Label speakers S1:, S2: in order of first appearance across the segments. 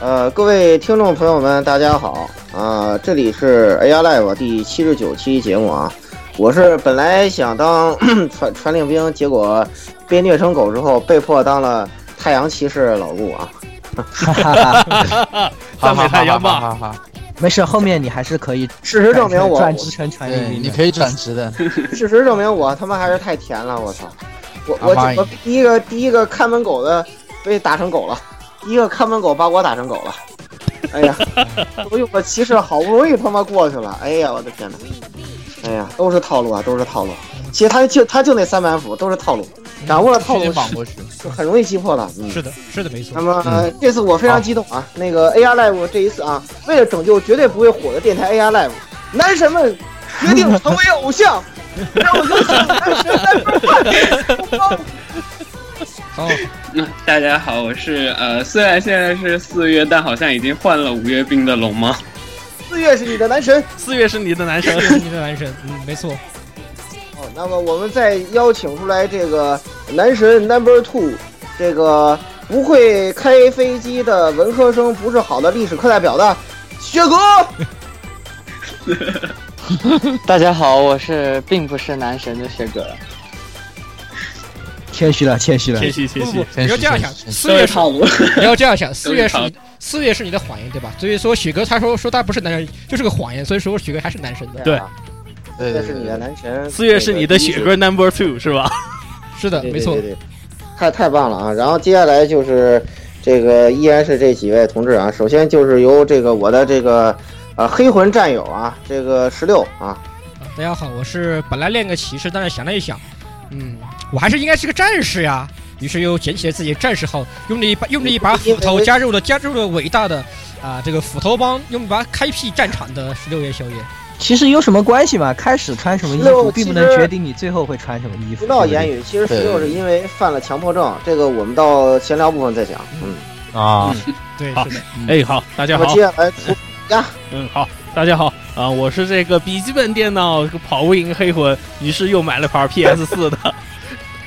S1: 呃各位听众朋友们，大家好啊！这里是 AI Live 第七十九期节目啊，我是本来想当 传传令兵，结果被虐成狗之后，被迫当了太阳骑士老陆啊。
S2: 哈哈哈，
S3: 赞美太阳吧！
S4: 好好好，
S2: 没事，后面你还是可以
S1: 事实证明我，
S2: 转职成
S1: 哎
S2: 传
S4: 对，
S2: 令
S4: 你
S2: 兵的。
S4: 可以转职的。
S1: 事实证明我他妈还是太甜了，我操！我我
S4: 阿玛尼
S1: 我第一个第一个看门狗的被打成狗了，第一个看门狗把我打成狗了。哎呀，我有个骑士好不容易他妈过去了，哎呀，我的天哪！哎呀，都是套路啊，都是套路。其实他就他就那三板斧都是套路，掌握了套
S4: 直
S1: 路
S4: 接莽过去。
S1: 就很容易击破了。嗯，
S5: 是的，是的，没错
S1: 那。么、呃这次我非常激动啊！那个 AR Live 这一次啊，为了拯救绝对不会火的电台 AR Live，男神们决定成为偶像，让我们
S4: 哦，
S3: 嗯大家好，我是呃，虽然现在是四月，但好像已经换了五月病的龙猫。
S1: 四月是你的男神。
S3: 四月是你的男神
S5: 这是你的男神，嗯，没错，
S1: 哦，那么我们再邀请出来这个男神 Number Two，这个不会开飞机的文科生，不是好的历史课代表的薛哥。
S6: 大家好，我是并不是男神的薛哥。
S2: 谦虚了，谦虚了。
S3: 谦虚谦
S5: 不
S3: 虚
S5: 不，，不你要这样想，
S4: 谦虚谦虚
S5: 四月是
S3: 套路。
S5: 你要这样想，
S3: 都
S5: 四
S3: 是
S5: 月是
S3: 套路
S5: 你四月是你的谎言，对吧？所以说雪哥他说说他不是男人，就是个谎言，所以说雪哥还是男神的。
S3: 对
S4: 对
S1: 这
S4: 对
S1: 是你的
S4: 对，
S1: 男神。
S3: 四月是你的
S1: 这个
S3: 雪哥 Number Two 是吧？
S5: 是 的，
S1: 对
S5: 没错
S1: 对，对对，太太棒了啊！然后接下来就是这个依然是这几位同志啊，首先就是由这个我的这个呃黑魂战友啊，这个十六啊，
S5: 啊大家好，我是本来练个骑士，但是想了一想，嗯，我还是应该是个战士呀。于是又捡起了自己的战士号，用了一把用了一把斧头，加入了加入了伟大的啊、这个斧头帮，用一把开辟战场的十六月宵夜。
S2: 其实有什么关系嘛？开始穿什么衣
S1: 六
S2: 服，并不
S1: 其
S2: 能
S1: 实
S2: 决定你最后会穿什么衣服。
S1: 不到
S2: 对不对
S1: 言语，其实十
S4: 对
S1: 六是因为犯了强迫症，这个我们到闲聊部分再讲。嗯，
S4: 啊，
S5: 对，
S3: 好
S5: 是的，
S3: 哎，好，大家
S1: 那么
S3: 好
S1: 接，下来除
S3: 嗯，好，大家好啊，我是这个笔记本电脑跑不赢黑魂，于是又买了盘 PS 四 的，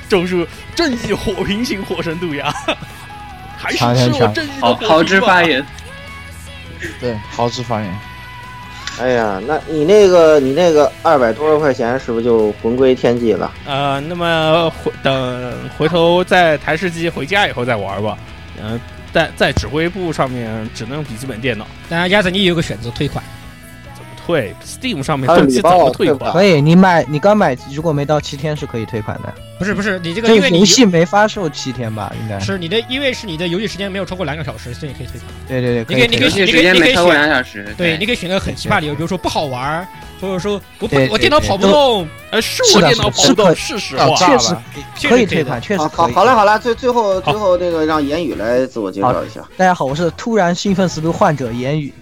S3: 正是正义火平型火神渡鸦，还是
S4: 强强
S3: 吃我
S4: 强
S3: 正义的
S7: 好
S3: 火
S7: 好之
S3: 之
S7: 发言，
S4: 对，豪掷发 言。
S1: 哎呀，那你那个你那个二百多块钱是不是就魂归天际了？
S3: 呃，那么回等回头在台式机回家以后再玩吧。嗯、在在指挥部上面只能用笔记本电脑，
S5: 当然鸭子你也有个选择退款。
S3: 怎么退？Steam 上面
S1: 还有
S3: 这期
S1: 礼
S3: 怎
S1: 包啊
S3: 么退
S1: 对吧
S3: 款？
S2: 可以，你买你刚买，如果没到七天是可以退款的。
S5: 不是不是，你这个
S2: 这
S5: 因
S2: 个
S5: 为你
S2: 游戏没发售七天吧？应该
S5: 是你的，因为是你的游戏时间没有超过两个小时，所以你可以退款。
S2: 对对对，
S5: 你可以
S2: 退
S5: 你可
S7: 游戏
S5: 以
S7: 时间没超过两小时。
S5: 对，你可以选择很奇葩的理由，比如说不好玩儿，或者说我不
S2: 对
S5: 我
S2: 对
S5: 电脑
S2: 对
S5: 跑不动，
S3: 呃，是
S2: 是
S3: 我
S2: 的
S3: 电
S2: 是
S3: 脑
S2: 的
S3: 跑
S2: 是
S3: 不
S2: 可
S3: 动，是实话
S2: 啊。确实
S5: 确
S2: 可
S5: 实
S2: 以
S5: 可以
S2: 退
S5: 的
S2: 款，确实
S1: 好
S2: 可
S1: 好
S2: 以。
S1: 好了，好了，最最后最后那个让言语来自我介绍一下。
S2: 大家好，我是突然兴奋死度患者言语，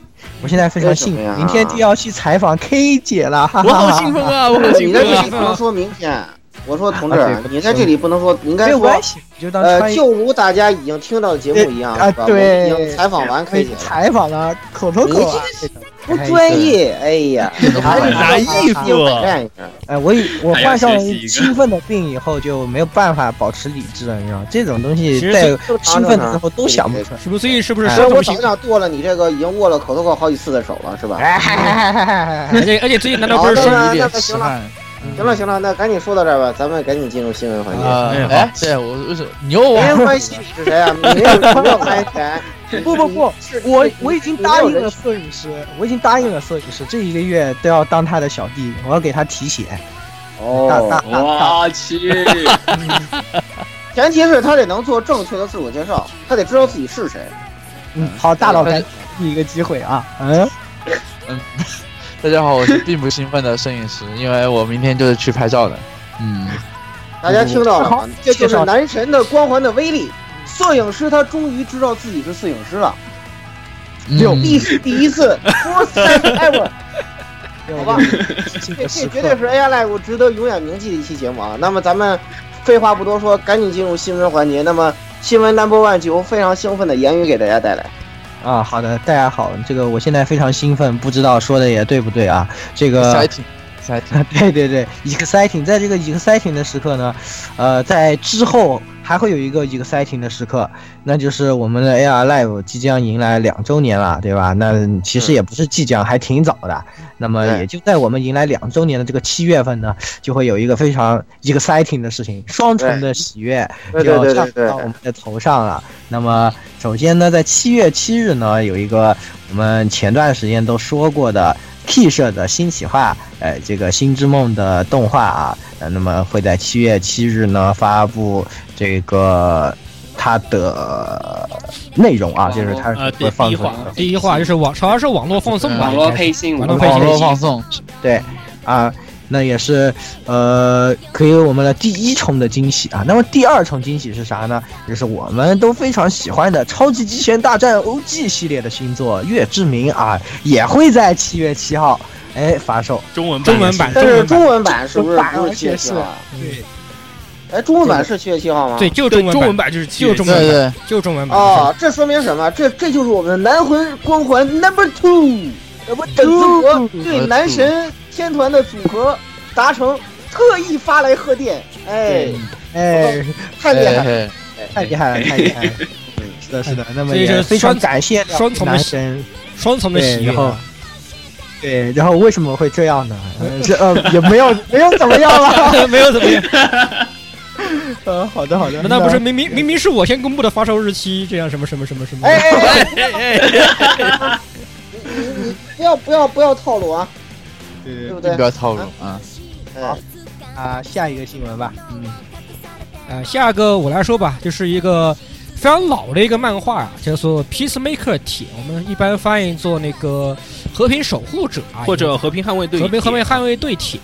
S2: 我现在非常兴
S1: 为什么呀
S2: 奋，明天就要去采访 K 姐了，哈哈
S3: 我
S2: 哈
S3: 好兴奋 啊！我好
S1: 你
S3: 兴
S1: 在
S3: 奋
S1: 这
S3: 啊
S1: 里！不能说明天，我说同志
S2: 啊对不，能
S1: 你在这里不能说，你应该
S2: 没有
S1: 说
S2: 关系，你就当
S1: 呃，
S2: 穿
S1: 就如大家已经听到的节目一样，
S2: 啊
S1: 是吧
S2: 对
S1: 我们已经采访完 K 姐了，
S2: 采访了，口头口啊，
S1: 不专业，哎呀，还是
S3: 拿衣服
S1: 百战一下
S2: 哎，我以我
S7: 还要
S2: 患上了
S7: 学习一个
S2: 兴奋的病以后，就没有办法保持理智了，你知道吗，这种东西
S5: 其实
S2: 在
S1: 正常
S2: 兴奋的时候都想不出来。
S5: 是不是？所以是不是
S2: 哎
S1: 所以
S5: 说这
S1: 我
S5: 么
S1: 早就
S5: 兴
S1: 想剁了你这个已经握了口头扣好几次的手了，是吧？
S2: 哎，
S5: 而且而且最近难道不是
S1: 好
S5: 说
S1: 那
S5: 有
S1: 那
S5: 点
S1: 那行了，
S4: 了，
S1: 行了，行了，那赶紧说到这儿吧，咱们赶紧进入新闻环节。
S4: 呃，
S3: 好
S4: 哎，对我为什么你又
S1: 没人
S4: 忘
S1: 关心你是谁啊？你没有没有发言权。
S2: 不不不，
S1: 是
S2: 我
S1: 是
S2: 我已经
S1: 你
S2: 答
S1: 没有
S2: 应
S1: 人
S2: 了摄影师，我已经答应了摄影师，这一个月都要当他的小弟，我要给他提鞋。大
S1: 哦
S2: 大，
S7: 我去，
S1: 前提是他得能做正确的自我介绍，他得知道自己是谁。
S2: 嗯，好，大佬
S4: 对
S2: 给你一个机会啊，嗯，
S4: 大家好，我是并不兴奋的摄影师，因为我明天就是去拍照的。嗯，
S1: 大家听到了吗？这就
S2: 介
S1: 是
S2: 绍
S1: 男神的光环的威力。摄影师他终于知道自己是摄影师了，
S4: 六
S1: 历史第一次，first time ever。好吧，
S2: 这
S1: 这这绝对 是 AI Live 值得永远铭记的一期节目啊！那么咱们废话不多说，赶紧进入新闻环节。那么新闻 Number One 就由非常兴奋的言语给大家带来。
S2: 啊，好的，大家好，这个我现在非常兴奋，不知道说的也对不对啊？这个
S4: exciting，exciting，
S2: 对对对，exciting，在这个 exciting 的时刻呢，呃，在之后还会有一个 exciting 的时刻，那就是我们的 AR Live 即将迎来两周年了，对吧？那其实也不是即将，还挺早的。那么
S1: 对
S2: 也就在我们迎来两周年的这个七月份呢，就会有一个非常 exciting 的事情，双重的喜悦
S1: 对对
S2: 要
S1: 对
S2: 上
S1: 对
S2: 到
S1: 对
S2: 我，们的头上了。那么首先呢，在七月七日呢，有一个我们前段时间都说过的 T 社的新企划，呃，这个《星之梦》的动画啊，呃，那么会在七月七日呢发布这个它的内容啊，就是它
S3: 呃，
S2: 会
S3: 第
S2: 放
S3: 第一
S2: 出来
S3: 话，
S5: 第一话就是网，好像是网络放送吧，
S7: 网络
S5: 应该是
S7: 配信，
S5: 网
S7: 网
S5: 络
S7: 络
S5: 配
S7: 配
S5: 信
S7: 信
S4: 网络放送，
S2: 对啊，那也是呃，给我们的第一重的惊喜啊。那么第二重惊喜是啥呢？就是我们都非常喜欢的《超级机器人大战 OG》系列的新作《月之名》啊，也会在七月七号哎发售。
S3: 中文版
S5: 中文版，
S1: 但
S5: 中
S1: 是中
S5: 文版，
S1: 文版是不是
S2: 中文版
S1: 不是七月七号啊？
S5: 对
S1: 哎，中文版是七月七号吗？
S5: 对，就
S3: 对
S5: 中文
S3: 中
S5: 版
S3: 文，版就是七
S5: 就
S3: 月
S5: 中
S4: 对
S5: 文版
S4: 对，
S5: 就中文版。
S1: 哦，这说明什么？这这就是我们的南魂光环 Number Two，我们等自国对男神天团的组合达成特意发来贺电，哎，
S2: 哎，
S1: 太厉害了！
S4: 哎
S2: 太厉害了，太厉害了！嗯，是的，是的。那么
S5: 所以
S2: 也
S5: 是
S2: 非常
S5: 双
S2: 感谢两
S5: 双
S2: 位
S5: 重的
S2: 男
S5: 喜
S2: 神
S5: 双重的
S2: 对
S5: 喜悦
S2: 然后
S5: 啊，
S2: 对，然后为什么会这样呢？呃这呃也没有没有怎么样了。
S5: 没有怎么样，
S2: 呃，好的好的。
S5: 难道 不是明明明明是我先公布的发售日期，这样什么什么什么什么？
S1: 哎哎哎，
S3: 哎哎
S1: 不要不要不要套路啊，对不对
S4: 不？要套路啊！
S1: 哎
S2: 啊，下一个新闻吧。嗯，
S5: 呃，下个我来说吧，就是一个非常老的一个漫画啊，叫做《Peacemaker 铁》，我们一般翻译做那个《和平守护者》啊，
S3: 或者和平捍卫队，
S5: 《和平和平捍卫队铁》。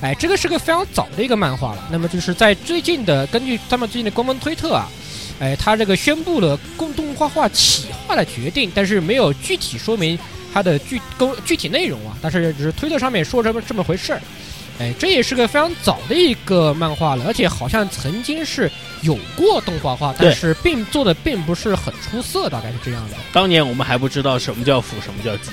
S5: 哎，这个是个非常早的一个漫画了。那么就是在最近的，根据他们最近的官方推特啊，哎，他这个宣布了共动画化企划的决定，但是没有具体说明它的具公具体内容啊。但是只是推特上面说这么这么回事儿。哎，这也是个非常早的一个漫画了，而且好像曾经是有过动画化，但
S3: 对
S5: 是并做的并不是很出色，大概是这样的。
S3: 当年我们还不知道什么叫腐，什么叫鸡，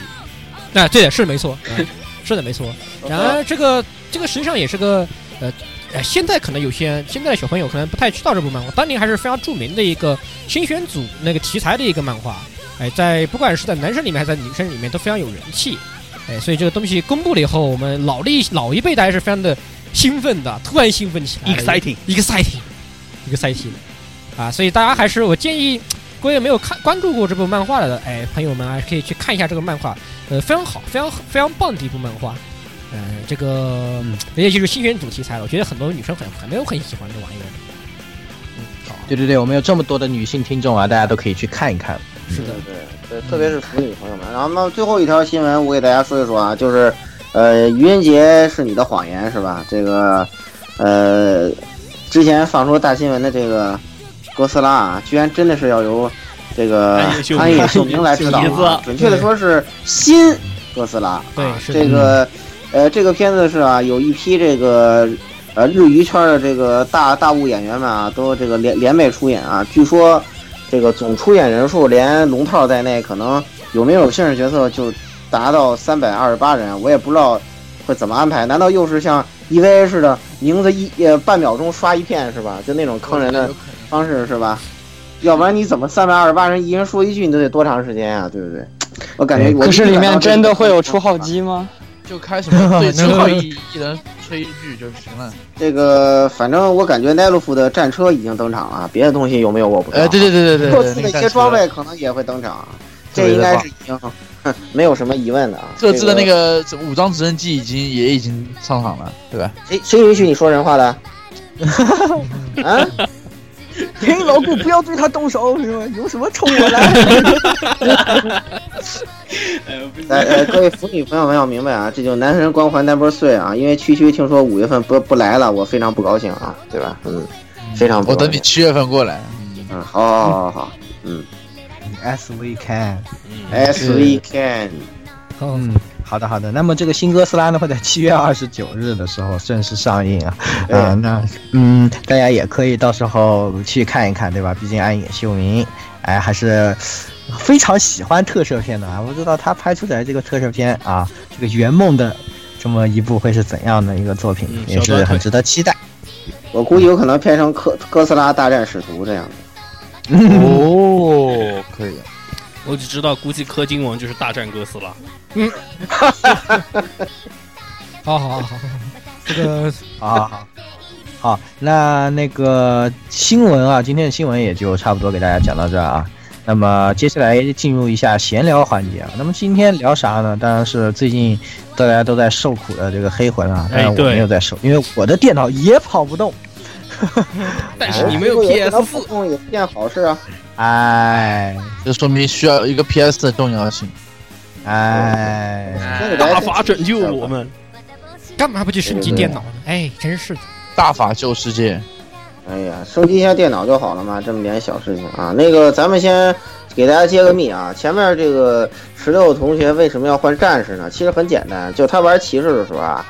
S5: 哎，对的，是没错，嗯 是的，没错。然而，这个这个实际上也是个呃，呃，现在可能有些现在的小朋友可能不太知道这部漫画，当年还是非常著名的一个新选组那个题材的一个漫画，哎，在不管是在男生里面还是在女生里面都非常有人气，哎，所以这个东西公布了以后，我们老的一老一辈的还是非常的兴奋的，突然兴奋起来了
S3: exciting。
S5: exciting exciting 啊，所以大家还是我建议，各位没有看关注过这部漫画的哎朋友们啊，可以去看一下这个漫画，呃，非常好，非常非常棒的一部漫画。嗯、这个也就是新选组题材了，我觉得很多女生很很没有很喜欢这玩意儿。嗯，好，
S2: 对对对，我们有这么多的女性听众啊，大家都可以去看一看。
S5: 是
S1: 对
S5: 的，
S1: 对嗯对，特别是腐女朋友们。然后那最后一条新闻，我给大家说一说啊，就是，呃，愚人节是你的谎言是吧？这个，呃，之前放出大新闻的这个哥斯拉啊，居然真的是要由这个
S3: 安野秀明
S1: 安野秀明来指导、
S3: 秀明
S1: 啊，准确的说是新哥斯拉。
S5: 对
S1: 啊
S5: 是的嗯
S1: 这个，呃，这个片子是啊，有一批这个呃日娱圈的这个大大物演员们啊，都这个联联袂出演啊。据说这个总出演人数连龙套在内，可能有没有姓氏角色就达到三百二十八人，我也不知道会怎么安排。难道又是像 EVA 似的，名字一呃半秒钟刷一片是吧？就那种坑人的方式是吧？要不然你怎么三百二十八人一人说一句，你都得多长时间啊？对不对？我感觉我
S6: 可是里面真的会有出号机吗？
S4: 就开什 么最最后一一人吹一句就行了。
S1: 这个，反正我感觉奈洛夫的战车已经登场了，别的东西有没有我不知道。
S4: 哎，对对对对对，
S1: 各
S4: 对
S1: 自的
S4: 那个
S1: 一
S4: 战
S1: 些
S4: 车
S1: 装备可能也会登场，这
S4: 特别
S1: 应
S4: 的
S1: 该
S4: 棒
S1: 是已经哼没有什么疑问的啊。
S4: 各自的那
S1: 这
S4: 个武装直升机已经也已经上场了，对吧？
S1: 谁谁允许你说人话的？啊，
S2: 嘿，老顾，不要对他动手，是吧？有什么冲我来。
S1: 来 呃，各位腐女朋友们要明白啊，这就男神光环 number three 啊，因为区区听说五月份不不来了，我非常不高兴啊，对吧？嗯，非常不
S4: 我等
S1: 容易
S4: 你七月份 过来。嗯，
S1: 嗯，好好好好好
S2: As we can。
S3: 嗯
S1: ，as we can，
S5: 好，
S2: 嗯，好的好的。那么这个新哥斯拉呢，会在七月二十九日的时候正式上映啊。啊、
S1: 对
S2: 那嗯，大家也可以到时候去看一看，对吧？毕竟安野秀明，哎，还是非常喜欢特摄片的啊。不知道他拍出来这个特摄片啊，这个圆梦的这么一部会是怎样的一个作品，
S3: 嗯
S2: 也
S3: 小短
S2: 是
S3: 腿
S2: 很值得期待。
S1: 我估计有可能变成哥哥斯拉大战使徒这样的。
S4: 哦，可以，
S3: 我只知道，估计氪金王就是大战哥斯拉。
S5: 好好好好，这个
S2: 啊，好，好，那那个新闻啊，今天的新闻也就差不多给大家讲到这儿啊。那么接下来进入一下闲聊环节啊。那么今天聊啥呢？当然是最近大家都在受苦的这个黑魂啊。但
S3: 哎
S2: 是我
S3: 对
S2: 没有在受，因为我的电脑也跑不动。
S3: 但是你没
S1: 如
S3: 有
S1: 果有
S3: PS
S1: 能
S3: 四
S1: 不，动也是件好事啊。
S2: 哎
S4: 这说明需要一个 PS 的重要性。
S2: 哎，
S1: 那你
S3: 大
S1: 来
S3: 法拯救我们。
S5: 干嘛不去升级电脑呢？哎，真是的，
S4: 大法救世界，
S1: 哎呀，升级一下电脑就好了嘛，这么点小事情啊。那个，咱们先给大家揭个密啊。前面这个十六同学为什么要换战士呢？其实很简单，就他玩骑士的时候啊，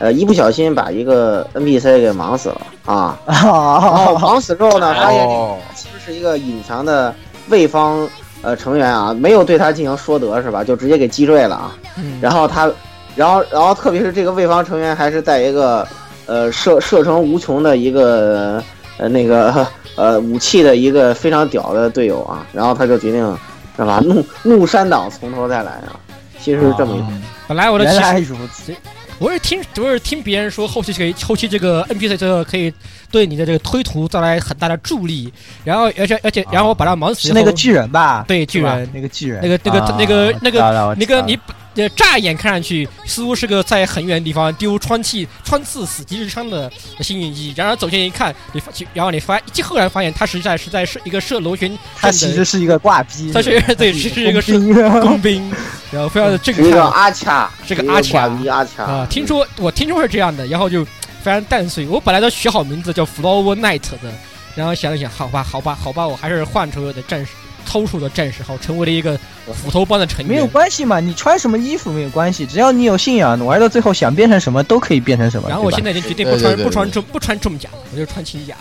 S1: 呃，一不小心把一个 NPC 给忙死了啊。然后
S2: 哦，
S1: 忙死之后呢，发现这个
S4: 哦，
S1: 其实是一个隐藏的魏方呃成员啊，没有对他进行说得是吧？就直接给击坠了啊。
S5: 嗯，
S1: 然后他，然后然后特别是这个魏方成员还是在一个呃射射程无穷的一个呃那个 呃武器的一个非常屌的队友啊，然后他就决定干嘛怒怒删档从头再来啊，其实是这么一
S5: 啊
S4: 嗯
S1: 个。
S5: 本来我的
S2: 原
S5: 骑士
S2: 来如此。
S5: 我是听我是听别人说后期可以后期这个 NPC 这个可以对你的这个推图带来很大的助力，然后而且而且
S2: 啊
S5: 然后把它忙死以
S2: 是
S5: 后
S2: 那个巨人吧？
S5: 对巨人
S2: 是吧那个巨人，
S5: 那个那个
S2: 啊
S5: 那个
S2: 我
S5: 那个
S2: 知道了我知
S5: 那
S2: 道
S5: 个
S2: 了
S5: 你呃乍眼看上去似乎是个在很远的地方丢穿气穿刺死敌之伤的呃幸运一，然而走近一看，你发然后你发赫然发现它实在是在是一个射螺旋
S2: 他其实是一个挂逼，
S5: 它是对是 一个是工兵，然后非常的震
S1: 是一个
S5: 撼。
S1: 阿恰，
S5: 这个
S1: 一
S5: 阿恰
S1: 挂逼阿恰
S5: 啊，听说我听说是这样的，然后就非常淡碎。我本来都取好名字叫 Flower Knight 的，然后想了想，好吧，好吧，好吧，我还是换成我的战士，抽出的战士号，成为了一个斧头帮的成
S2: 没有
S5: 员。
S2: 关系嘛，你穿什么衣服没有关系，只要你有信仰，玩到最后想变成什么都可以变成什么。
S5: 然后我
S2: 对
S5: 现
S2: 吧
S5: 在已经决定
S4: 对
S5: 不穿
S4: 对对
S5: 不穿
S4: 对
S5: 重不穿重甲了，我就穿轻甲了。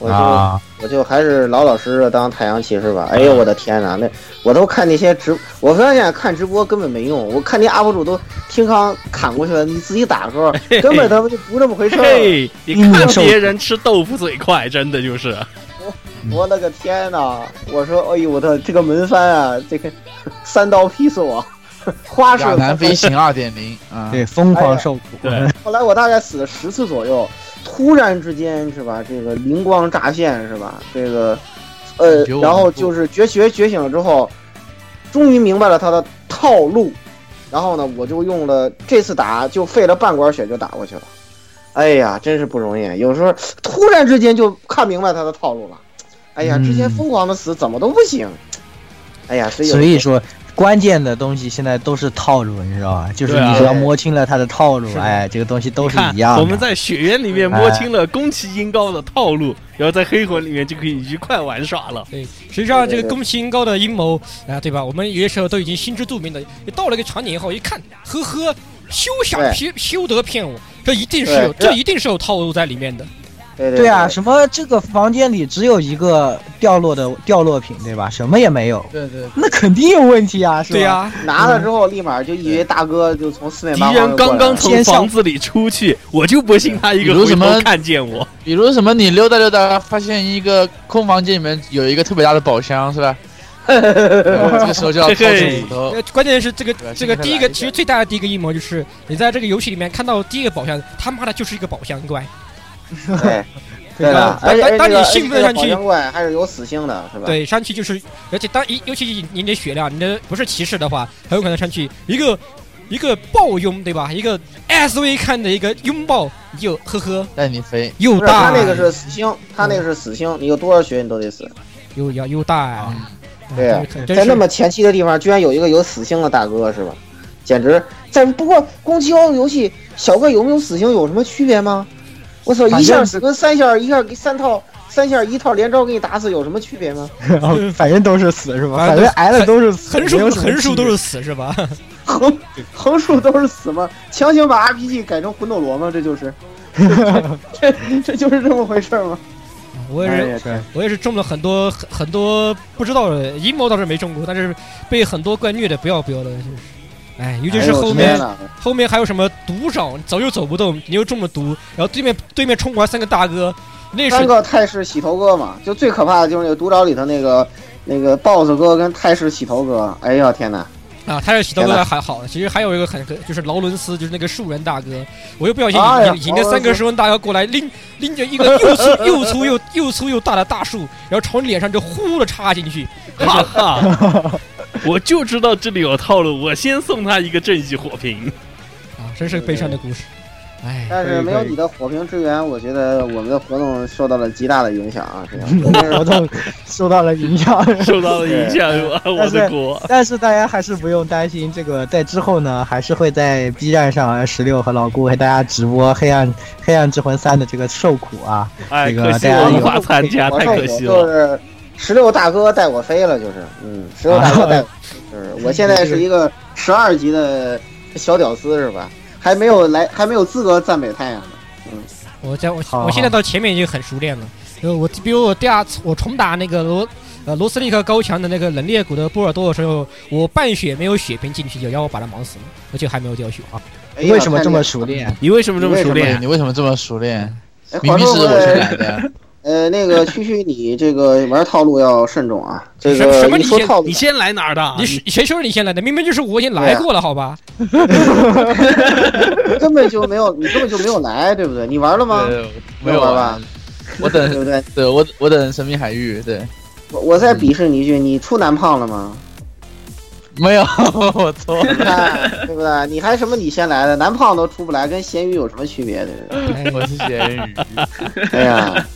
S1: 我就、
S2: 啊，
S1: 我就还是老老实实的当太阳骑士吧。哎呦我的天哪，那我都看那些直，我发现看直播根本没用，我看那 UP 主都听康砍过去了，你自己打的时候根本他妈就不这么回事儿。
S3: 嘿，你看别人吃豆腐嘴快，真的就是。
S1: 我勒个天哪！我说，哎呦我的这个门番啊，这个三刀劈死我， 花式
S4: 亚
S1: 三
S4: 南
S1: 番
S4: 飞行二点 零啊，
S2: 对疯
S1: 哎
S2: 狂受苦，
S3: 对，
S1: 后来我大概死了十次左右，突然之间是吧，这个灵光乍现是吧，这个，呃，
S4: 比我
S1: 然后
S4: 恐怖
S1: 就是觉觉觉醒了之后，终于明白了他的套路，然后呢，我就用了这次打就费了半管血就打过去了，哎呀，真是不容易，有时候突然之间就看明白他的套路了，哎呀，
S2: 嗯
S1: 之前疯狂的死怎么都不行，哎呀，所以有
S2: 所以说。关键的东西现在都是套路，你知道吧？就是
S3: 对啊
S2: 你只要摸清了他的套路
S5: 是，的
S2: 哎，这个东西都是
S3: 看
S2: 一样的。
S3: 我们在血缘里面摸清了宫崎英高的套路，然后在黑魂里面就可以愉快玩耍了。
S5: 对，实际上这
S1: 对对
S5: 个
S1: 对
S5: 宫崎英高的阴谋啊，对吧？我们有些时候都已经心知肚明的。到了一个场景以后，一看，呵呵，休想
S1: 对
S5: 骗休得骗我，这一定是
S1: 对
S5: 有这一定是有套路在里面的。
S1: 对
S2: 对啊，
S1: 对
S2: 什么这个房间里只有一个掉落的掉落品，对吧？什么也没有，
S4: 对对，
S2: 那肯定有问题啊，是吧？嗯
S5: 对呀，
S1: 拿了之后立马就以为大哥就从四面
S3: 敌
S1: 八方
S3: 人
S1: 就过来
S3: 刚
S1: 了
S3: 刚从房子里出去，我就不信他一个回头看见我。
S4: 比如什么你溜达溜达，发现一个空房间里面有一个特别大的宝箱， 是吧？嗯这个时候就要掏出斧头，
S5: 呃，关键是这个
S4: 对啊
S5: 这个
S4: 现在
S5: 第一
S4: 来
S5: 个
S4: 一个
S5: 其实最大的第一个阴谋就是你在这个游戏里面看到第一个宝箱，他妈的就是一个宝箱怪。
S1: 对，对
S5: 吧
S1: 的，
S5: 当
S1: 而且
S5: 当当
S1: 这个
S5: 你兴奋上去
S1: 而且这个宝箱怪还是有死星的，是吧？，
S5: 对，上去就是，而且当一尤其你你的血量，你的不是骑士的话，很有可能上去一个一个抱拥，对吧？一个 SV 看的一个拥抱，又呵呵
S4: 带你飞。
S5: 又
S1: 不是
S5: 大
S1: 他，那个是死星，他那个是死星，你有多少血你都得死。
S5: 又要又大呀、
S4: 嗯
S1: 对啊
S5: 真是
S1: 在那么前期的地方，居然有一个有死星的大哥，是吧？简直在不过攻击高游戏小怪有没有死星有什么区别吗？我操，
S2: 反
S1: 一下
S2: 正
S1: 死跟三下一下三套三下一套连招给你打死有什么区别吗？
S2: 然后 反正都是死是吧？
S5: 反
S2: 反
S5: 正
S2: 正挨了都是死，
S5: 横
S2: 没
S5: 竖
S2: 有什么
S5: 横竖
S2: 区别
S5: 都是死是吧？
S1: 横横竖都是死吗？强行把 RPG 改成魂斗罗吗？这 就是，这这就是这么回事吗？
S5: 我也
S1: 哎
S5: 是
S1: 呀天
S5: 我也是中了很多很很多不知道的阴谋倒是没中过，但是被很多怪虐的不要不要的，真是。哎，尤其是后面后面还有什么独掌，走又走不动，你又中了毒，然后对面对面冲过来三个大哥，那
S1: 三
S5: 是
S1: 个泰式洗头哥嘛，就最可怕的就是那个独爪里头那个那个 BOSS 哥跟泰式洗头哥，哎呀天哪！
S5: 啊，他是洗头哥还好，其实还有一个很就是劳伦斯，就是那个树人大哥，我又不小心
S1: 哎呀
S5: 引引引那三个树人大哥过来，拎拎着一个又粗又粗又又粗又大的大树，然后朝你脸上就呼的插进去，
S3: 哈哈，我就知道这里有套路，我先送他一个正义火瓶。
S5: 啊，真是悲伤的故事，哎，
S1: 但是没有你的火瓶支援，我觉得我们的活动受到了极大的影响啊！这 个
S2: 活动受到了影响。
S3: 受到了影响，我我 的国，
S2: 但是大家还是不用担心，这个在之后呢，还是会在 B 站上十六和老顾为大家直播《黑暗黑暗之魂三》的这个受苦啊，
S3: 哎，
S2: 这个
S3: 可惜
S2: 大家
S3: 我无
S2: 有
S3: 法参加，
S1: 我
S3: 太
S1: 受
S3: 可
S1: 苦
S3: 惜
S1: 就
S3: 了。
S1: 是十六大哥带我飞了，就是嗯，十六大哥带我飞，就是我现在是一个十二级的小屌丝是吧？还没有来，还没有资格赞美太阳呢。
S5: 我在我
S2: 好
S5: 我现在到前面已经很熟练了，因为我比如我第二次我重打那个罗呃罗斯利克高墙的那个冷冽谷的波尔多的时候，我半血没有血瓶进去，有让我把他忙死了，而且还没有掉血啊。
S1: 哎呀
S2: 为什么这么熟？练？
S3: 你为什么这么熟
S1: 对
S3: 练？
S4: 你为什么这么熟练？
S1: 太厉
S4: 明
S1: 害
S4: 明是我去
S1: 哎，话说
S4: 买的，
S1: 呃，那 个区区，你这个玩套路要慎重啊！这
S5: 什
S1: 个
S5: 什么
S1: 一
S5: 你
S1: 说
S5: 先
S1: 套路啊
S3: 你，先来哪儿的？
S5: 你谁谁说是你先来的？明明就是我已经来过了，好吧？
S1: 根本就没有，你根本就没有来，对不对？你玩了吗？
S4: 对 呃没有
S1: 玩
S4: 啊
S1: 吧，？
S4: 我
S1: 对
S4: 等，
S1: 不对？
S4: 对我我等神秘海域，对，
S1: 我我再鄙视你一句，你出男胖了 吗？
S4: 没有，我错了，
S1: 你看，对不对？你还什么你先来的？男胖都出不来，跟咸鱼有什么区别？对不
S5: 哎
S4: 我是 咸鱼，
S1: 对？哎呀，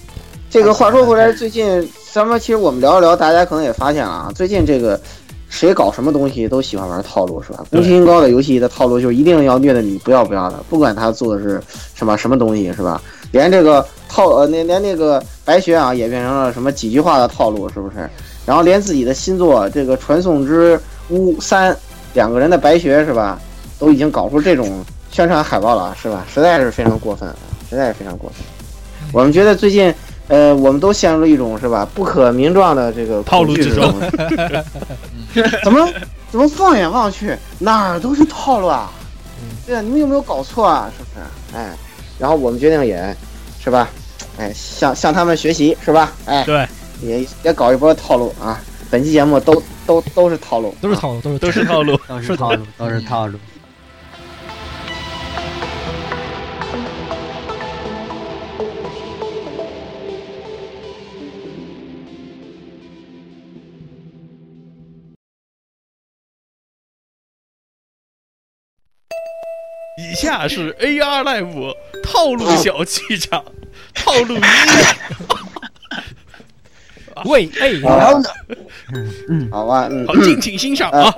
S1: 这个话说回来，最近咱们其实我们聊一聊，大家可能也发现了啊，最近这个谁搞什么东西都喜欢玩套路，是吧？
S3: 对
S1: 宫崎英高的游戏的套路就是一定要虐的你不要不要的，不管他做的是什么什么东西，是吧？连这个套呃，那连那个白雪啊也变成了什么几句话的套路，是不是？然后连自己的新作这个《传送之屋三》两个人的白学是吧，都已经搞出这种宣传海报了是吧？实在是非常过分，实在是非常过分。我们觉得最近，呃，我们都陷入了一种是吧不可名状的这个
S3: 套路
S1: 恐惧
S3: 之
S1: 中。怎么怎么放眼望去哪儿都是套路啊？对啊，你们有没有搞错啊？是不是？哎，然后我们决定也，是吧？哎，向向他们学习是吧？哎，
S3: 对，
S1: 也也搞一波套路啊！本期节目都都都是套路，
S5: 都是套路，都是
S3: 都是套路。
S2: 都是套路，都
S1: 嗯
S2: 是套路。
S3: 以下是 AR Live 套路小剧场，套路一。
S5: 喂哎，
S1: 然后呢？好吧， 嗯
S3: 好，，敬请欣赏啊！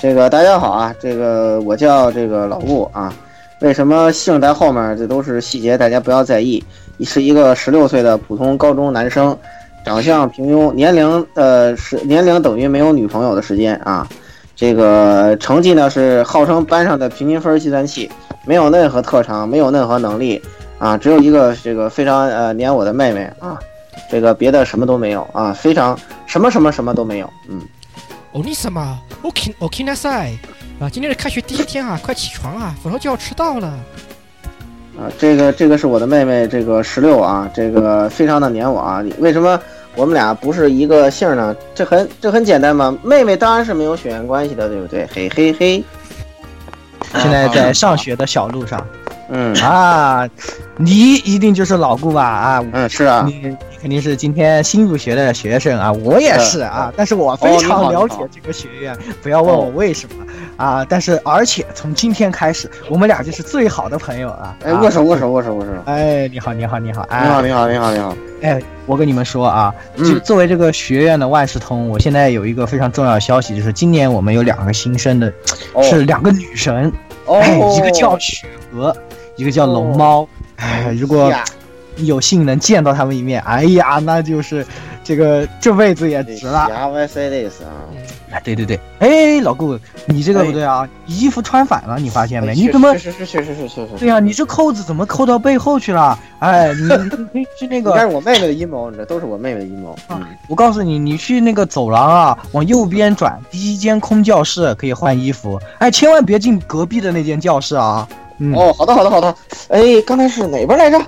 S1: 这个大家好啊，这个我叫这个老顾啊。为什么姓在后面？这都是细节，大家不要在意。是一个十六岁的普通高中男生，长相平庸，年龄呃是年龄等于没有女朋友的时间啊。这个成绩呢是号称班上的平均分计算器，没有任何特长，没有任何能力啊，只有一个这个非常呃黏我的妹妹啊，这个别的什么都没有啊，非常什么什么什么都没有，嗯。
S5: 欧尼哦什么？我听我听他赛啊！今天是开学第一天啊，快起床啊，否则就要迟到了。
S1: 啊，这个这个是我的妹妹，这个十六啊，这个非常的黏我啊。为什么我们俩不是一个姓儿呢？这很这很简单嘛，妹妹当然是没有血缘关系的，对不对？嘿嘿嘿，
S2: 现在在上学的小路上
S1: 嗯
S2: 啊，你一定就是老顾吧？啊，
S1: 嗯，是啊
S2: 你，你肯定是今天新入学的学生啊，我也是
S1: 嗯
S2: 啊，但是我非
S1: 哦
S2: 常了解这个学院，不要问我为什么啊，但是而且从今天开始，我们俩就是最好的朋友啊。
S1: 哎，
S2: 啊
S1: 握手握手握手握手，你
S2: 哎，你好，你好，你好，
S1: 好
S2: 哎，
S1: 你好你好你好，
S2: 哎，我跟你们说啊，就
S1: 嗯
S2: 作为这个学院的万事通，我现在有一个非常重要的消息，就是今年我们有两个新生的，
S1: 哦
S2: 是两个女神，
S1: 哦
S2: 哎，，一个叫雪娥，一个叫龙猫，哎，如果
S1: 呀
S2: 有幸能见到他们一面，哎呀，那就是这个这辈子也值了。
S1: 牙 Y C S 啊，
S2: 哎对对对，哎，老顾，你这个
S1: 哎
S2: 不对啊，衣服穿反了，你发现没？
S1: 哎
S2: 你
S1: 确
S2: 怎么？
S1: 确实确实确实确实
S2: 对呀、你这扣子怎么扣到背后去了？哎，你你可以去那
S1: 但
S2: 个，啊
S1: 是我妹妹的阴谋，你这都是我妹妹的阴谋。嗯，
S2: 我告诉你，你去那个走廊啊，往右边转，第一间空教室可以换衣服。哎，千万别进隔壁的那间教室啊！嗯，
S1: 哦，好的好的好的。哎，刚才是哪边来着？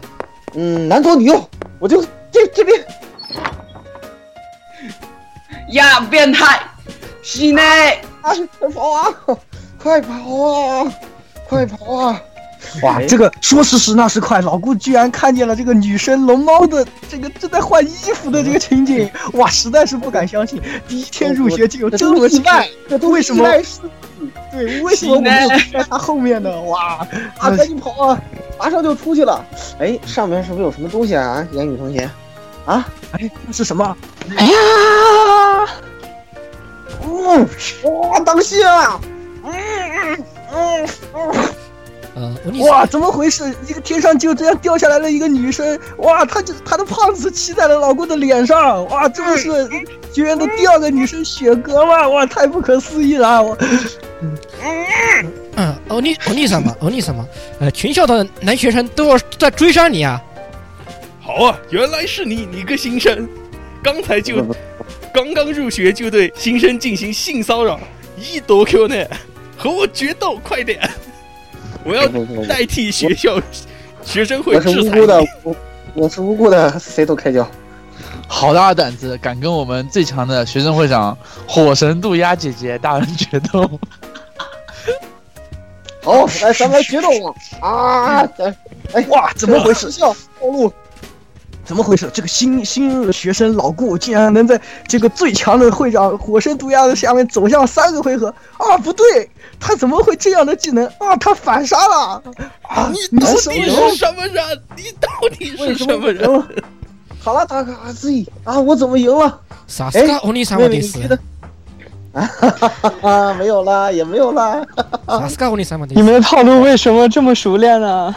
S1: 嗯，男左女右，我就这这边。
S7: 呀，变态！西内，
S1: 啊，快跑啊！ 快跑啊！快跑啊！
S2: 哇，这个说时迟那时快，老顾居然看见了这个女生龙猫的这个正在换衣服的这个情景，哇，实在是不敢相信，第一天入学就有这么意外，
S1: 这都
S2: 为什么
S1: 意外啊事
S2: 对，为什 么我没有在她后面呢？哇，
S1: 啊！赶紧跑啊！马上就出去了。哎，上面是不是有什么东西啊？言语同学，
S2: 哎，那是什么？
S6: 哎呀，
S1: 嗯，哇，当心啊！
S5: 呃，我意思
S2: 哇，怎么回事？一个天上就这样掉下来了一个女生，哇，她就她的胖子骑在了老顾的脸上，哇，这不是学院的第二个女生雪哥吗？哇，太不可思议了！啊我
S5: 嗯，欧尼欧尼什么欧尼什么？呃，全校的男学生都要在追杀你啊！
S3: 好啊，原来是你，你个新生，刚才 就刚刚入学就对新生进行性骚扰，一多 Q 呢，和我决斗，快点！我
S1: 哎
S3: 要代替学校学生会
S1: 我是
S3: 制
S1: 无
S3: 裁
S1: 辜的
S3: 你。，
S1: 我我是无辜的，谁都开交。
S4: 好大的胆子，敢跟我们最强的学生会长火神渡鸦姐姐大人决 斗。
S2: 哦
S1: 好，来，咱们来决斗吧！啊，
S2: 嗯
S1: 咱哎，
S2: 哇，怎么回
S1: 时
S2: 事？
S1: 效暴露，
S2: 怎么回事？这个新新学生老顾竟然能在这个最强的会长火神毒鸦的下面走向三个回合啊！不对，他怎么会这样的技能啊？他反杀了啊！
S3: 你
S2: 你
S3: 到
S2: 是什
S3: 底
S2: 么
S3: 是
S2: 人？
S3: 什么人？你到底
S1: 为
S3: 是
S1: 什
S3: 什
S1: 么
S3: 么
S1: 我
S3: 人
S1: 赢？了？好了，大咖 Z 啊，我怎么赢了？
S5: 萨斯卡欧尼什么
S1: 妹妹，你
S5: 的死
S1: 觉，得？啊哈哈哈！啊没有啦，也没有啦。
S5: 萨斯卡欧尼什么的
S6: 你们的套路为什么这么熟练呢？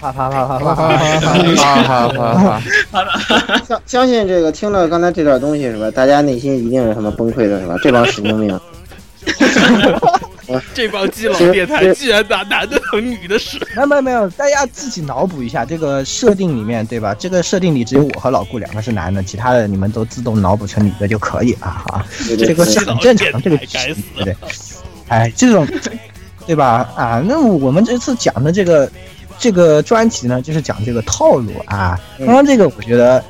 S2: 啪啪啪啪啪
S5: 好
S2: 啪！
S5: 好
S4: 啊
S5: 好好，
S4: 哈哈 哈！
S1: 相相信这个听了刚才这段东西是吧？大家内心一定是他妈崩溃的是吧？这帮神经 病，
S3: 这帮基佬变态居然拿男的和女的使，
S2: 没有没有没有，大家自己脑补一下这个设定里面，对吧？这个设定里只有我和老顾两个是男的，其他的你们都自动脑补成女的就可以了哈。
S1: 对
S2: 这
S1: 对
S2: 个
S1: 对
S2: 是
S1: 对
S2: 很正常的，这个
S3: 该死
S2: 对对。哎，这种，对吧？啊，那我们这次讲的这个这个专题呢，就是讲这个套路啊。
S1: 嗯
S2: 刚刚这个我觉得。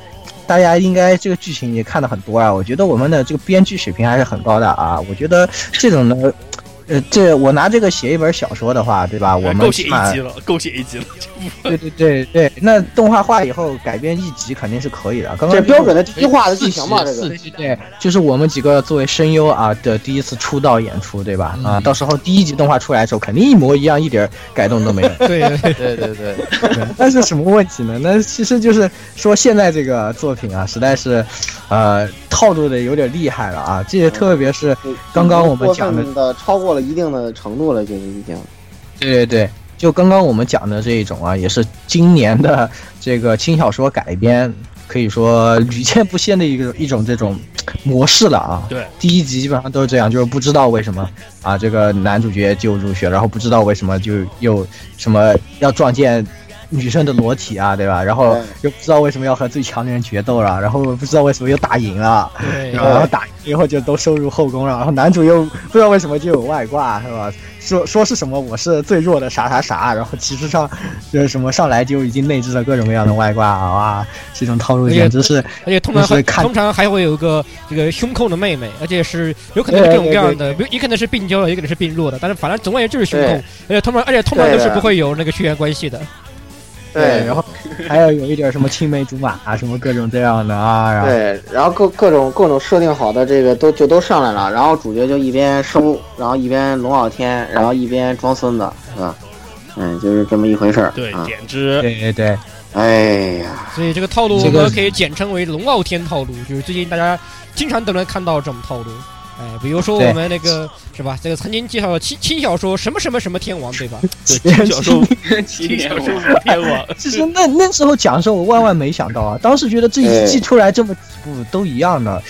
S2: 大家应该这个剧情也看的很多啊，我觉得我们的这个编剧水平还是很高的啊。我觉得这种呢，呃，这我拿这个写一本小说的话，对吧？我们
S3: 够写
S2: 起
S3: 一
S2: 码
S3: 集了，够写一集了。
S2: 对对对对，那动画化以后改编一集肯定是可以的。刚刚
S1: 这
S2: 就是
S1: 标准的第一话的剧情嘛，这
S4: 四
S1: 个
S4: 集
S2: 对，就是我们几个作为声优啊的第一次出道演出，对
S5: 嗯
S2: 吧？啊，到时候第一集动画出来的时候，肯定一模一样，一点儿改动都没有。
S5: 对对 对，
S4: 对对对，
S2: 对但是什么问题呢？那其实就是说现在这个作品啊，实在是，呃，套路的有点厉害了啊。这
S5: 嗯
S2: 也特别是刚刚我们讲的
S1: 过分的超过了一定的程度了，就是已经。
S2: 对对对，就刚刚我们讲的这一种啊，也是今年的这个轻小说改编，可以说屡见不鲜的一个一种这种模式了啊。
S3: 对，
S2: 第一集基本上都是这样，就是不知道为什么啊，这个男主角就入学，然后不知道为什么就又什么要撞见。女生的裸体啊，对吧？然后
S1: 对
S2: 又不知道为什么要和最强的人决斗了，然后不知道为什么又打赢了，
S5: 对
S2: 然后打赢以后就都收入后宫了，然后男主又不知道为什么就有外挂，是吧？说说是什么我是最弱的啥啥啥，然后其实上就是什么上来就已经内置了各种各样的外挂啊，哇，这种套路简直是
S5: 而且通常
S2: 就是
S5: 还
S2: 看
S5: 通常还会有一个这个胸控的妹妹，而且是有可能是各种各样的，比如也可能是病娇的，也可能是病弱的，但是反正总而言之就是胸控，而且通常而且通常都是不会有那个血缘关系的。
S2: 对，然后还有有一点什么青梅竹马啊，什么各种这样的啊，然后
S1: 对，然后各各种各种设定好的这个都就都上来了，然后主角就一边收，然后一边龙傲天，然后一边装孙子，是吧？嗯，就是这么一回事儿。
S3: 对，
S1: 啊，
S3: 简直
S2: 对对对，
S1: 哎呀，
S5: 所以这个套路
S2: 这
S5: 我
S2: 个
S5: 们可以简称为“龙傲天”套路，就是最近大家经常都能看到这种套路。哎，比如说我们那个是吧？这个曾经介绍的轻轻小说什么什么什么天王，对吧？
S3: 对，轻小说，
S7: 七
S3: 轻
S7: 年
S3: 小
S7: 我
S3: 说五天王，
S2: 其实那那时候讲的时候，我万万没想到啊，当时觉得这一季出来这么几部都一样的，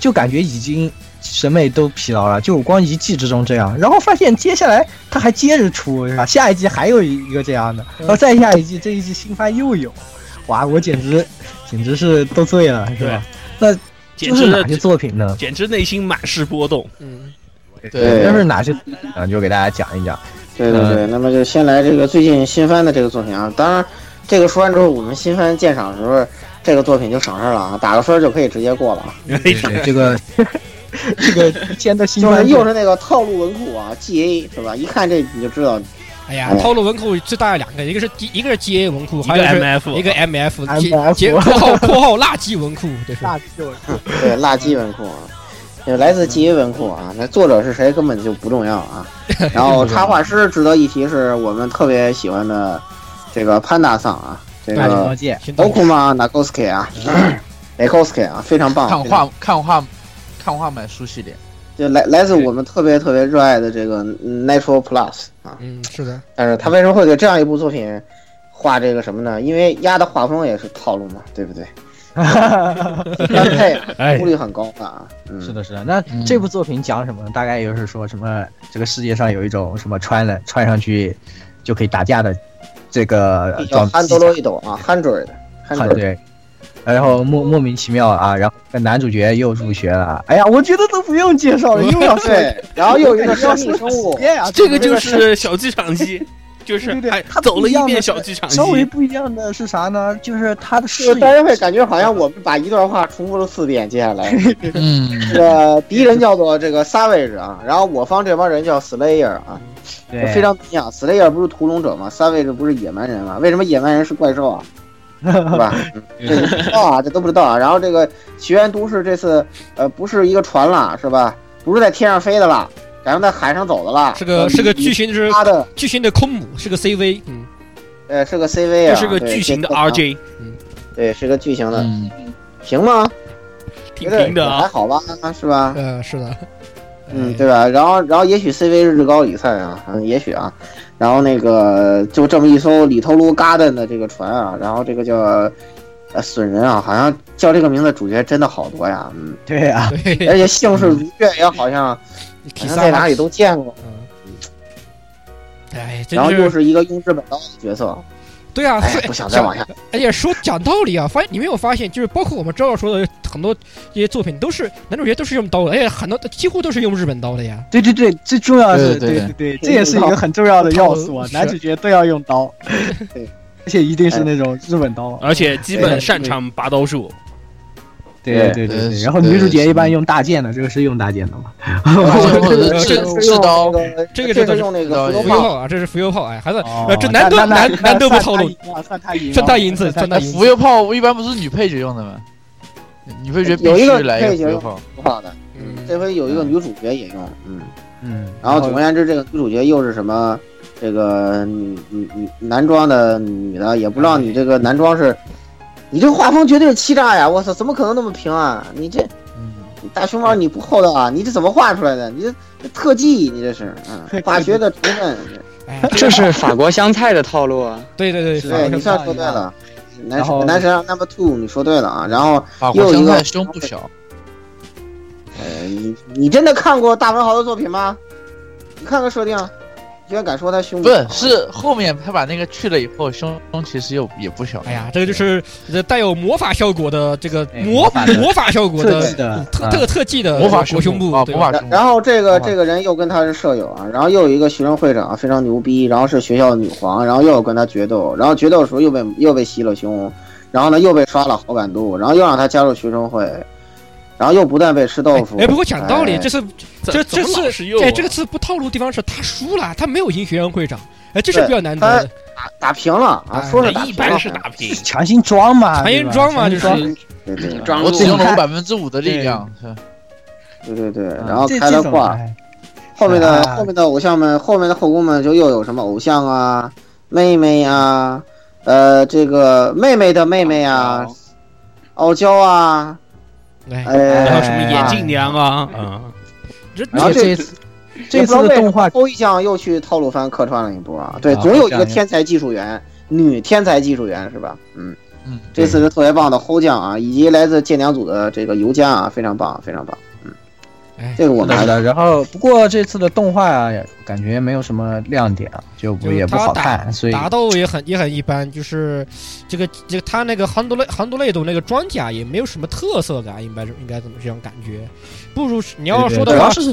S2: 就感觉已经审美都疲劳了，就光一季之中这样，然后发现接下来他还接着出，是吧？下一季还有一个这样的，
S3: 嗯
S2: 然后再下一季，这一季新番又有，哇，我简直简直是都醉了，是吧？
S3: 简
S2: 这是哪些
S3: 直
S2: 作品呢？
S3: 简直内心满是波动。
S5: 嗯，
S4: 对，
S2: 这是哪些作品呢？就给大家讲一讲。
S1: 对对对，那么就先来这个最近新番的这个作品啊。当然，这个说完之后，我们新番鉴赏的时候，这个作品就省事儿了啊，打个分儿就可以直接过了啊。
S2: 对这 个这个之前的新
S1: 就
S2: 番
S1: 是
S2: 作
S1: 又
S2: 品
S1: 是那个套路文库啊，G A 是吧？一看这你就知道，
S5: 哎呀，套路文库最大的两个，一个是 D，一个是 GA 文库，
S3: 一
S5: 还有
S3: 个
S5: 是
S3: MF，
S5: 一个 MF，
S2: MF
S5: 结结括号括号垃圾文库，这是
S2: 大秀
S1: 对，垃圾文库啊，也来自 G A 文库啊。那作者是谁根本就不重要啊。然后插画师值得一提是我们特别喜欢的这个潘大桑啊，这
S2: 大
S1: 个
S2: 魔 界，
S5: 行动
S1: Okuma Nagosuke 啊 ，Nagosuke 啊，非常棒，
S4: 看
S1: 非常
S4: 画看画看画买书系列，
S1: 就来来自我们特别特别热爱的这个 Natural Plus 啊，
S5: 嗯，是的，
S1: 但是他为什么会给这样一部作品画这个什么呢？因为鸭的画风也是套路嘛，对不对？般配
S3: 哎
S1: 功率很高的 啊，嗯，
S2: 是，的，是的。那
S4: 嗯
S2: 这部作品讲什么呢？大概就是说什么这个世界上有一种什么穿了穿上去就可以打架的这个
S1: 叫
S2: 装
S1: h a n d
S2: 机
S1: l o i d 啊 h u n d r e d h u n
S2: 很
S1: d r e
S2: 对。然后莫
S1: 嗯
S2: 莫名其妙啊，然后那男主角又入学了。哎呀，我觉得都不用介绍了，又要
S1: d 对，然后又有一个生命生 物，
S2: 变啊，
S3: 这个就是小剧场机，就是
S2: 对对对
S3: 哎
S2: 它不
S3: 走了
S2: 一样的
S3: 遍
S2: 是
S3: 小剧场机，
S2: 稍微不一样的是啥呢？就是他的视
S1: 就是大
S2: 野
S1: 家会感觉好像我们把一段话重复了四遍，接下来。
S4: 嗯，
S1: 这个敌人叫做这个 Savage 啊，然后我方这帮人叫 Slayer 啊，
S2: 对
S3: 哎
S1: 非常不一样。Slayer 不是屠龙者吗？Savage 不是野蛮人吗？为什么野蛮人是怪兽 啊？是吧？这个不知道啊，这都不知道啊。然后这个学员都市这次呃不是一个船了，是吧？不是在天上飞的了，改成在海上走的了。嗯
S5: 是个是个巨型是
S1: 他的
S5: 巨型的空母，是个 CV，嗯，
S1: 呃是个 CV
S3: 这
S1: 啊，
S3: 是个
S1: 对
S3: 巨型的，
S1: 这
S3: RJ，
S1: 对，是个巨型的，
S4: 嗯，
S1: 行吗？
S3: 挺平的
S1: 觉得也还
S3: 啊，
S1: 好吧，是吧？
S5: 呃，是的，哎
S1: 嗯，对吧？然后，然后也许 CV 是日高里赛啊，嗯，也许啊，然后那个就这么一艘里头卢 garden 的这个船啊，然后这个叫呃损人啊，好像叫这个名字主角真的好多呀，嗯，
S2: 对啊，
S5: 对，
S1: 而且姓氏如月也好像好像在哪里都见过，
S5: 嗯，哎，真
S1: 然后又
S5: 是
S1: 是一个用日本刀的角色，
S5: 对啊，
S1: 哎
S5: 是，
S1: 不想再往下，
S5: 而且说讲道理啊，发现你没有发现，就是包括我们周老说的很多一些作品，都是男主角都是用刀的，而且很多几乎都是用日本刀的呀。
S2: 对对对，最重要的是，
S4: 对对
S2: 对对，这也是一个很重要的要素啊，
S5: 是
S2: 男主角都要用刀，
S1: 对， 哎
S2: 而且一定是那种日本刀，
S3: 而且基本擅长拔刀术，
S2: 对对
S1: 对
S2: 对对。
S4: 对
S2: 然后女主角一般用大剑的，这个是用大剑的嘛？
S4: 或者
S1: 这
S4: 是
S1: 个
S4: 制刀，
S5: 这个
S1: 这
S5: 这
S1: 是
S5: 个
S1: 用那
S4: 这
S1: 个斧头
S4: 个
S5: 浮游
S1: 炮，
S5: 炮啊，这是浮游炮，哎，孩子，
S2: 哦
S5: 这难度
S2: 那那
S5: 难难度不透露
S2: 那算他赢啊，
S5: 算他赢字，
S2: 算
S5: 算
S2: 他
S5: 他
S4: 那
S5: 赢
S4: 浮
S5: 字。
S4: 游炮一般不是女配角用的吗？女配角必
S1: 有一
S4: 须
S1: 个
S4: 来
S1: 配
S4: 一
S1: 角
S4: 个浮游炮，
S1: 斧头炮的，
S5: 嗯，
S1: 这回有一个女主角也用，嗯。
S2: 嗯，
S1: 然后总而言之，这个女主角又是什么？这个女女女男装的女的，也不知道你这个男装是，你这个画风绝对是欺诈呀！我操，怎么可能那么平啊？你这
S4: 嗯，
S1: 大熊猫你不厚道啊！你这怎么画出来的？你这这特技，你这是，嗯，化学的成分，
S5: 哎，
S6: 这是法国香菜的套路啊！
S5: 对对对，
S1: 对你算说对了。男
S2: 然后
S1: 神男神 number two，你说对了啊！然后，
S4: 法国香菜胸不小，
S1: 呃，你你真的看过大文豪的作品吗？你看看设定，你居然敢说他胸
S4: 不是
S1: 小
S4: 是后面他把那个去了以后，胸胸其实又也不小。
S5: 哎呀，这个就是这带有魔法效果的这个
S2: 啊哎
S5: 魔
S2: 魔法的
S5: 魔法效果
S2: 特技
S5: 的
S2: 的
S5: 特
S2: 啊
S5: 特特技的
S4: 魔法
S5: 国胸
S4: 部
S5: 部
S4: 啊，，
S5: 对
S4: 魔法
S5: 吧
S1: 然
S4: 胸部
S1: 然后这
S4: 好
S1: 个
S4: 吧
S1: 这个人又跟他是舍友啊，然后又有一个学生会长非常牛逼，然后是学校的女皇，然后又有跟他决斗，然后决斗的时候又被又被袭了胸，然后呢又被刷了好感度，然后又让他加入学生会，然后又不断被吃豆腐。
S5: 哎，不过讲道理，
S1: 哎
S5: 这次
S3: 这
S5: 这
S3: 怎么
S5: 这
S3: 老
S5: 次
S3: 是右啊
S5: 哎，这个次不套路的地方是他输了，他没有赢学院会长，哎，这是
S1: 对
S5: 比较难得的。
S1: 打打平了啊，
S5: 哎
S1: 说是打
S3: 一
S1: 平了
S3: 般是打平，
S2: 强行装嘛，
S5: 强行装嘛，
S2: 对
S5: 就
S2: 吧
S5: 是
S2: 强行
S1: 对对对
S6: 装
S4: 我
S6: 入
S4: 只用了我百分之五的力量，是吧
S1: 对对对，
S5: 嗯
S2: 装
S1: 然后
S2: 这
S1: 开
S2: 这
S1: 了
S2: 种
S1: 挂，
S2: 哎
S1: 后面的
S2: 啊
S1: 后面的偶像们，后面的后宫们就又有什么偶像啊、妹妹啊，呃，这个妹妹的妹妹啊，傲娇啊，
S5: 哎，
S1: 呃，
S3: 然后什么
S2: 哎
S3: 眼镜娘啊，嗯，这
S2: 然后这次这次的动画
S1: 抽一项又去套路番客串了一波啊。对，总有一个天才技术员，女天才技术员是吧？嗯
S4: 嗯，
S1: 这次是特别棒的齁酱啊，以及来自舰娘组的这个尤佳啊，非常棒，非常棒。
S5: 哎，
S1: 这个我们
S2: 来的，然后不过这次的动画啊，也感觉没有什么亮点啊，就不
S5: 就是
S2: 也不
S5: 它
S2: 好
S5: 打
S2: 看，所以
S5: 打斗也很也很一般，就是这个这个他那个杭多类杭多类斗那个装甲也没有什么特色感，应该是应该怎么这样感觉？不如是你要
S2: 对
S5: 说
S2: 主
S5: 的
S2: 要
S5: 话，
S2: 是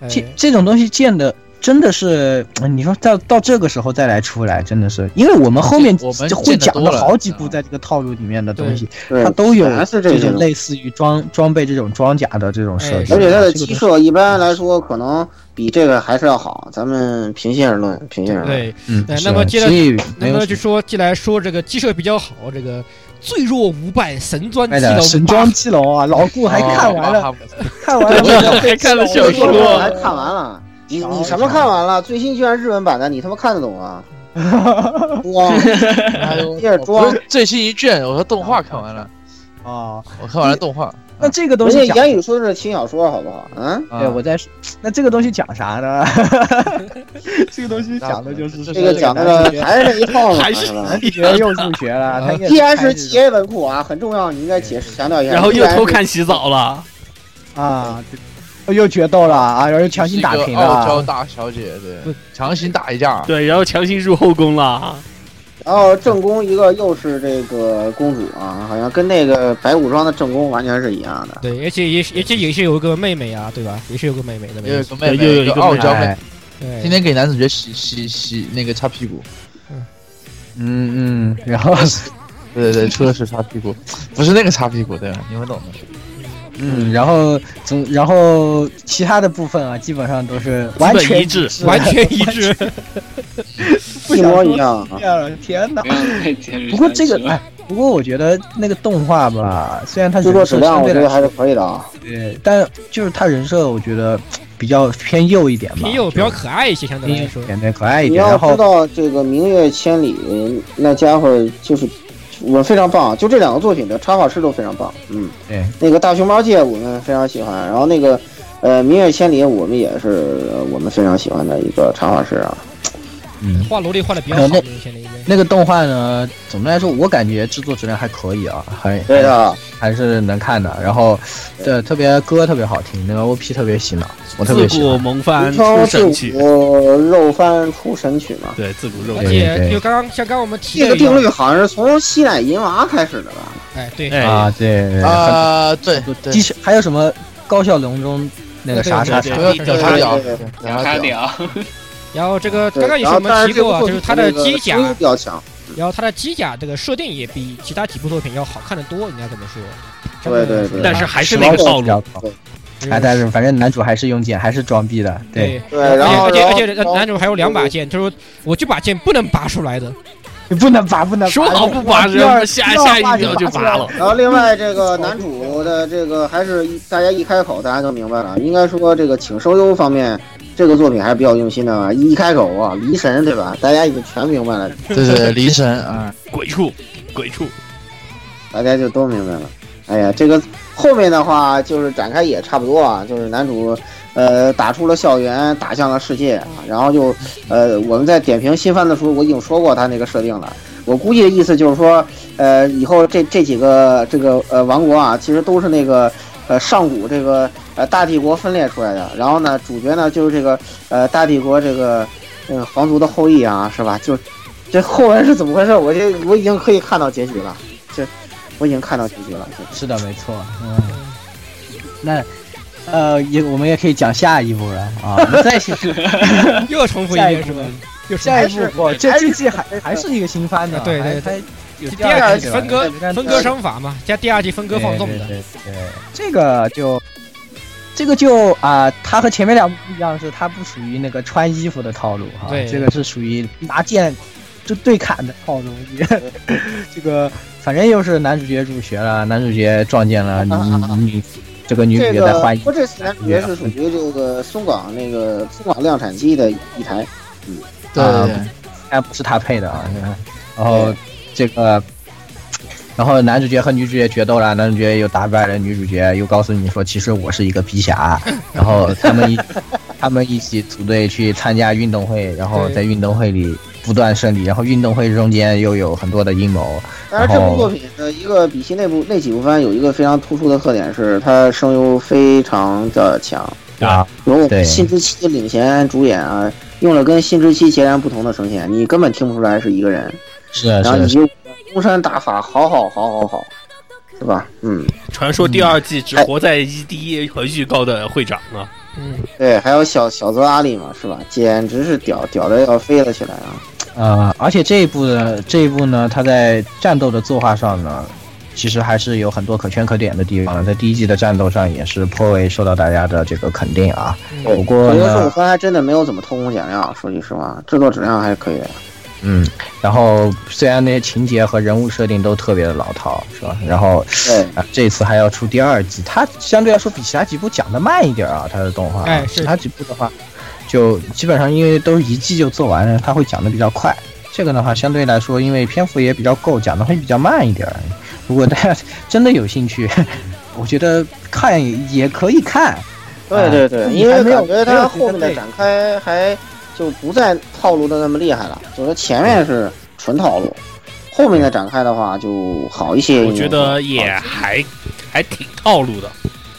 S5: 哎
S2: 这这种东西建的真的是，嗯你说到到这个时候再来出来，真的是，因为我们后面
S4: 我们
S2: 就会讲
S4: 见得多
S2: 了
S4: 了
S2: 好
S5: 啊
S2: 几部在这个套路里面的东西，
S1: 对
S2: 它，都有
S1: 全是
S2: 这
S1: 这
S2: 种
S1: 种。
S2: 类似于装装备这种装甲的这种设
S5: 哎
S2: 计，
S1: 而且它的
S2: 这
S1: 机
S2: 个东西
S1: 设一般来说可能比这个还是要好，咱们平心而论，平心而论。
S5: 对，
S2: 嗯
S5: 哎，
S2: 是
S5: 那么接着
S2: 所以
S5: 那
S2: 没有
S5: 么就说既来说这个机设比较好，这个最弱无败神装
S2: 哎
S5: 机
S2: 的
S5: 的
S2: 神装基隆啊，老顾还看完了，
S4: 哦，
S2: 看完了
S3: 对 还看了小说
S1: 我还看完了。你
S2: 瞧
S1: 你什么看完了？最新居然日文版的，你他妈看得懂啊？装，
S4: 哎呦
S1: 接着
S4: 我不
S1: 装。
S4: 是最新一卷，我说动画看完了，
S2: 啊。
S4: 我看完了动画。
S2: 那这个东
S1: 人家
S2: 西讲，
S1: 言语说的是轻小说，好不好？嗯，
S4: 啊
S2: 对我在说， 那这个东西讲啥呢？ 这个东西讲 的就是
S4: 这
S1: 这个讲的还是这一套嘛，
S3: 还是
S1: 是吧？
S2: 男主角又入学了，他也
S1: 依啊然是
S2: 开始
S1: 企业文库啊，很重要，你应该解释强调一下。
S3: 然后又
S1: 依
S3: 偷
S1: 然
S3: 看洗澡了，
S2: 啊，对又决斗了啊，然后又强行打
S4: 是一
S2: 平啊
S4: 个傲娇
S2: 了。
S4: 大小姐，对
S5: 不，
S4: 强行打一架，啊
S3: 对，然后强行入后宫了，
S1: 是，然后正宫一个又是这个公主啊，好像跟那个白古装的正宫完全是一样的。
S5: 对，而且也是而且也是有一个妹妹啊，对吧？也是有个妹妹的，
S4: 又有
S5: 没
S4: 个
S5: 错
S4: 妹妹，
S3: 对又有一
S4: 一
S3: 个
S4: 傲娇妹
S2: 哎，
S5: 对，
S4: 天天给男主角洗洗洗那个擦屁股。
S2: 嗯嗯，然后
S4: 对对对，出的是擦屁股，不是那个擦屁股，对，你们懂的。
S2: 嗯，然后总然后其他的部分啊，基本上都是完
S3: 基本
S2: 全
S3: 一致，
S5: 完全一致，
S2: 不
S1: 一
S2: 想
S1: 模
S2: 说
S1: 一样啊
S2: 这样了，天哪！
S8: 不要再接着
S2: 不过这
S8: 下
S2: 个
S8: 去了
S2: 哎，不过我觉得那个动画吧，虽然它
S1: 制
S2: 人
S1: 作
S2: 设
S1: 质量
S2: 相
S1: 我
S2: 对
S1: 觉
S2: 来
S1: 得
S2: 说，
S1: 还是可以的啊。
S2: 对，但就是它人设我觉得比较偏右一点吧，
S5: 也有比较可爱一些，相对来
S2: 偏
S5: 说
S2: 右一，点对可爱一
S1: 你
S2: 点，
S1: 要
S2: 然
S1: 知
S2: 后
S1: 道这个《明月千里》那家伙就是我非常棒，啊就这两个作品的插画师都非常棒。嗯，
S2: 对，
S1: 那个大熊猫界我们非常喜欢，然后那个呃《明月千里》我们也是呃我们非常喜欢的一个插画师啊。
S2: 嗯。
S5: 画萝莉画的比较
S2: 可
S5: 好，
S2: 能
S5: 现在应该。
S2: 那个动画呢，总的来说，我感觉制作质量还可以啊，还
S1: 对的，
S2: 还是能看的。然后，对，特别歌特别好听，那个 OP 特别洗脑，我特
S3: 自
S2: 别喜
S3: 古
S2: 欢。
S3: 蒙翻
S1: 无
S3: 出
S1: 哎超
S3: 神曲
S1: 自，古肉番出神曲嘛。
S3: 对，自古肉
S5: 而
S3: 体，
S2: 对
S5: 且
S2: 对
S5: 就刚刚像刚刚我们提
S1: 这
S5: 的
S1: 个
S5: 一样
S1: 定律，好像是从吸奶银娃开始的吧？
S5: 哎，对，
S3: 哎，
S2: 啊，对对对，
S4: 啊，对对
S2: 机器还有什么高校龙中那个啥啥
S3: 对
S2: 啥
S3: 对，
S4: 不要屌他屌，
S1: 对对
S4: 对
S8: 然后
S4: 他
S8: 他
S4: 屌，
S8: 屌，
S5: 然后这个
S1: 啊对
S5: 刚刚也
S1: 然
S5: 是
S1: 后
S5: 我
S1: 但
S5: 们
S1: 是
S5: 提
S1: 这部
S5: 过啊，
S1: 作
S5: 就
S1: 品嗯
S5: 是它的机甲
S1: 声优比较强，
S5: 然后它的机甲这个设定也比其他几部作品要好看的多，应该怎么说？
S1: 对对对
S3: 但是还是那个套路，
S2: 哎，但是反正男主还是用剑，还是装逼的，对，
S5: 对。
S1: 对，哎然后
S5: 而且而且
S1: 然
S5: 这
S1: 后嗯
S5: 男主还有两把剑，他说我就把剑不能拔出来 的，
S2: 你不能拔，不能拔
S3: 说好不拔，
S2: 第
S3: 然后
S2: 二
S3: 下
S2: 哎第二
S3: 下一
S2: 话
S3: 秒就
S2: 拔
S3: 拔
S2: 出
S3: 了
S2: 来，
S1: 然后另外这个男主的这个还是一大家一开口大家就明白了，啊应该说这个请声优方面，这个作品还是比较用心的啊，一开口啊，离神对吧？大家已经全明白了，
S4: 对对对，离神啊，
S3: 鬼畜，鬼畜，
S1: 大家就都明白了。哎呀，这个后面的话就是展开也差不多啊，就是男主，呃，打出了校园，打向了世界啊，然后就，呃，我们在点评新番的时候，我已经说过他那个设定了，我估计的意思就是说，呃，以后这这几个这个呃王国啊，其实都是那个呃上古这个呃大帝国分裂出来的，然后呢，主角呢就是这个呃大帝国这个呃皇族的后裔啊，是吧？就这后文是怎么回事？我这我已经可以看到结局了，这我已经看到结局了。这
S2: 是的，没错，嗯，那。呃，也我们也可以讲下一步了啊，我们再去
S5: 又重复一
S2: 下一
S5: 遍
S2: 步
S5: 是吧？又是
S2: 下一
S1: 还是
S2: 步不，这
S1: 还是
S2: 这季还还是一个新番呢，
S5: 啊对对
S2: 还还有
S5: 第二季
S2: 季
S5: 分割分割商法嘛，加第二季分割放纵
S2: 对
S5: 的，
S2: 对对对这个就这个就啊，它和前面两部不一样，是它不属于那个穿衣服的套路哈，
S5: 对
S2: 这个是属于拿剑就对砍的套路，也 这个反正又是男主角入学了，男主角撞见了女 女这个女主
S1: 这
S2: 角在
S1: 个
S2: 换衣
S1: 不过这次男主角是属于这个松广那个松广量产机的一台，
S4: 对对对，
S2: 啊嗯但不是他配的啊。然后这个，然后男主角和女主角决斗了，男主角又打败了女主角，又告诉你说其实我是一个皮 侠，然后他们一他们一起组队去参加运动会，然后
S5: 对
S2: 在运动会里不断胜利，然后运动会中间又有很多的阴谋，
S1: 但是这部作品的一个比起那部那几部番有一个非常突出的特点是，它声优非常的强
S3: 啊，
S1: 由我
S2: 对
S1: 们新之期领衔主演啊，用了跟新之期截然不同的声线，你根本听不出来是一个人。
S2: 是啊
S1: 然后
S2: 是啊
S1: 你就中山打法，好好好好好，是吧？嗯，
S3: 传说第二季只
S2: 嗯
S3: 活在一第一和预告的会长啊，
S5: 嗯，
S1: 对，还有小小泽阿里嘛，是吧？简直是屌屌的要飞了起来啊！
S2: 呃，而且这一部呢，这一部呢，它在战斗的作画上呢，其实还是有很多可圈可点的地方的。在第一季的战斗上也是颇为受到大家的这个肯定啊。不过
S1: 我觉得这
S2: 呢
S1: 五，番还真的没有怎么偷工减料，说句实话，制作质量还是可以的。
S2: 嗯，然后虽然那些情节和人物设定都特别的老套，是吧？然后
S1: 对，
S2: 啊，这次还要出第二季，它相对来说比其他几部讲的慢一点啊，它的动画啊，
S5: 哎是
S2: 其他几部的话，就基本上因为都一季就做完了，它会讲的比较快。这个的话，相对来说，因为篇幅也比较够，讲的会比较慢一点儿。如果大家 真的有兴趣，我觉得看也可以看，
S1: 对对对，
S2: 嗯
S1: 因
S2: 还
S1: 为
S2: 没有
S1: 感觉
S2: 没
S1: 它
S2: 有
S1: 后面的展开还就不再套路的那么厉害了，就是前面是纯套路，后面的展开的话就好一些。
S3: 我觉得也还还挺套路的。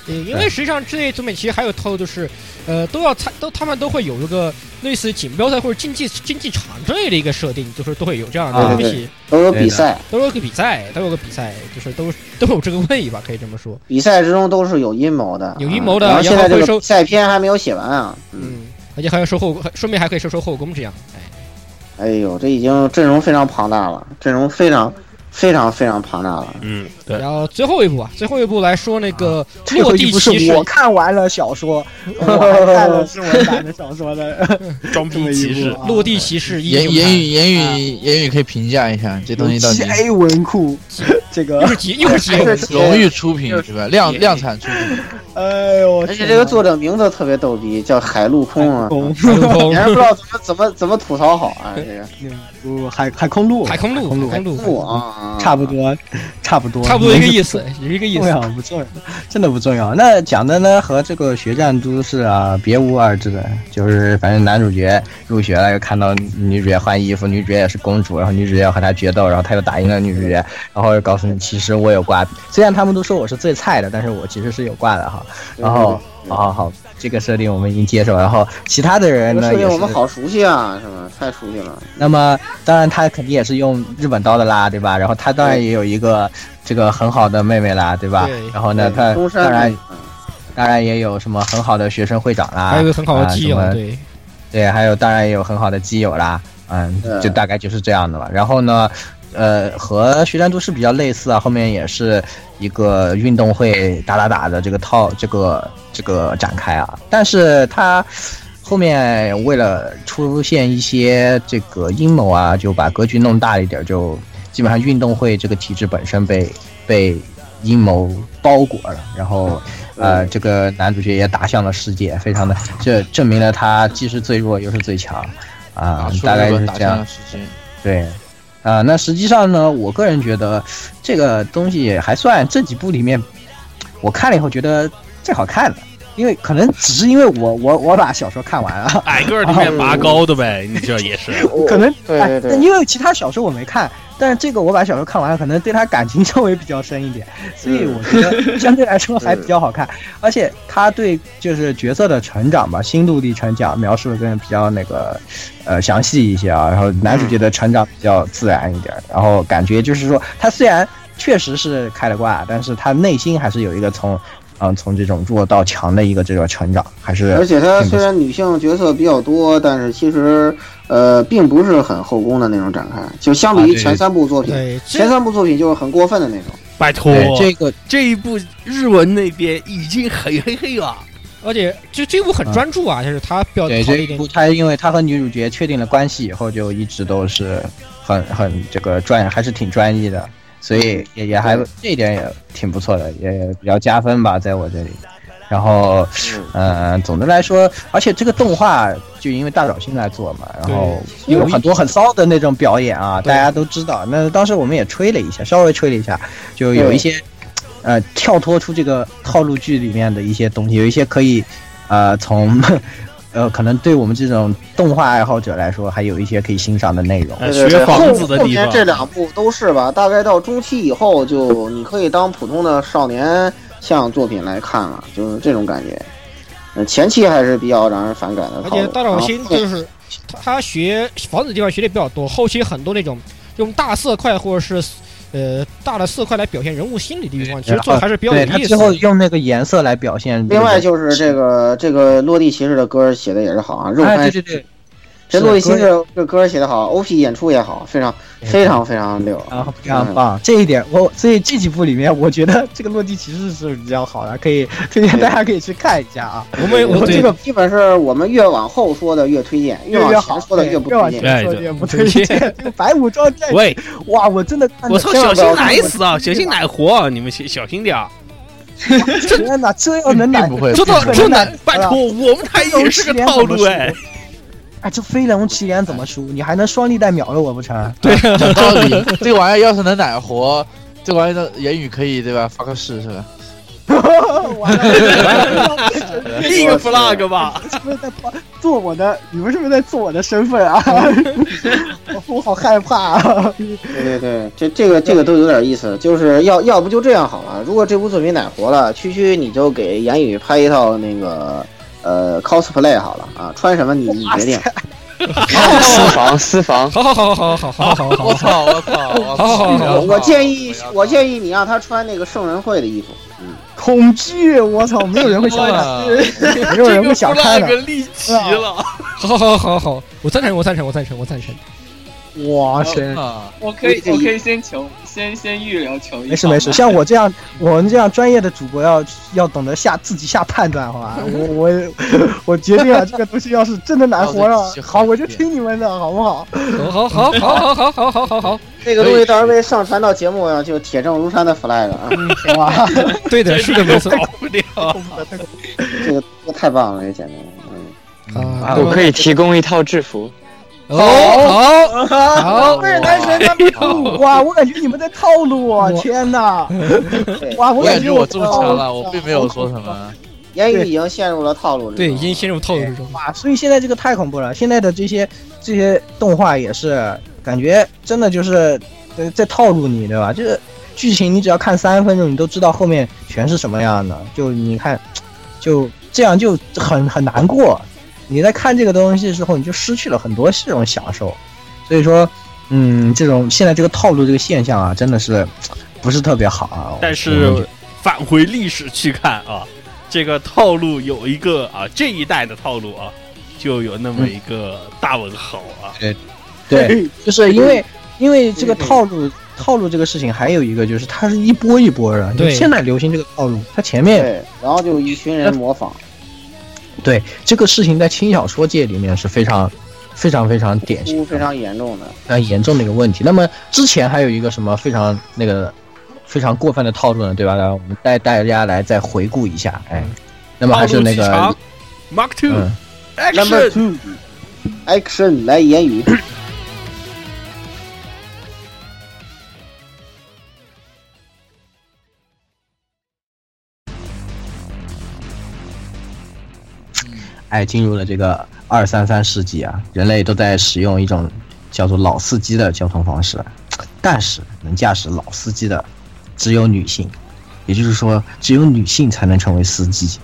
S5: 对，因为实际上这类作品其实还有透，就是，呃，都要参都他们都会有一个类似于锦标赛或者竞技竞技场之类的一个设定，就是都会有这样的
S2: 啊
S5: 东西，
S1: 都有比赛，
S5: 都有个比赛，都有个比赛，就是都都有这个位吧，可以这么说。
S1: 比赛之中都是有阴谋的，啊
S5: 有阴谋的
S1: 然后现在这
S5: 然后会
S1: 个
S5: 收
S1: 比赛篇还没有写完啊，嗯，
S5: 嗯，而且还要收后，顺便还可以收收后宫这样。哎，
S1: 哎呦，这已经阵容非常庞大了，阵容非常非常非常庞大了。
S3: 嗯，对，
S5: 然后最后一步啊，最后一步来说那个
S2: 这
S5: 落
S2: 回
S5: 地
S2: 不是
S5: 骑士
S2: 我，看完了小 说，我还看了中文版的小说的
S3: 装
S2: 这
S3: 逼
S2: 么
S3: 骑
S2: 一
S3: 士
S2: 部，啊
S5: 落地骑士一
S4: 言
S5: 九
S4: 言
S5: 三，
S4: 语言语言语可以评价一下这东西到
S2: 有
S4: 底
S2: 七 A 文库，这
S5: 又
S2: 个
S5: 是几又是几
S1: 还是
S4: 荣誉出品
S3: 又
S4: 对吧？量量产出品，
S2: 哎呦，我
S1: 而且
S2: 天
S1: 这个
S2: 哪
S1: 作者名字特别逗逼，叫海陆空啊，
S2: 空
S5: 空
S1: 你还不知道怎么怎么怎么吐槽好啊，这 个
S2: 不海海空路，
S5: 海空路，
S2: 空路
S5: 海空
S1: 不
S5: 路，
S1: 啊，
S2: 差不多，差不多，
S5: 差不多一个意思，有一个意
S2: 不重
S5: 思
S2: 要。不重要，真的不重要。那讲的呢和这个《决战都市》啊别无二致的，就是反正男主角入学了，又看到女主角换衣服，女主角也是公主，然后女主角要和他决斗，然后他又打赢了女主角，然后又告诉你其实我有挂，虽然他们都说我是最菜的，但是我其实是有挂的哈。
S1: 对。
S2: 然后
S1: 嗯
S2: 好好好，这个设定我们已经接受，然后其他的人
S1: 这个
S2: 呢
S1: 设
S2: 也
S1: 定我
S2: 是
S1: 们好熟悉啊，是吧？太熟悉了。
S2: 那么当然他肯定也是用日本刀的啦，对吧？然后他当然也有一个这个很好的妹妹啦，对吧？
S5: 对
S2: 然后呢，
S1: 对
S2: 他
S1: 中山
S2: 当然
S1: 嗯
S2: 当然也有什么很好的学生会长啦，
S5: 还有一个很好的
S2: 啊
S5: 基
S2: 什
S5: 友
S2: 么，
S5: 对，
S2: 对，还有当然也有很好的基友啦，嗯，
S1: 对
S2: 就大概就是这样的吧。然后呢，呃，和《血战都市》比较类似啊，后面也是一个运动会打打打的这个套这个这个展开啊，但是它。后面为了出现一些这个阴谋啊，就把格局弄大一点，就基本上运动会这个体制本身被被阴谋包裹了，然后
S4: 嗯
S2: 呃，这个男主角也打向了世界，非常的，这证明了他既是最弱又是最强，啊、
S4: 啊，出
S2: 大概
S4: 了
S2: 就
S4: 个
S2: 是
S4: 打
S2: 这样
S4: 枪的，时间。
S2: 对，啊、那实际上呢，我个人觉得这个东西还算这几部里面，我看了以后觉得最好看的，因为可能只是因为我我我把小说看完啊了，
S3: 矮个儿里面拔高的呗，你这也是。
S2: 可能
S1: 对
S2: 哎
S1: 对对，
S2: 因为其他小说我没看，但是这个我把小说看完了，可能对他感情 稍微比较深一点，所
S1: 嗯
S2: 以我 觉得相对来说还比较好看。而且他对就是角色的成长吧，心路历程讲描述的更比较那个呃详细一些啊，然后男主角
S1: 嗯
S2: 的成长比较自然一点，然后感觉就是说他虽然确实是开了挂，但是他内心还是有一个从。嗯，从这种弱到强的一个这个成长，还是
S1: 而且它
S2: 挺不
S1: 虽然女性角色比较多，但是其实呃，并不是很后宫的那种展开，就相比
S2: 啊
S1: 于
S2: 对
S1: 前三部作品，
S5: 对，
S1: 前三部作品就是很过分的那种。
S3: 拜托，
S2: 对这个
S3: 这一部日文那边已经很黑黑了。
S5: 而且这这部很专注啊，就是他比较
S2: 对
S5: 考
S2: 这
S5: 虑一
S2: 一
S5: 点
S2: 部，他因为他和女主角确定了关系以后，就一直都是很很这个专，还是挺专一的，所以也也还这一点也挺不错的，也比较加分吧，在我这里。然后
S1: 嗯
S2: 呃，总的来说，而且这个动画就因为大岛星来做嘛，然后
S5: 对
S2: 有很多很骚的那种表演啊，
S5: 对
S2: 大家都知道。那当时我们也吹了一下，稍微吹了一下，就有一些呃跳脱出这个套路剧里面的一些东西，有一些可以呃从 呃可能对我们这种动画爱好者来说，还有一些可以欣赏的内容。
S3: 哎
S1: 对对
S3: 学
S1: 对
S3: 房子的
S1: 后后
S3: 地
S1: 面这
S3: 方，
S1: 两部都是吧，大概到中期以后，就你可以当普通的少年向作品来看了，就是这种感觉。嗯，前期还是比较让人反感的套路。
S5: 而且大岛星
S1: 然后
S5: 就是他他学房子地方学的比较多，后期很多那种用大色块或者是呃大的色块来表现人物心理的地方，其实做的还是比较有
S2: 对他
S5: 意
S2: 最后
S5: 思。
S2: 用那个颜色来表现。
S1: 另外就是这个这个落地骑士的歌写的也是好啊，肉
S2: 哎，
S1: 翻
S2: 对对对，
S1: 这
S2: 是的
S1: 落地骑
S2: 歌
S1: 士这这歌写的好，OP 演出也好，非常非常非常溜。啊
S2: 然后非常棒，这啊一点我所以这几部里面，我觉得这个《落地骑士》是比较好的，可以推荐大家可以去看一下啊。
S5: 我们
S1: 然
S5: 我
S1: 后
S5: 对
S1: 这个基本是我们越往后说的越推荐，越
S2: 越
S1: 往
S2: 好
S1: 前说的
S2: 对
S1: 越不
S2: 越往
S1: 推荐。
S2: 前说的越不推荐。 这个白武装战，
S3: 喂，
S2: 哇，我真的看着
S3: 我操，
S2: 千
S3: 小
S2: 万不要
S3: 心
S2: 看
S3: 奶死啊，小心奶活啊，你们小小心点儿。
S2: 天哪，这要哦能奶
S4: 并不会
S3: 这倒
S2: 可能
S3: 这
S2: 奶
S3: 哪？拜托，我们台也是啊个套路哎。。
S2: 哎，这飞龙骑脸怎么输？你还能双力带秒了我不成？
S4: 有道 理。这个玩意儿要是能奶活，这玩意儿的言语可以对吧？发个誓是吧？
S2: 完了，
S3: 立个 flag 吧，
S2: 是不是在帮做我的？你们是不是在做我的身份啊？ 我好害怕啊！
S1: 对对对，这这个这个都有点意思，就是要要不就这样好了。如果这部作品奶活了，区区你就给言语拍一套那个呃 cosplay 好了啊，穿什么你你 决定。
S6: 私房私房，
S5: 好好好好好好好好好
S4: 我操！我操！我
S5: 好好好
S4: 操！
S1: 我建
S5: 哦
S1: 议我
S4: 议
S1: 建议你让他穿那个圣人会的衣服，
S2: 恐惧，我操，没有人会想看，没有
S3: 这
S2: 人
S3: 个
S2: 会想看的。
S3: flag 立齐 了。
S5: 好好好好，我赞成我赞成我赞成我赞成。
S2: 哇塞！
S4: 啊！
S7: 我可以，我可以先求，先先预留求一。
S2: 没事没事，。像我这样，我们这样专业的主播要要懂得下自己下判断，好吧？我我我决定了，这个东西要是真的难活了，好，我就听你们的，好不好？
S5: 好好好好好好好好好，
S1: 那个东西到时候被上传到节目上，就铁证如山的 flag 啊，
S5: 嗯
S2: 哇，
S5: 对的，是的，没错
S3: 搞不了。
S1: 这个这个太棒了，这简直。嗯，
S5: 啊，
S6: 我可以提供一套制服，
S5: 哦，好好，
S2: 不是男神他们，哇，我感觉你们在套路我，天哪！哇，我呃哦
S4: 我感
S2: 感觉
S4: 觉我
S2: 在
S4: 中
S2: 套
S4: 枪
S2: 路
S4: 了，我并没有说什么。
S1: 言语已经陷入了套路之
S5: 对，
S1: 中。
S5: 已经陷入套路之中。
S2: 哇，所以现在这个太恐怖了。现在的这些这些动画也是，感觉真的就是在在套路你，对吧？就是剧情你只要看三分钟，你都知道后面全是什么样的。就你看，就这样就很很难过。你在看这个东西之后，你就失去了很多这种享受。所以说，嗯，这种现在这个套路这个现象啊，真的是不是特别好啊。
S3: 但
S2: 我们
S3: 是返回历史去看啊，这个套路有一个啊，这一代的套路啊，就有那么一个大文豪啊，
S2: 对，就是因为因为这个套路套路这个事情，还有一个就是它是一波一波的。
S5: 对
S2: 现在流行这个套路，它前面
S1: 对，然后就一群人模 仿。
S2: 对这个事情在轻小说界里面是非常非常非常
S5: 哎
S2: 典型
S1: 出
S2: 的、
S5: 嗯
S1: 非常严重的。
S2: 非常严重的一个问题。那么之前还有一个什么非常那个非常过分的套路呢，对吧？来，我们带大家来再回顾一下，哎，那么
S3: 套
S2: 还是
S3: 路
S2: 那
S3: 机
S2: 个
S3: 长。Mark
S2: 嗯
S3: Two。
S1: Number
S3: Action！
S1: two。Action 来言语，
S2: 哎，进入了这个二三三世纪啊，人类都在使用一种叫做老司机的交通方式，但是能驾驶老司机的只有女性，也就是说，只有女性才能成为司机。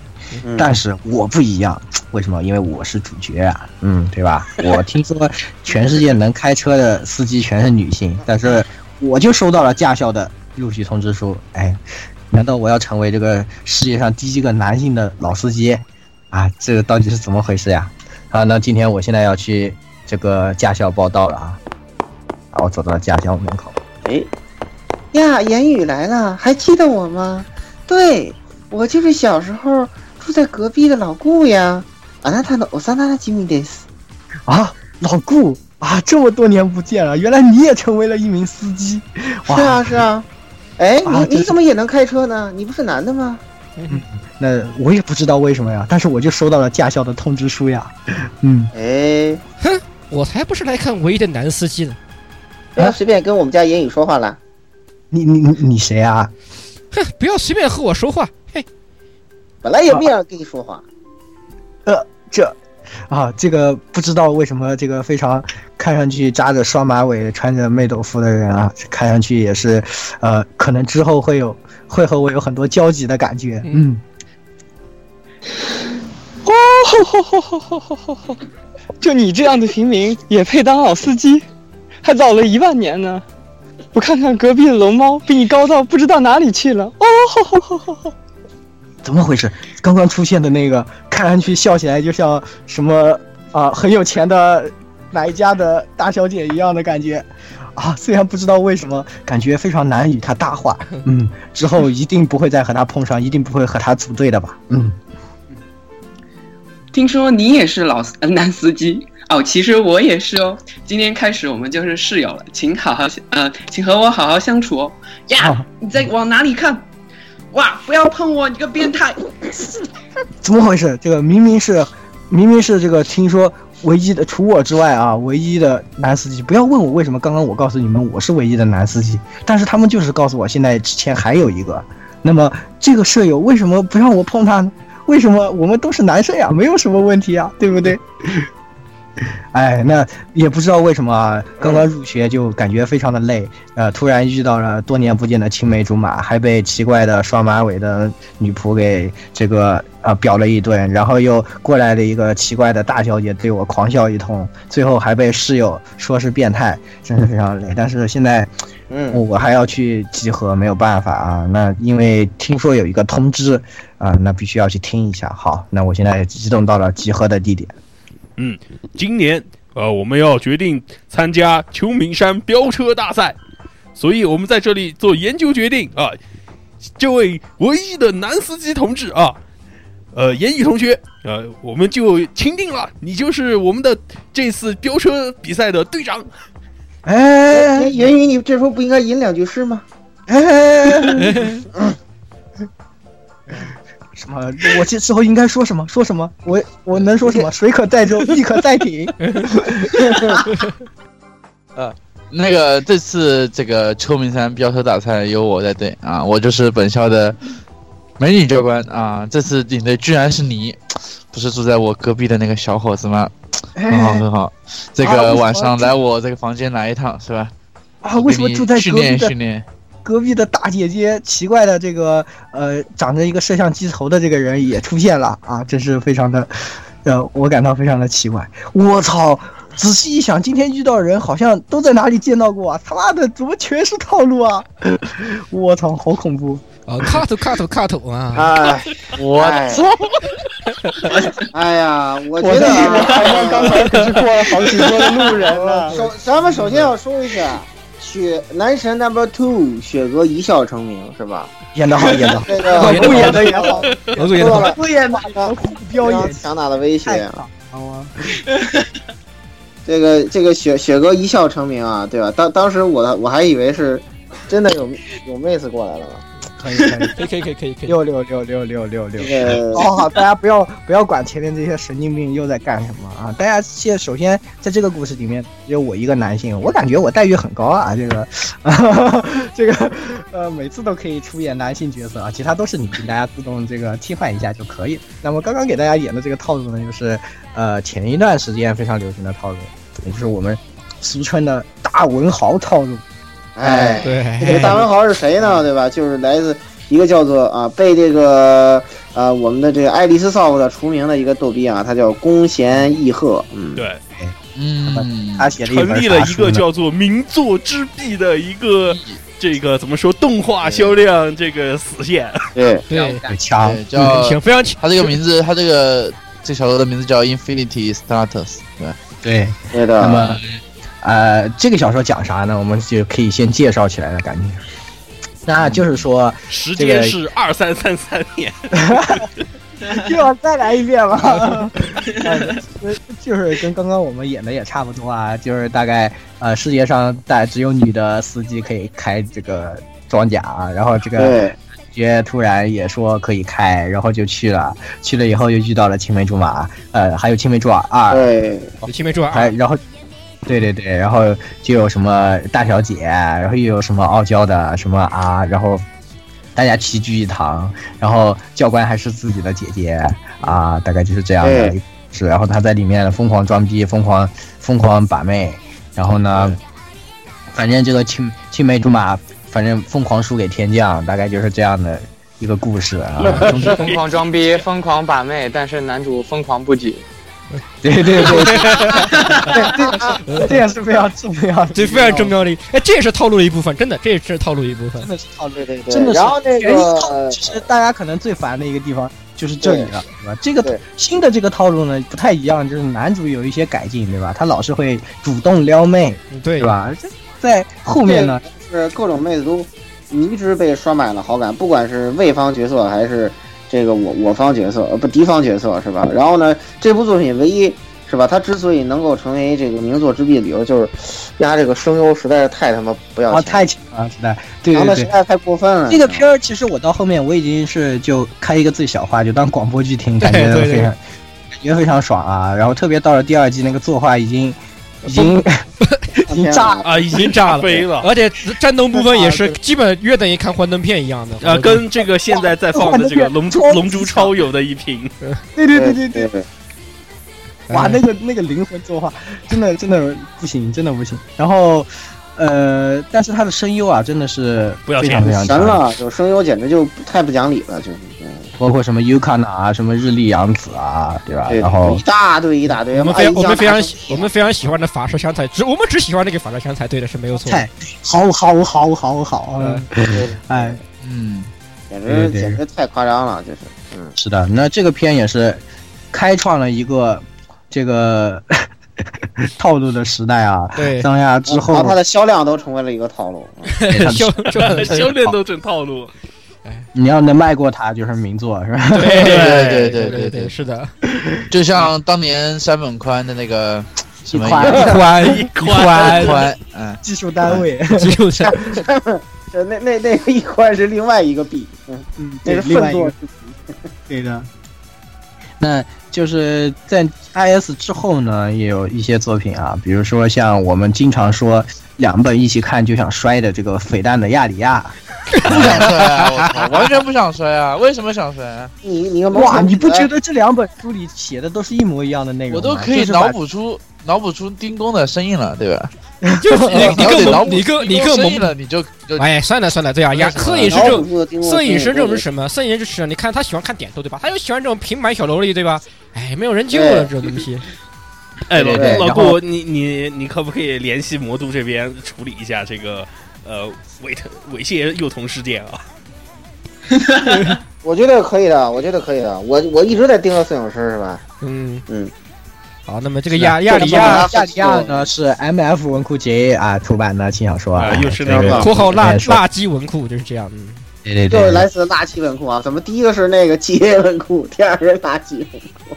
S1: 嗯
S2: 但是我不一样，为什么？因为我是主角啊，嗯，对吧？我听说全世界能开车的司机全是女性，但是我就收到了驾校的录取通知书，哎，难道我要成为这个世界上第一个男性的老司机？啊，这个到底是怎么回事呀？啊，那今天我现在要去这个驾校报道了啊！啊，我走到了驾校门口，
S1: 哎呀，言语来了，还记得我吗？对，我就是小时候住在隔壁的老顾呀。あなたの幼馴染です。
S2: 啊，老顾啊，这么多年不见了，原来你也成为了一名司机，哇，
S1: 是啊，是啊。哎，你
S2: 啊这
S1: 你
S2: 是
S1: 怎么也能开车呢？你不是男的吗？
S2: 那我也不知道为什么呀，但是我就收到了驾校的通知书呀。嗯，
S1: 哎，
S5: 我才不是来看唯一的男司机呢！
S1: 不要随便跟我们家言语说话了。
S2: 你你你你谁啊？
S5: 哼，不要随便和我说话。嘿，
S1: 本来也没让跟你说话，
S2: 这啊，这个不知道为什么这个非常看上去扎着双马尾、穿着妹斗服的人啊，看上去也是，呃，可能之后会有会和我有很多交集的感觉。嗯，
S6: 就你这样的平民也配当老司机？还早了一万年呢！我看看隔壁的龙猫比你高到不知道哪里去了。哦，吼吼吼吼吼！
S2: 怎么回事？刚刚出现的那个看上去笑起来就像什么啊、很有钱的哪一家的大小姐一样的感觉。啊，虽然不知道为什么，感觉非常难与她搭话。嗯，之后一定不会再和她碰上，一定不会和她组队的吧？嗯，
S7: 听说你也是老呃男司机哦，其实我也是哦。今天开始我们就是室友了，请好好呃，请和我好好相处哦。呀，
S2: 啊
S7: 你在往哪里看？哇，不要碰我，你个变态！
S2: 怎么回事？这个明明是，明明是这个听说唯一的，除我之外啊，唯一的男司机。不要问我为什么，刚刚我告诉你们我是唯一的男司机，但是他们就是告诉我现在之前还有一个。那么这个舍友为什么不让我碰他呢？为什么我们都是男生呀？没有什么问题呀，对不对？哎，那也不知道为什么啊，刚刚入学就感觉非常的累，呃，突然遇到了多年不见的青梅竹马，还被奇怪的双马尾的女仆给这个呃表了一顿，然后又过来了一个奇怪的大小姐对我狂笑一通，最后还被室友说是变态，真是非常累。但是现在
S1: 嗯，
S2: 我还要去集合，没有办法啊。那因为听说有一个通知啊、那必须要去听一下。好，那我现在激动到了集合的地点。
S3: 今年呃，我们要决定参加秋名山飙车大赛，所以我们在这里做研究决定啊。这位唯一的男司机同志啊，呃，言语同学，呃，我们就钦定了，你就是我们的这次飙车比赛的队长。
S2: 哎
S1: 哎，言语，你这时候不应该吟两句诗吗？
S2: 哎，什么？我这时候应该说什么？说什么？我我能说什么？水可载舟，亦可载艇。
S4: 那个这次这个秋名山飙车大赛由我带队啊，我就是本校的美女教官啊。这次领队居然是你，不是住在我隔壁的那个小伙子吗？很好很好，这
S2: 哎啊
S4: 个
S2: 我
S4: 晚上来我这个房间来一趟是吧？
S2: 啊，为什么
S4: 给你
S2: 住在
S4: 训
S2: 隔壁
S4: 练
S2: 的
S4: 训练？
S2: 隔壁的大姐姐？奇怪的这个呃，长着一个摄像机头的这个人也出现了啊，真是非常的，呃，我感到非常的奇怪。我操！仔细一想，今天遇到的人好像都在哪里见到过啊！他妈的，怎么全是套路啊！ 我操，好恐怖！
S5: 哦，cut cut cut 啊！
S1: 哎，
S4: 我
S1: 哎
S4: 操！
S1: 哎呀，我觉
S6: 我
S1: 得
S6: 的
S1: 啊
S6: 眼光刚才可是过了好几桌的路人 了。
S1: 首咱们首先要说一下，雪男神 Number Two 雪哥一笑成名是吧？
S2: 演得好，演 得好。
S1: 这个
S5: 不演
S1: 的也好，
S5: 合作也
S1: 受到
S5: 好，
S1: 了
S6: 敷 衍吧，
S1: 非
S2: 表演
S1: 常强大的威胁。
S2: 好啊！
S1: 这个这个雪雪哥一笑成名啊，对吧？当当时我我还以为是真的有有妹子过来了呢。
S2: 可以可以，
S5: 可以可以可以可以可以。
S2: 六六六六六六六。
S1: 这 个
S2: 哦好好，大家不要不要管前面这些神经病又在干什么啊！大家现首先在这个故事里面只有我一个男性，我感觉我待遇很高啊，这个， 这个，呃，每次都可以出演男性角色啊，其他都是女性，大家自动这个替换一下就可以了。那么刚刚给大家演的这个套路呢，就是呃前一段时间非常流行的套路，也就是我们俗称的大文豪套路。
S1: 哎，
S5: 对，
S1: 这个大文豪是谁呢？对吧？就是来自一个叫做啊，被这个啊我们的这个爱丽丝 Soft 除名的一个逗逼啊，他叫宫贤义鹤。嗯，
S3: 对，
S4: 嗯，
S2: 他写了一本
S3: 成立了
S2: 啥
S3: 一
S2: 书呢
S3: 个叫做“名作之壁”的一个这个怎么说动画销量这个死线。
S1: 对，
S5: 对，
S2: 对枪
S4: 对，叫
S5: 挺非常强。
S4: 他这个名字，他这个这小说的名字叫 Infinity Status，对吧，
S2: 对。
S1: 对
S2: 那
S1: 的。
S2: 么，呃，这个小说讲啥呢？我们就可以先介绍起来了，感觉。那就是说，
S3: 时
S2: 这
S3: 间
S2: 个
S3: 是二三三三年，
S2: 又要再来一遍吗？ 呃就是跟刚刚我们演的也差不多啊，就是大概呃，世界上大只有女的司机可以开这个装甲啊，然后这个
S1: 对，
S2: 学突然也说可以开，然后就去了，去了以后又遇到了青梅竹马，呃，还有青梅竹马二，
S1: 对，
S5: 有青梅竹马
S2: 还
S5: 二，
S2: 然后，对对对，然后就有什么大小姐，然后又有什么傲娇的什么啊，然后大家齐聚一堂，然后教官还是自己的姐姐啊，大概就是这样的
S1: 对
S2: 是，然后他在里面疯狂装逼，疯狂疯狂把妹，然后呢，反正这个青青梅竹马，反正疯狂输给天降，大概就是这样的一个故事啊。中间
S6: 疯狂装逼，疯狂把妹，但是男主疯狂不举。
S2: 对对对，对这也是非常重要的，
S5: 这非常重要的一，哎，这也是套路的一部分，真的，这也是套路的一部分。
S2: 真的是套路。
S1: 哦对对对，
S2: 真的是
S1: 然后那
S2: 全一套
S1: 个
S2: 其实大家可能最烦的一个地方就是这里了，对吧？这个
S1: 对
S2: 新的这个套路呢不太一样，就是男主有一些改进，对吧？他老是会主动撩妹，
S5: 嗯对
S2: 对？吧？这在后面呢，
S1: 是各种妹子都迷之被刷满了好感，不管是魏方角色还是这个我我方角色，呃不敌方角色是吧？然后呢，这部作品唯一是吧，它之所以能够成为这个名作之壁的理由，就是压这个声优实在是太他妈不要
S2: 啊，
S1: 钱，
S2: 太强了，实在，对
S1: 长
S2: 对
S1: 得实
S2: 对。
S1: 在太过分了。
S2: 这个片儿其实我到后面我已经是就开一个自小话，就当广播剧听，感觉
S5: 对对
S2: 非常感觉非常爽啊。然后特别到了第二季那个作画已经已 经已经炸了，
S3: 啊，已经
S5: 炸了
S3: 飞了。
S5: 而且战斗部分也是基本约等于看幻灯片一样的
S3: 啊，跟这个现在在放的这个《龙珠
S2: 哇
S3: 龙珠超》有的一 拼，
S2: 对对
S1: 对
S2: 对对
S1: 对
S2: 对。
S1: 对，
S2: 哇，那个那个灵魂作画，真的真的不行，真的不行。然后，呃，但是他的声优啊，真的是
S3: 不要
S2: 非
S3: 钱
S2: 常非常
S1: 神
S2: 强，
S1: 了，就声优简直就太不讲理了，就是。嗯
S2: 包括什么 Yukana 啊，什么日历阳子啊，对吧？
S1: 对，
S2: 然后
S1: 一大堆一大堆，
S5: 我们
S1: 哎
S5: 非
S1: 一
S5: 我们
S1: 家
S5: 非常
S1: 大
S5: 喜我们非常喜欢的法式香菜，只我们只喜欢那个法式香菜，对的是没有错的。
S2: 菜好好好好好，嗯哎，
S4: 嗯，
S1: 简
S2: 对
S1: 直
S2: 对
S1: 简直太夸张了，就是。
S2: 是的，那这个片也是开创了一个这个 套路的时代啊。
S5: 对，
S2: 当下之后
S1: 然，后它的销量都成为了一个套路。嗯
S2: 给他的
S5: 修就
S3: 修炼都整套路。
S2: 你要能卖过它，就是名作，是吧？
S5: 对
S4: 对对
S5: 对
S4: 对
S5: 对
S4: 对
S5: 对，是的，
S4: 就像当年山本宽的那个什么
S2: 一宽
S5: 宽
S3: 一
S5: 宽
S4: 宽，嗯，
S2: 技术单 位，
S5: 只有这
S1: 这呃那那那个一关是另外一个币，嗯，
S2: 嗯，
S1: 那
S2: 对，
S1: 是
S2: 另外
S1: 粪
S2: 一个
S1: 作。
S2: 对的。那就是在 IS 之后呢，也有一些作品啊，比如说像我们经常说两本一起看就想摔的这个《匪蛋的亚里亚
S4: 不想摔啊！我操，完全不想摔啊！为什么想摔啊？
S1: 你你个》。毛
S2: 哇，
S1: 头
S2: 你不觉得这两本书里写的都是一模一样的内容吗？啊
S4: 我都可以
S2: 就是把
S4: 脑补出脑补出丁工的声音了，对吧？
S5: 就是你你
S4: 脑补
S5: 更
S4: 脑
S5: 萌，
S4: 补
S5: 你更你
S4: 丁
S5: 更
S4: 工声音
S5: 萌。
S4: 了，你就就
S5: 哎，算了算了，对啊，呀，摄影师这
S1: 老
S5: 种
S1: 虎的
S5: 摄影师这种是
S1: 是
S5: 什么？摄影师是你看他喜欢看点头对吧？他又喜欢这种平板小萝莉对吧？哎，没有人救了这种东西。
S3: 哎，老
S2: 对对
S3: 老
S2: 然
S3: 顾，
S2: 后
S3: 你你你可不可以联系魔都这边处理一下这个呃猥亵猥亵幼童事件啊？
S1: 我觉得可以的，我觉得可以的。我我一直在盯着摄影师是吧？
S5: 嗯
S1: 嗯，
S5: 好，那么这个亚亚里
S1: 这个
S5: 亚
S1: 亚
S2: 亚里亚呢是 MF 文库 J 啊出版的轻小说哎
S3: 啊又是
S2: 这
S3: 那
S2: 个
S3: 个
S5: 括号辣
S2: 里面说
S5: 辣鸡文库就是这样，嗯，
S2: 对对
S1: 就是
S2: 对，
S1: 来自垃圾文库啊，怎么第一个是那个 GA 文库，第二个是垃圾文 库？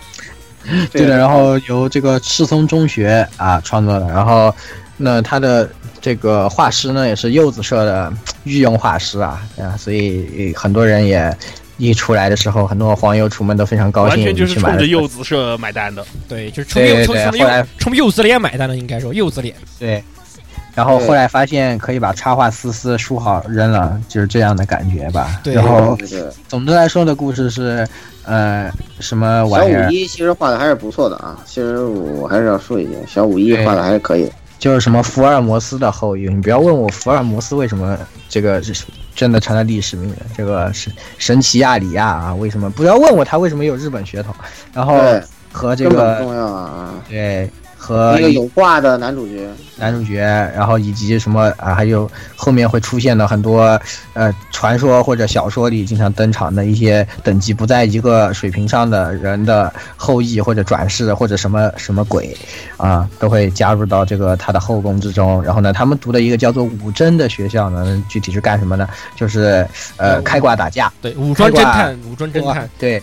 S2: 对啊的，然后由这个赤松中学啊创作的，然后那他的这个画师呢也是柚子社的嗯御用画师啊，啊，所以很多人也一出来的时候，很多黄油厨们都非常高
S3: 完
S2: 兴，
S3: 全就是
S2: 去买
S3: 冲
S2: 了
S3: 着柚子社买单的。
S5: 对，就是冲
S2: 对
S5: 柚
S2: 对
S5: 冲
S2: 对，
S5: 冲
S2: 后
S5: 柚
S2: 来
S5: 冲柚子脸买单的，应该说柚子脸。
S2: 对。然后后来发现可以把插画撕撕梳好扔了，就是这样的感觉吧。
S5: 对
S2: 然后
S1: 对对对
S2: 总的来说的故事是，呃，什么
S1: 小
S2: 玩意
S1: 五
S2: 儿？
S1: 一其实画的还是不错的啊，其实我还是要说一句，小五一画的还是可以的。
S2: 就是什么福尔摩斯的后裔。你不要问我福尔摩斯为什么这个是真的成了历史名人，这个神神奇亚里亚啊，为什么？不要问我他为什么有日本血统，然后
S1: 对，
S2: 和这
S1: 根本不
S2: 个呃
S1: 重要啊。
S2: 对
S1: 啊
S2: 和
S1: 一个有挂的男主角，
S2: 男主角，然后以及什么啊，还有后面会出现的很多呃传说或者小说里经常登场的一些等级不在一个水平上的人的后裔或者转世或者什么什么鬼啊，都会加入到这个他的后宫之中。然后呢，他们读的一个叫做武贞的学校呢，具体是干什么呢？就是呃开挂打架，
S5: 对，武装侦
S2: 开挂
S5: 探，武装侦探，
S2: 对。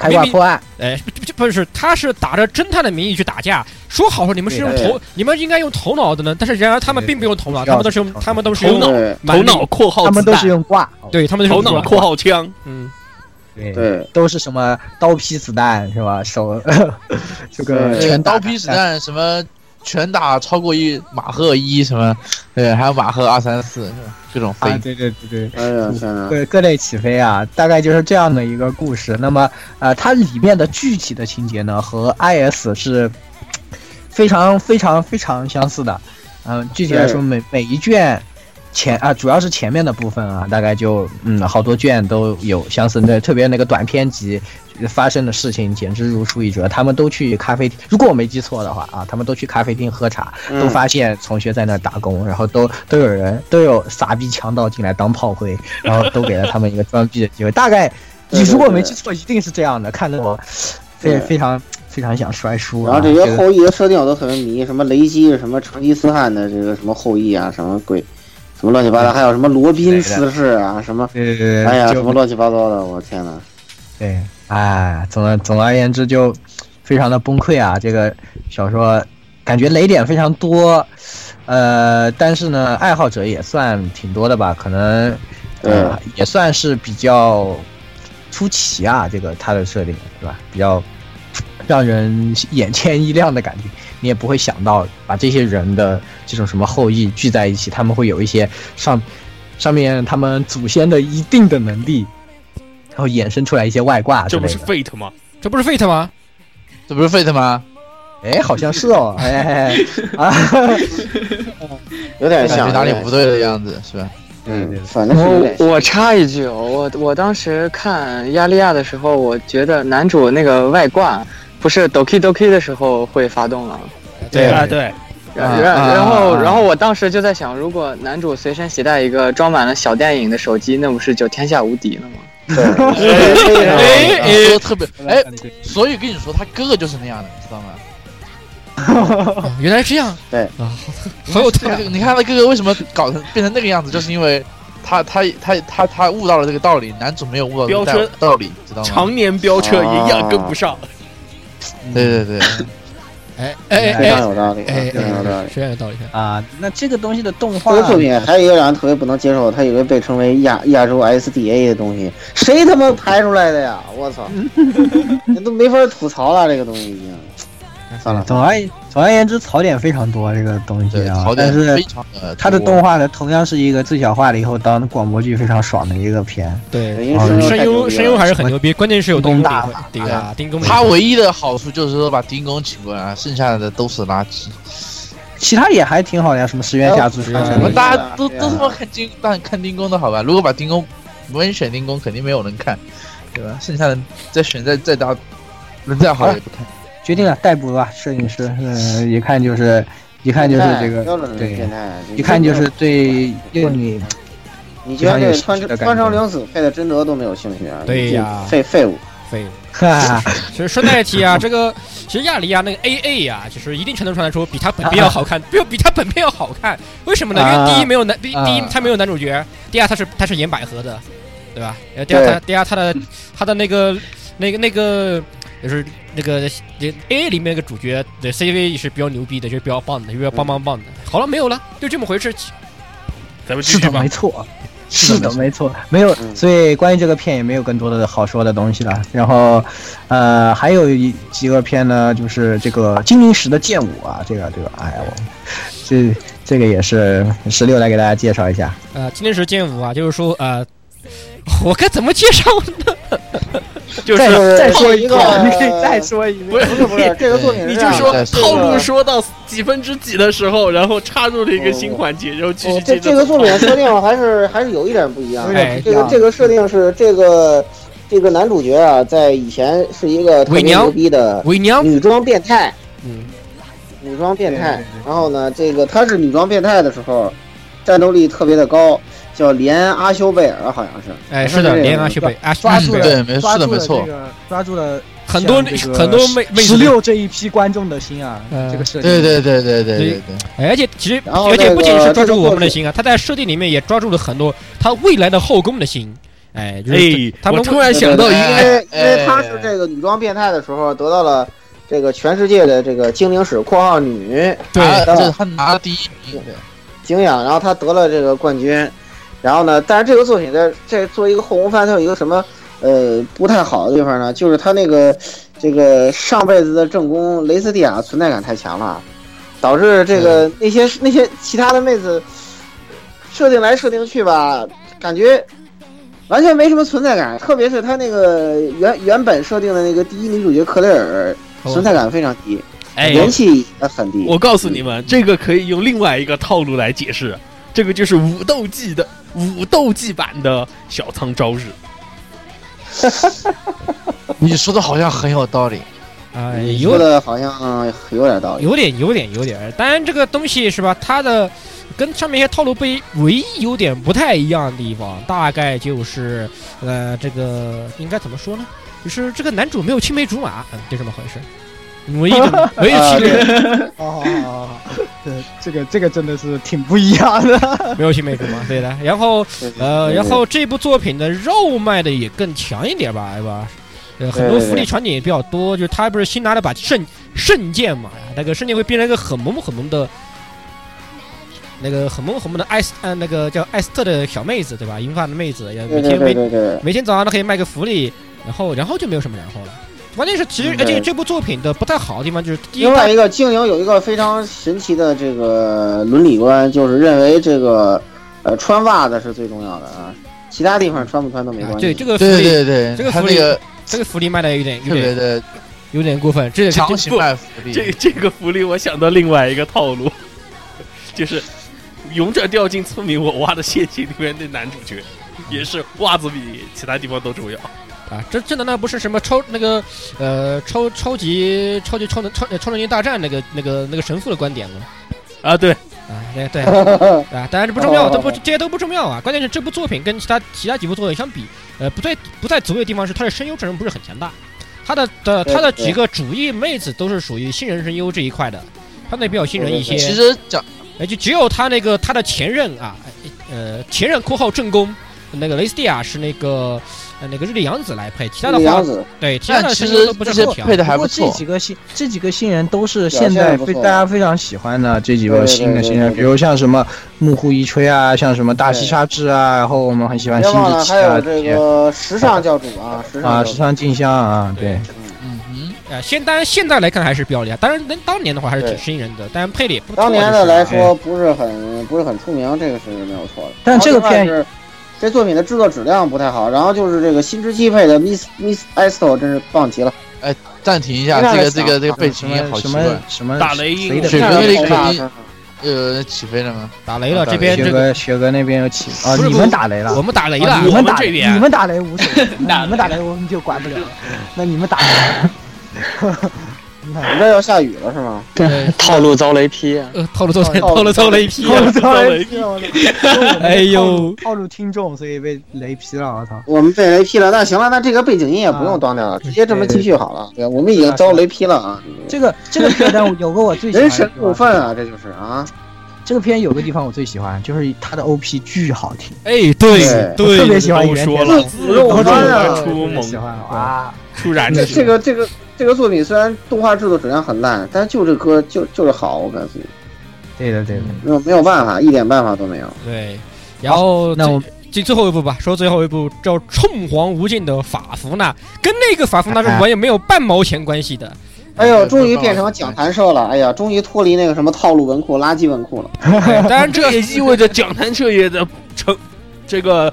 S2: 开挂破案，
S5: 哎，不不不是，他是打着侦探的名义去打架，说好说你们是用
S1: 对
S5: 头，你们应该用头脑的呢，但是然而他们并不用头脑，
S2: 对
S5: 他们都是用，他们都是
S3: 头
S5: 用
S3: 脑
S1: 对
S3: 头脑括号
S2: 他们
S3: 子
S2: 都
S3: 弹
S2: 是用挂，
S5: 对，他们都是
S3: 头
S5: 用
S3: 脑
S5: 头
S3: 括号枪，
S5: 嗯，
S2: 对
S1: 对，
S2: 都是什么刀劈子弹是吧？手 这个
S1: 对
S2: 拳打
S4: 刀劈子弹什么拳打超过一马赫一什么，对，还有马赫二三四各种飞
S2: 啊，。对对对对。
S1: 哎呀天哪！
S2: 各各类起飞啊，大概就是这样的一个故事。那么，呃，它里面的具体的情节呢，和 IS 是非常非常非常相似的。嗯、具体来说，
S1: 对
S2: 每每一卷前啊，主要是前面的部分啊，大概就嗯，好多卷都有相似的，特别那个短篇集。发生的事情简直如出一辙，他们都去咖啡厅，如果我没记错的话啊，他们都去咖啡厅喝茶，
S1: 嗯
S2: 都发现同学在那儿打工，然后都都有人都有傻逼强盗进来当炮灰， 然后都给了他们一个装逼的机会。大概
S1: 对
S2: 你如果
S1: 对
S2: 没
S1: 对
S2: 记错，一定是这样的，看得我非
S1: 对
S2: 非常非常想摔书
S1: 然后
S2: 啊。
S1: 这些
S2: 个
S1: 后羿的设定我都很迷，什么雷击，什么成吉思汗的这个什么后羿啊，什么鬼，什么乱七八糟，还有什么罗宾四世啊，什么，
S2: 对对对，对
S1: 哎呀，
S2: 嗯就
S1: 什么乱七八糟的，我天哪！
S2: 对，哎，总而总而言之就非常的崩溃啊！这个小说感觉雷点非常多，呃，但是呢，爱好者也算挺多的吧，可能呃也算是比较出奇啊，这个它的设定是吧？比较让人眼前一亮的感觉，你也不会想到把这些人的这种什么后裔聚在一起，他们会有一些上上面他们祖先的一定的能力，然后衍生出来一些外啊挂之
S3: 这
S2: 类
S3: 不是
S2: 的。
S3: Fate 吗？
S5: 这不是 Fate 吗？
S4: 这不是 Fate 吗？
S2: 哎，好像是哦，哎啊，
S1: 有点
S4: 感觉
S1: 像
S4: 哪里不，对的样子，是吧？
S1: 嗯，反正是有
S6: 我
S1: 点像。
S6: 我插一句哦，我我当时看亚利亚的时候，我觉得男主那个外挂不是 doki doki 的时候会发动了，
S2: 对
S5: 哎
S3: 啊，对，
S6: 然
S4: 啊
S6: 然
S4: 啊
S6: 然后
S4: 啊
S6: 然后我当时就在想，如果男主随身携带一个装满了小电影的手机，那不是就天下无敌了吗？
S4: 哎
S1: 对，
S4: 哎，说得特别哎，所以跟你说，他哥哥就是那样的，知道吗？
S5: 啊原来是这样，
S1: 对
S5: 啊，好有特
S4: 他你看他哥哥为什么搞成变成那个样子，就是因为他他他他他悟到了这个道理，男主没有悟到这
S3: 飙车
S4: 个道理，知
S2: 嗯
S4: 道吗？
S3: 常年飙车
S2: 啊
S3: 一样跟不上。
S4: 嗯对对对，
S5: 哎哎
S1: 非常
S5: 哎
S1: 有道理，啊
S5: 哎
S1: 非常有道
S5: 哎，
S1: 理。
S5: 非常有道理。
S2: 啊，那这个东西的动画
S1: 这个作品还有一个让人特别不能接受，它有一个被称为亚亚洲 SDA 的东西，谁他妈排出来的呀？我操，这都没法吐槽了，这个东西已经。算了，
S2: 呃总而总而言之，槽点非常多，这个东
S4: 对
S2: 西，啊
S4: 槽，点
S2: 但
S4: 非
S2: 是
S4: 常的
S2: 它的
S4: 多
S2: 动画呢，同样是一个最小化了以后当广播剧非常爽的一个片。
S5: 对，
S1: 因为
S2: 嗯
S5: 声
S1: 太牛逼
S5: 优
S1: 了
S5: 声优还是很牛逼，关键是有
S2: 丁工
S5: 东大
S2: 大
S5: 对啊，丁工
S4: 他唯一的好处就是说把丁工请过来，剩下的都是垃圾。
S2: 其他也还挺好的呀，什么石原夏子、
S5: 石
S2: 石
S5: 原
S2: 原
S5: 夏
S2: 夏
S4: 我
S5: 子
S2: 子
S4: 们大家都
S1: 对啊
S4: 都他妈看丁，但看丁工的好吧？如果把丁工，我们选丁工，肯定没有人看，对吧？剩下的再选再再大，人再好也不看。
S2: 决定了逮捕了吧，摄影师，呃，一看就是，一看就是这
S1: 哎 标
S2: 个
S1: 准，的
S2: 对
S1: 变，态，
S2: 一看就是对幼女
S1: 你居然对川
S2: 非常有兴趣的感觉
S1: 川上良子配的贞德都没有兴趣啊？
S5: 对呀
S1: 废废物。
S5: 飞。
S2: 哈，
S5: 其实顺带一提啊，这个 其实亚里亚那个 A A 啊，就是一定程度上来说比他本片要好看， 比比他本片要好看。为什么呢？因为
S2: 啊
S5: 第一没有男，第
S2: 啊
S5: 第一他没有男主角，第二他是他是演百合的，对吧？呃，第二
S1: 对
S5: 他第二他的他的那个那个那个就是那个 A A 里面那个主角的 C V 也是比较牛逼的，就是比较棒的，就是比较棒棒棒的。
S2: 嗯
S5: 好了，没有了，就这么回事。
S3: 咱们继
S2: 是
S3: 续
S2: 的，
S3: 吧
S2: 没。错，
S4: 是
S2: 是
S4: 的
S2: 的，没错，没有，
S1: 嗯
S2: 所以关于这个片也没有更多的好说的东西了。然后，呃，还有一几个片呢，就是这个精灵石的剑舞啊，这个这个，哎呀，我这这个也是十六来给大家介绍一下。
S5: 呃，今天是剑舞啊，就是说呃， 我该怎么介绍呢？
S3: 就是
S2: 再再说
S1: 一
S2: 一
S1: 个
S2: 个，你可以再说一
S3: 不
S2: 个。
S3: 是
S1: 不是不是，这个作品
S3: 你
S1: 是
S3: 就
S1: 这样的
S3: 说
S4: 对
S3: 套路说到几分之几的时候，然后插入了
S2: 哦
S3: 一个新环节，然后继续
S1: 哦这
S3: 接着
S1: 这个
S3: 走
S1: 作品的设定还是还是有一点不一样的。
S4: 嗯
S5: 哎
S1: 这个这个设定是这个这个男主角啊，在以前是一个特别
S5: 伪娘
S1: 牛逼的
S5: 伪娘，
S1: 女装变态，
S5: 嗯，
S1: 女装变态
S2: 对对。
S1: 然后呢，这个她是女装变态的时候，战斗力特别的高，叫连阿修贝尔，好像是。
S5: 哎，是的，
S1: 这个
S5: 连阿修贝阿
S2: 抓
S5: 阿
S2: 住
S5: 修贝
S2: 了，
S5: 尔
S4: 对没是的
S2: 抓住了
S4: 没错
S2: 这个抓住了
S5: 很多
S2: 像这个
S5: 很多妹妹子
S2: 十六这一批观众的心啊，
S5: 嗯
S2: 这个设定。
S4: 对对对对对对对。
S5: 哎而且其实，
S1: 然后
S5: 而且不仅
S1: 那个
S5: 是抓
S1: 这个
S5: 住我们
S1: 作
S5: 的
S1: 品
S5: 心啊，他在设定里面也抓住了很多他未来的后宫的心。哎，就
S3: 哎
S5: 是他们
S3: 我突然想到一
S1: 因
S5: 哎
S3: 个，
S1: 为因为她是这个女装变态的时候得到了这个全世界的这个精灵史（括号女
S5: 对
S4: 拿了这他拿了第一名，
S1: 敬仰），然后她得了这个冠军。然后呢，但是这个作品的这作为一个后宫番，它有一个什么呃不太好的地方呢？就是它那个这个上辈子的正宫雷斯蒂亚存在感太强了，导致这个那些那些其他的妹子设定来设定去吧，感觉完全没什么存在感。特别是她那个原原本设定的那个第一女主角克雷尔，
S5: 哦
S1: 存在感非常低，
S3: 哎，
S1: 人气也很低。
S3: 我告诉你们，这个可以用另外一个套路来解释，这个就是武斗技的武斗技版的小仓昭日。
S4: 你说的好像很有道理。
S5: 啊、
S1: 你
S5: 有
S1: 说的好像有点道理。
S5: 有点，有点，有点。当然，这个东西是吧？它的跟上面一些套路杯唯一有点不太一样的地方，大概就是呃，这个应该怎么说呢？就是这个男主没有青梅竹马，嗯，就这么回事。唯一的唯一的区别，
S8: 哦，哦哦对，这个这个真的是挺不一样的。
S5: 没有青梅竹马，对的。然后
S1: 对对
S5: 呃，
S1: 对
S5: 然后这部作品的肉卖的也更强一点吧，对吧？呃，很多
S1: 对对
S5: 福利
S1: 对
S5: 场景也比较多，就是他不是新拿了把圣圣剑嘛，哎那个圣剑会变成一个很萌很萌的，那个很萌很萌的艾斯，呃，那个叫艾斯特的小妹子，对吧？银发的妹子，也
S1: 对
S5: 每
S1: 对
S5: 天
S1: 对
S5: 每
S1: 对对，
S5: 每天早上都可以卖个福利，然后然后就没有什么然后了。关键是其实
S1: 嗯
S5: 而且
S1: 对
S5: 这部作品的不太好的地方就是第一
S1: 另外
S5: 它
S1: 一个精灵有一个非常神奇的这个伦理观，就是认为这个呃穿袜子是最重要的啊，其他地方穿不穿都没
S5: 啊
S1: 关系。
S5: 对 这个福
S4: 对
S5: 利
S4: 对对，
S5: 这个
S4: 他
S5: 福
S4: 那
S5: 利
S4: 个
S5: 这个福利卖的有点有
S4: 特别
S5: 点
S4: 的
S5: 有点过分，这个
S4: 强行卖福
S3: 这
S4: 利，
S3: 这个福利，我想到另外一个套路， 就是勇者掉进村民我挖的陷阱里面的男主角，也是袜子比其他地方都重要。
S5: 啊，这这难道不是什么超那个呃超超级超级超能超呃超能力大战那个那个那个神父的观点吗？
S3: 啊，对，
S5: 啊，对对啊，当然这不重要，都不这些都不重要啊。关键是这部作品跟其他其他几部作品相比，呃，不太不太足的地方是它的声优阵容不是很强大，他的的
S1: 对
S5: 他的
S1: 对
S5: 几个主义妹子都是属于新人声优这一块的，他那比较新人一些。
S4: 其实讲
S5: 哎，就只有他那个他的前任啊，呃，前任（括号正宫）那个雷斯蒂亚是那个呃那个日丽阳子来配，其他的
S1: 这个
S5: 话
S1: 样子，
S5: 对，其他
S4: 但
S5: 的
S4: 其
S5: 声优
S4: 实
S5: 都不
S4: 这
S5: 是
S4: 些
S5: 很强。
S4: 配的还
S2: 不过
S4: 不
S2: 这
S4: 错。
S2: 几个新这几个新人都是
S1: 表现
S2: 现在
S1: 不
S2: 非
S1: 错
S2: 大家非常喜欢的这几个新的
S1: 对对对
S2: 新人，
S1: 对
S2: 比如像什么木户一吹啊，像什么大西沙志啊，然后我们很喜欢
S1: 别
S2: 新
S1: 忘
S2: 之
S1: 了
S2: 期
S1: 还
S2: 啊
S1: 有
S2: 这
S1: 这
S2: 些
S1: 个时尚教主啊，时尚
S2: 啊，
S1: 教
S2: 时
S1: 主。
S2: 尚静香啊，对
S5: 对，
S4: 嗯哼，
S5: 呃，现当然现在来看还是比较厉害，当然能当年的话还是挺吸引人的，但配的也不错。
S1: 当年的
S5: 就是
S1: 来说不嗯是很不是很出名，这个是没有错的。
S2: 但这个
S1: 然后另外
S2: 片
S1: 是这作品的制作质量不太好，然后就是这个新之期配的 Miss Miss Esto 真是棒极了。
S4: 暂停一下，
S1: 另
S4: 嗯这
S1: 外
S4: 个
S1: 想
S4: 这个这个
S1: 啊
S4: 背
S2: 什
S4: 景音
S2: 么
S4: 好
S2: 什
S4: 奇
S2: 么
S4: 怪。
S2: 什么
S3: 打雷
S2: 谁
S3: 音
S2: 的
S4: 雪
S1: 看着
S4: 哥那里
S1: 好
S4: 肯
S1: 大
S4: 定
S1: 声
S4: 呃，起飞了吗？
S5: 打雷了，
S4: 打
S5: 这边
S4: 雷
S5: 这
S2: 学
S5: 个
S2: 哥学哥那边有起啊，
S5: 不是
S2: 你们打雷了
S5: 我。们打雷
S2: 啊
S5: 了，
S2: 你
S3: 我
S2: 们
S3: 们
S2: 打
S3: 这
S2: 雷
S3: 边
S2: 你们打雷无所 谓，
S7: 打
S2: 那你们打雷我们就管不了。那你们打雷，你看
S1: 你这要下雨了是吗？
S5: 对
S6: 套路遭雷劈啊！
S5: 呃，套路做
S1: 套路
S5: 套路做雷劈
S2: 套路
S5: 了，
S2: 遭雷劈了，我操！
S5: 哎呦
S2: 套路听众，所以被雷劈了，我操！
S1: 我们被雷劈了，那行了，那这个背景音也不用当掉了，直接这么继续好了。对，我们已经遭雷劈了啊！
S2: 这个这个片段有个我最喜欢
S1: 人
S2: 的
S1: 神
S2: 地
S1: 共
S2: 方
S1: 愤啊，这就是啊，
S2: 这个片有个地方我最喜欢，就是它的 OP 巨好听，
S5: 哎，对
S1: 对
S5: 对，
S2: 特别喜欢
S3: 都
S2: 原
S3: 说
S2: 田
S3: 了，
S2: 龙，
S3: 自
S1: 肉
S3: 动
S1: 我穿啊
S3: 出
S2: 特别喜
S3: 猛
S2: 欢啊哇！
S3: 出燃
S1: 这
S3: 气，
S1: 这个这个这个作品虽然动画制作质量很烂，但就这歌就就是好，我告诉你，
S2: 对的对的，
S1: 没有没有办法，一点办法都没有。
S5: 对，然后
S2: 那
S5: 这
S2: 我
S5: 进最后一部吧，说最后一部叫《冲黄无尽》的法芙娜，跟那个法芙
S4: 啊
S5: 娜是完全没有半毛钱关系的。
S1: 哎呦，终于变成讲谈社了！哎呀，终于脱离那个什么套路文库、垃圾文库了。
S5: 哎当然，这
S3: 这也意味着讲坛彻夜的成这个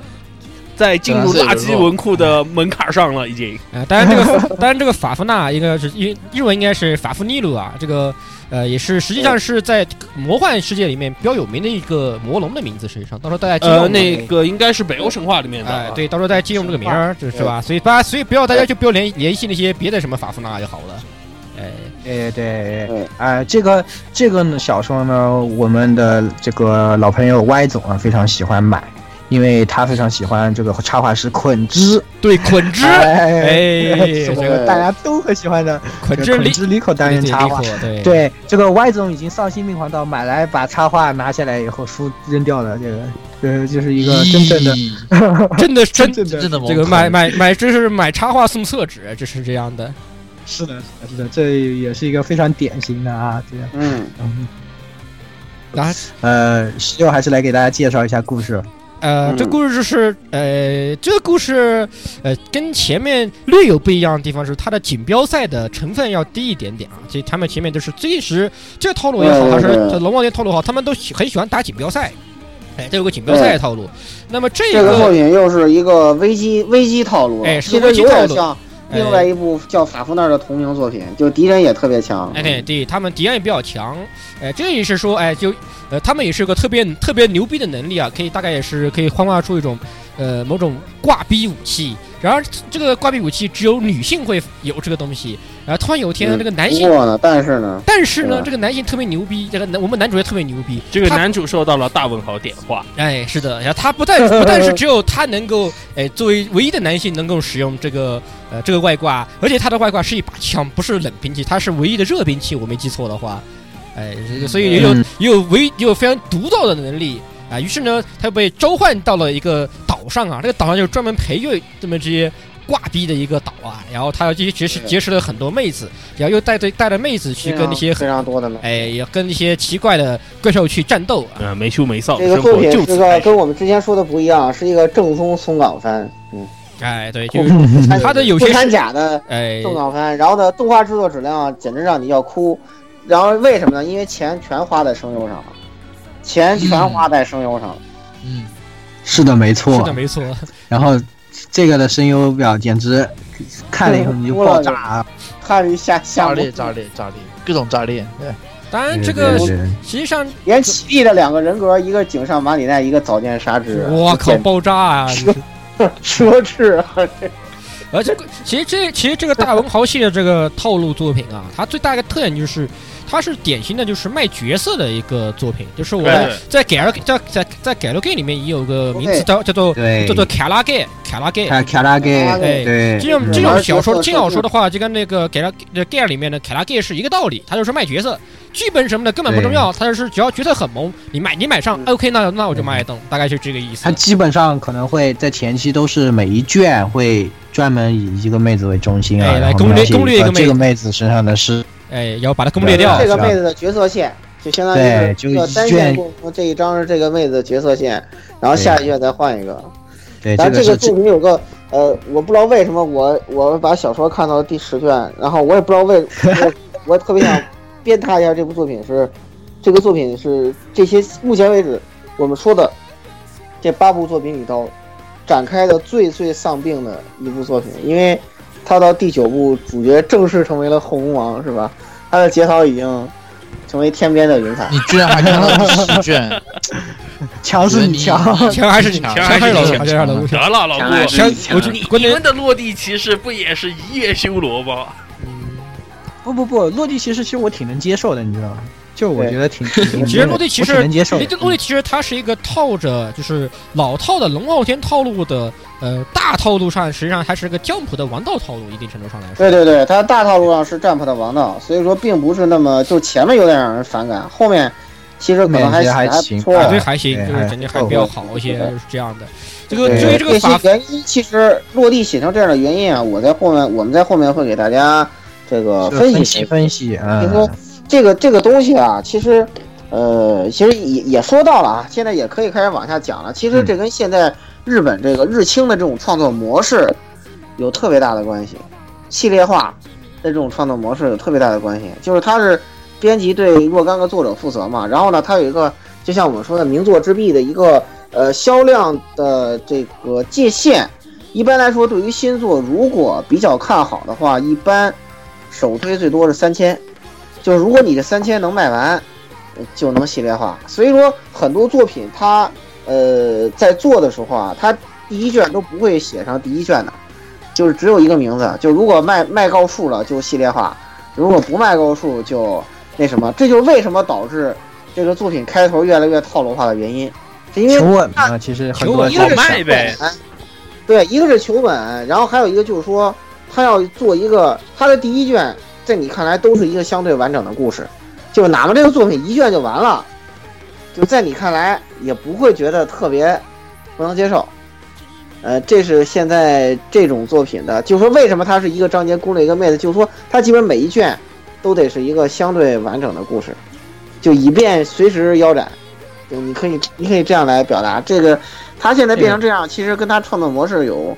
S3: 在进入垃圾文库的门槛上了，已经。
S5: 啊，当然这个当然这个法夫纳应该是日日文应该是法夫尼鲁啊，这个呃也是实际上是在魔幻世界里面比较有名的一个魔龙的名字，实际上到时候大家借
S3: 呃，
S5: 用
S3: 那个应该是北欧神话里面的
S5: 哎、
S3: 啊，
S5: 对，到时候大家借用这个名儿，这是吧？所以大家所以不要大家就不要联联系那些别的什么法夫纳就好了，哎，
S2: 对对
S1: 嗯
S2: 对，哎，这个这个呢小说呢，我们的这个老朋友 Y 总啊非常喜欢买，因为他非常喜欢这个插画师捆之，
S5: 对，捆之，
S2: 哎，
S5: 嗯哎，
S2: 是我
S5: 这
S2: 们
S5: 个
S2: 大家都很喜欢的
S5: 捆之
S2: 这个
S5: 里
S2: 捆之里口担任插画。，
S5: 对
S2: 对，这个 Y 总已经丧心病狂到买来把插画拿下来以后书扔掉了，这个
S8: 呃，就是一个真正的
S4: 咦
S5: 真的 真
S8: 真正的
S4: 真的
S5: 这个买买买，这是买插画送厕纸，这是这样的。
S8: 是的，是的，是的，这也是一个非常典型的啊，这样，
S1: 嗯，
S8: 嗯，
S5: 然后
S2: 呃，十六还是来给大家介绍一下故事。
S5: 呃，
S1: 嗯
S5: 这故事就是呃，这个故事呃跟前面略有不一样的地方是，它的锦标赛的成分要低一点点啊。这他们前面都是其实这个套路也好，
S1: 嗯
S5: 还是
S1: 嗯
S5: 这龙王这套路好，他们都喜很喜欢打锦标赛。哎，这有个锦标赛的套路。那么这
S1: 嗯这个作
S5: 个
S1: 品又是一个危机危机套路了，
S5: 哎是
S1: 其
S5: 个
S1: 实有
S5: 危
S1: 点
S5: 机套
S1: 像另外一部叫法夫纳的同名作品，就敌人也特别强。
S5: 哎，对对，他们敌人也比较强，哎，这也是说，哎，就呃，他们也是有个特别特别牛逼的能力啊，可以大概也是可以幻化出一种呃某种挂逼武器。然而这个挂逼武器只有女性会有这个东西，然后突然有一天
S1: 嗯
S5: 这个男
S1: 不
S5: 性，
S1: 过呢，但是呢，
S5: 但是呢
S1: 嗯
S5: 这个男性特别牛逼，这个男我们男主角特别牛逼，
S3: 这个
S5: 他
S3: 男主受到了大文豪点化，
S5: 哎，是的，然后他不但不但是只有他能够，哎，作为唯一的男性能够使用这个呃这个外挂，而且他的外挂是一把枪，不是冷兵器，它是唯一的热兵器，我没记错的话，哎，这个所以也有、
S4: 嗯
S5: 也有唯也有非常独到的能力啊。于是呢，他被召唤到了一个岛上啊，这个岛上就是专门培育这么这些挂逼的一个岛啊，然后他就结识
S1: 对
S5: 结识了很多妹子，然后又带着带着妹子去跟那些
S1: 非常非常多的呢。
S5: 哎，也跟那些奇怪的怪兽去战斗啊。
S3: 嗯、没羞没臊的
S1: 这个
S3: 生
S1: 作
S3: 活
S1: 品
S3: 就是此
S1: 个
S3: 开始
S1: 跟。我们之前说的不一样，是一个正宗松冈番，嗯，
S5: 哎，对，就是
S2: 哦嗯
S1: 掺
S5: 他的有些
S1: 不掺
S5: 是
S1: 假的
S5: 哎，
S1: 松冈番，然后呢，动画制作质量啊简直让你要哭。然后为什么呢？因为钱全花在声优上了，钱全花在声优上了。
S4: 嗯，
S2: 是的，没
S5: 是
S2: 错
S5: 的，。没错。
S2: 然后这个的声优表简直看了以后你就爆炸啊！
S1: 汉语下下
S4: 炸
S1: 目
S4: 裂，炸裂，炸裂，各种炸裂。对，
S5: 当然，
S2: 对
S5: 这个
S2: 对对
S5: 实际上，
S1: 连起立的两个人格，一个井上麻里奈，一个早见沙织，
S5: 我靠，爆炸啊！
S1: 奢侈啊！
S5: 而且，其实这其实这个大文豪系的这个套路作品啊，它最大的特点就是，它是典型的就是卖角色的一个作品，就是我
S3: 对
S5: 们在 g a 在在在 g a l g a 里面也有个名字
S1: OK
S5: 叫叫做
S2: 对，
S5: 叫做卡拉 gay 卡拉 gay。
S2: 卡卡拉给，
S5: 哎
S2: 对，
S5: 这种
S2: 嗯
S5: 这种小说
S1: 嗯
S5: 轻小说的话，就跟那个 g a l g a 里面的卡拉 gay 是一个道理，它就是卖角色，剧本什么的根本不重要，它就是只要角色很萌，你买你买上
S1: 嗯
S5: ，OK，那那我就买一栋，大概就这个意思
S2: 他。基本上可能会在前期都是每一卷会专门以一个妹子为中心啊，
S5: 哎来
S2: 然后
S5: 攻略
S2: 描写
S5: 攻略一个妹子
S2: 这个妹子身上的事，
S5: 哎，然后把它攻略掉
S1: 这。个
S2: 是吧
S1: 妹子的角色线，就相当
S2: 对
S1: 于
S2: 就
S1: 一
S2: 是
S1: 个
S2: 一
S1: 单
S2: 卷
S1: 线共同，这一张是这个妹子的角色线，然后下一页再换一个。
S2: 对，
S1: 然
S2: 这
S1: 后
S2: 个
S1: 这个
S2: 是
S1: 作品有个呃，我不知道为什么我我把小说看到第十卷，然后我也不知道为我我特别想鞭挞一下这部作品是，这个作品是这些目前为止我们说的这八部作品里头展开的最最丧病的一部作品，因为他到第九部主角正式成为了后宫王是吧？他的节操已经成为天边的云彩。
S4: 你居然还看到第十 卷，
S8: 强是你强，
S5: 强还是你
S4: 强
S5: 强还是老
S4: 强
S5: 强还是老
S3: 得了，老
S7: 强来
S3: 顾，
S5: 强
S7: 是强
S5: 我就
S3: 你
S5: 关
S3: 你
S5: 键
S3: 们的落地骑士不也是一夜修罗吗？
S2: 不不不，落地骑士其实我挺能接受的，你知道吗？就我
S1: 对
S2: 觉得挺，挺
S5: 其实落地骑士
S2: 我挺能接受的，
S5: 这东西其实它是一个套着就是老套的龙傲天套路的呃大套路上，实际上还是个江浦的王道套路，一定程度上来说。
S1: 对对对，他大套路上是占卜的王道，所以说并不是那么就前面有点让人反感，后面其实可能还
S2: 后面其实还
S1: 还
S2: 行
S1: 不错。
S5: 啊，
S2: 对
S5: 对，还行，
S2: 对
S5: 就是
S2: 还
S5: 整体
S2: 不
S5: 还
S2: 错
S5: 比较好一些，
S1: 对
S5: 就是这样的。这个
S2: 对
S5: 至于这个法
S1: 些原因，其实落地写成这样的原因啊，我在后面我们在后面会给大家这个
S2: 是
S1: 啊分析
S2: 分析分析，
S1: 比如说
S2: 嗯，
S1: 这个这个东西啊，其实，呃，其实也也说到了啊，现在也可以开始往下讲了。其实这跟现在日本这个日清的这种创作模式有特别大的关系，系列化的这种创作模式有特别大的关系。就是它是编辑对若干个作者负责嘛，然后呢，它有一个就像我们说的名作之壁的一个呃销量的这个界限。一般来说，对于新作如果比较看好的话，一般首推最多是三千，就是如果你这三千能卖完，呃就能系列化。所以说很多作品它呃在做的时候啊，它第一卷都不会写上第一卷的，就是只有一个名字。就如果卖卖够数了就系列化，如果不卖够数就那什么。这就是为什么导致这个作品开头越来越套路化的原因，是因为
S2: 求稳啊，其实很
S5: 求
S2: 多
S5: 稳
S1: 一个是
S3: 好卖
S1: 求
S3: 呗
S1: 稳，对，一个是求稳，然后还有一个就是说，他要做一个他的第一卷，在你看来都是一个相对完整的故事，就是哪怕这个作品一卷就完了，就在你看来也不会觉得特别不能接受。呃，这是现在这种作品的，就说为什么它是一个章节攻略一个妹子，就说它基本每一卷都得是一个相对完整的故事，就以便随时腰斩。对，你可以，你可以这样来表达这个。他现在变成这样，其实跟他创作模式有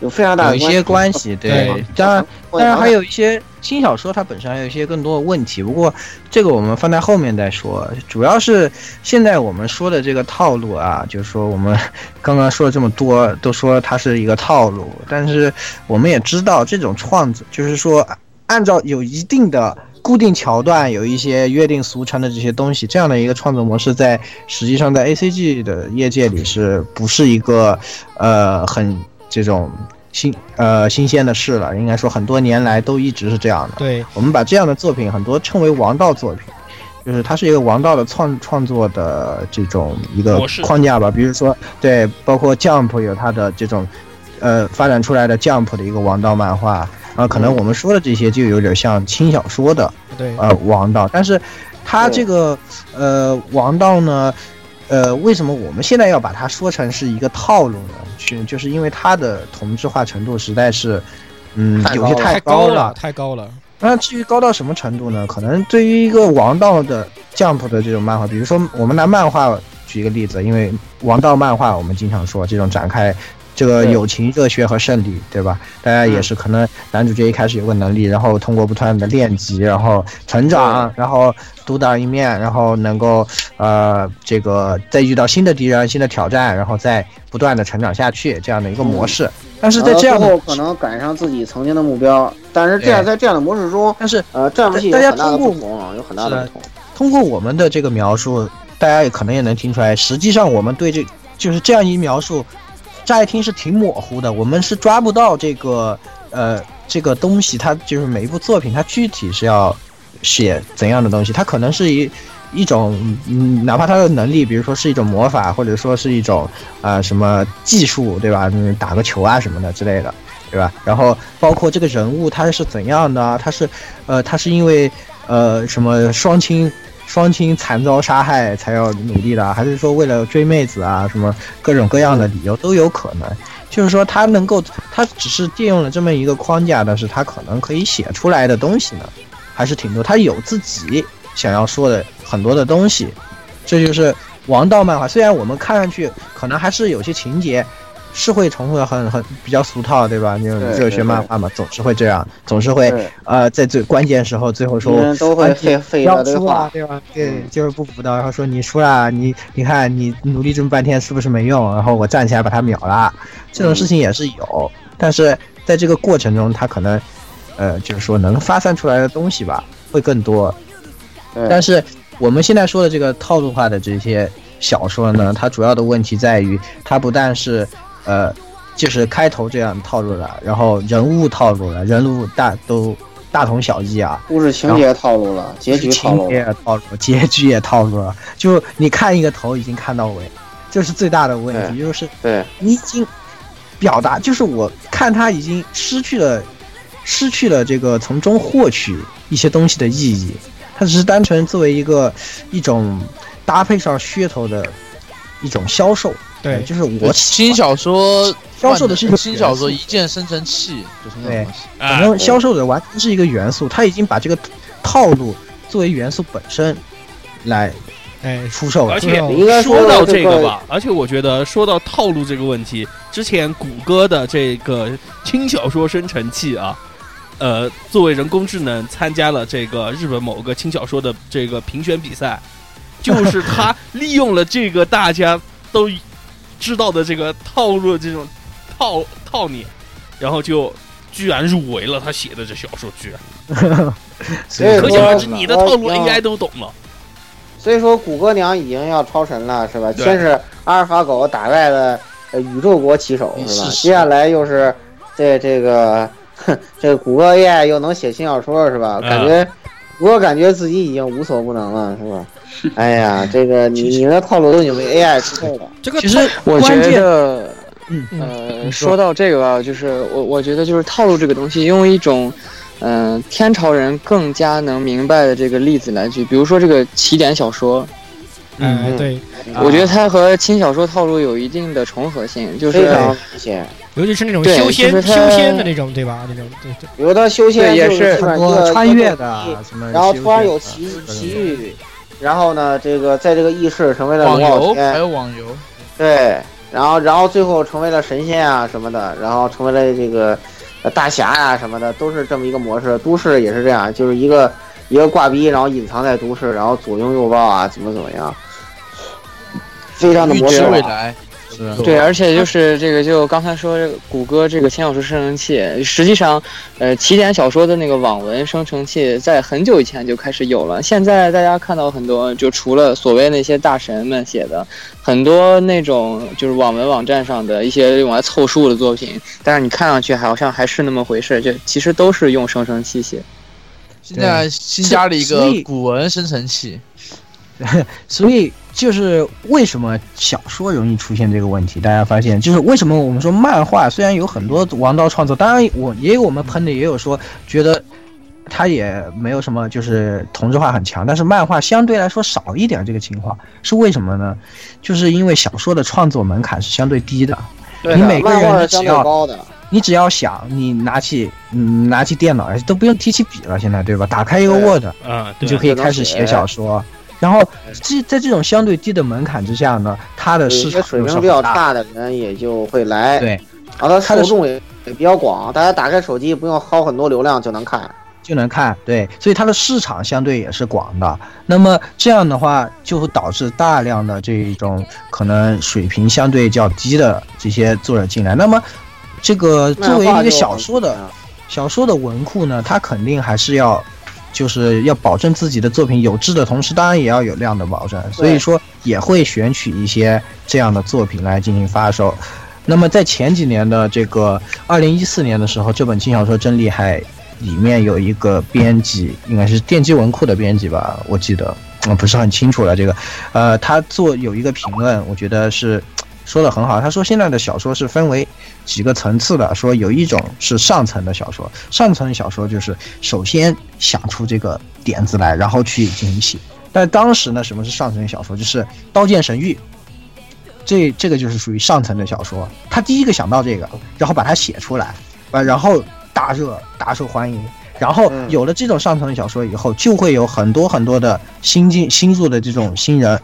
S1: 有非常大
S2: 有
S1: 的
S2: 一些
S1: 关
S2: 关
S1: 系。
S2: 系，
S5: 对
S2: 对，当然
S1: 我
S2: 当然还
S1: 有
S2: 有一些新小说，它本身还有一些更多的问题。不过这个我们放在后面再说。主要是现在我们说的这个套路啊，就是说我们 刚刚说了这么多，都说它是一个套路，但是我们也知道这种创作，就是说按照有一定的。固定桥段有一些约定俗成的这些东西，这样的一个创作模式在，实际上在 A C G 的业界里是不是一个呃很这种新呃新鲜的事了，应该说很多年来都一直是这样的。
S5: 对，
S2: 我们把这样的作品很多称为王道作品，就是它是一个王道的创创作的这种一个
S3: 模式
S2: 框架吧。比如说，对，包括 Jump 有它的这种，呃，发展出来的 Jump 的一个王道漫画，然后可能我们说的这些就有点像轻小说的
S5: 对，
S2: 呃王道，但是它这个呃王道呢，呃为什么我们现在要把它说成是一个套路呢？是就是因为它的同质化程度实在是，嗯
S1: 太，
S2: 有些
S1: 高了
S2: 太
S5: 高
S2: 高了。
S5: 太高了。
S2: 那至于高到什么程度呢？可能对于一个王道的 Jump 的这种漫画，比如说我们拿漫画举一个例子，因为王道漫画我们经常说这种展开。这个
S1: 对嗯
S2: 友情、热血和胜利，对吧？大家也是可能男主角一开始有个能力，然后通过不断的练级，然后成长，然后独当一面，然后能够呃这个再遇到新的敌人、新的挑战，然后再不断的成长下去这样的一个模式。但是在这样的
S1: 嗯呃后可能赶上自己曾经的目标，但是这样
S2: 对
S1: 在这样的模式中，
S2: 但是
S1: 呃，战术系有
S2: 大家
S1: 很大的
S2: 通
S1: 不
S2: 过
S1: 同，有很大
S2: 是
S1: 的
S2: 的
S1: 不同。
S2: 通过我们的这个描述，大家也可能也能听出来，实际上我们对这就是这样一描述，乍一听是挺模糊的，我们是抓不到这个呃这个东西，它就是每一部作品它具体是要写怎样的东西，它可能是一。一种，嗯，哪怕它的能力，比如说是一种魔法，或者说是一种，啊什么技术，对吧？嗯打个球啊什么的之类的，对吧？然后包括这个人物他是怎样的啊，他是，呃，他是因为呃什么双亲双亲惨遭杀害才要努力的啊，还是说为了追妹子啊，什么各种各
S1: 嗯
S2: 样的理由都有可能。就是说他能够，他只是借用了这么一个框架，但是他可能可以写出来的东西呢，还是挺多。他有自己想要说的很多的东西，这就是王道漫画。虽然我们看上去可能还是有些情节。是会重复的很很比较俗套，对吧？那种
S1: 对
S2: 热血
S1: 对
S2: 漫画嘛，总是会这样，总是会
S1: 对，
S2: 呃，在最关键时候，最后
S1: 别
S2: 说
S1: 人都会费费一大
S2: 要
S1: 堆
S2: 输啊
S1: 话，，
S2: 对吧？对，就是不服的，然后说你输了，你你看你努力这么半天是不是没用？然后我站起来把他秒了，这种事情也是有，但是在这个过程中，他可能，呃，就是说能发散出来的东西吧，会更多。
S1: 对
S2: 但是我们现在说的这个套路化的这些小说呢，它主要的问题在于，它不但是，呃，就是开头这样套路了，然后人物套路了，人物大都大同小异啊，
S1: 故事情节套路了，结局套
S2: 情
S1: 路
S2: 节
S1: 了，
S2: 也套路，结局也套路了。就你看一个头已经看到尾，这是最大的问题，就是
S1: 对，
S2: 你已经表达，就是我看他已经失去了，失去了这个从中获取一些东西的意义，它只是单纯作为一个一种搭配上噱头的一种销售。
S5: 对，
S2: 就是我
S4: 我新小说
S2: 销售的是一个
S4: 新小说
S2: 元素
S4: 一键生成器，就是那种东西。
S2: 反
S3: 啊，
S2: 正销售者完全是一个元素，他已经把这个套路作为元素本身来
S5: 哎，
S2: 出售了
S3: 而。且
S5: 这种
S1: 应该
S3: 说到这个
S1: 个，
S3: 吧，而且我觉得说到套路这个问题，之前谷歌的这个轻小说生成器啊，呃，作为人工智能参加了这个日本某个轻小说的这个评选比赛， 就是它利用了这个大家都知道的这个套路这种套套你，然后就居然入围了他写的这小说，居然
S1: 所以
S3: 可想而知你的套路
S1: 我要
S3: AI 都懂了。
S1: 所以说谷歌娘已经要超神了，是吧？
S3: 对
S1: 先是阿尔法狗打败了呃宇宙国棋手，
S4: 嗯
S1: 是吧？
S4: 是是
S1: 接下来又是这这个哼这个谷歌 AI 又能写新小说，是吧？
S3: 嗯
S1: 感觉谷歌感觉自己已经无所不能了，是吧？哎呀，这个你你的套路都已经被 AI 吃透了，
S5: 这个
S2: 其实
S6: 我
S2: 关
S6: 觉
S2: 键
S6: 得，
S2: 嗯
S6: 呃，
S2: 你说
S6: 说到这个吧，就是我我觉得就是套路这个东西，用一种，嗯、天朝人更加能明白的这个例子来举，比如说这个起点小说，
S5: 哎，
S2: 嗯
S5: 对，
S6: 我
S1: 啊
S6: 觉得它和轻小说套路有一定的重合性，就
S1: 非
S6: 是
S1: 常明显，
S5: 尤其是那种
S6: 对
S5: 修仙
S6: 就是它
S5: 修仙的那种，对吧？那种对对，
S1: 有的修仙
S6: 对也
S1: 就是基本
S2: 很
S1: 上
S2: 多
S1: 一个
S2: 穿越的什么，
S1: 然后突然有奇奇遇，然后呢，这个在这个异世成为了
S4: 网
S1: 龙
S4: 游
S1: 傲
S4: 还
S1: 天，
S4: 有网游，
S1: 对，然后然后最后成为了神仙啊什么的，然后成为了这个呃大侠呀、什么的，都是这么一个模式。都市也是这样，就是一个一个挂逼，然后隐藏在都市，然后左拥右抱啊，怎么怎么样，非常的
S4: 预
S1: 模式啊
S4: 知未
S1: 化。
S4: 来，是
S6: 对，而且就是这个，就刚才说这个谷歌这个轻小说生成器，实际上，呃，起点小说的那个网文生成器在很久以前就开始有了。现在大家看到很多，就除了所谓那些大神们写的，很多那种就是网文网站上的一些用来凑数的作品，但是你看上去好像还是那么回事，就其实都是用生成器写。
S4: 现在新加了一
S2: 所
S4: 个
S2: 以
S4: 古文生成器，
S2: 啊所以就是为什么小说容易出现这个问题？大家发现，就是为什么我们说漫画虽然有很多王道创作，当然我也有我们喷的，也有说觉得它也没有什么就是同质化很强，但是漫画相对来说少一点这个情况，是为什么呢？就是因为小说的创作门槛是相对低的，
S1: 对
S2: 你
S1: 的
S2: 每个
S1: 漫画
S2: 人
S1: 是相对
S2: 你只要
S1: 高的，
S2: 你只要想，你拿起嗯拿起电脑都不用提起笔了，现在对吧？打开一个
S1: 对啊
S2: Word，
S3: 嗯，
S2: 你
S3: 对
S2: 啊就可以开始写
S1: 哎
S2: 小说。然后这在这种相对低的门槛之下呢，它的
S1: 有
S2: 市
S1: 一些
S2: 场
S1: 水
S2: 又
S1: 平
S2: 是很
S1: 比较
S2: 大的。
S1: 差的人也就会来，
S2: 对，
S1: 然后它
S2: 它
S1: 受
S2: 的
S1: 众也也比较广，大家打开手机不用薅很多流量就能看。
S2: 就能看，对，所以它的市场相对也是广的。那么这样的话，就会导致大量的这种可能水平相对较低的这些作者进来。那么，这个作为
S1: 漫画就嗯
S2: 一个小说的小说的文库呢，它肯定还是要，就是要保证自己的作品有质的同时，当然也要有量的保证。所以说也会选取一些这样的作品来进行发售。那么在前几年的这个二零一四年的时候，这本轻小说真厉害里面有一个编辑，应该是电击文库的编辑吧，我记得，嗯，不是很清楚了。这个，呃，他做有一个评论，我觉得是说的很好。他说现在的小说是分为几个层次的，说有一种是上层的小说，上层小说就是首先想出这个点子来，然后去进行写。但当时呢，什么是上层小说？就是《刀剑神域》。这这个就是属于上层的小说，他第一个想到这个，然后把它写出来，啊，然后大热大受欢迎，然后
S1: 嗯
S2: 有了这种上层的小说以后，就会有很多很多的新进新入的这种新人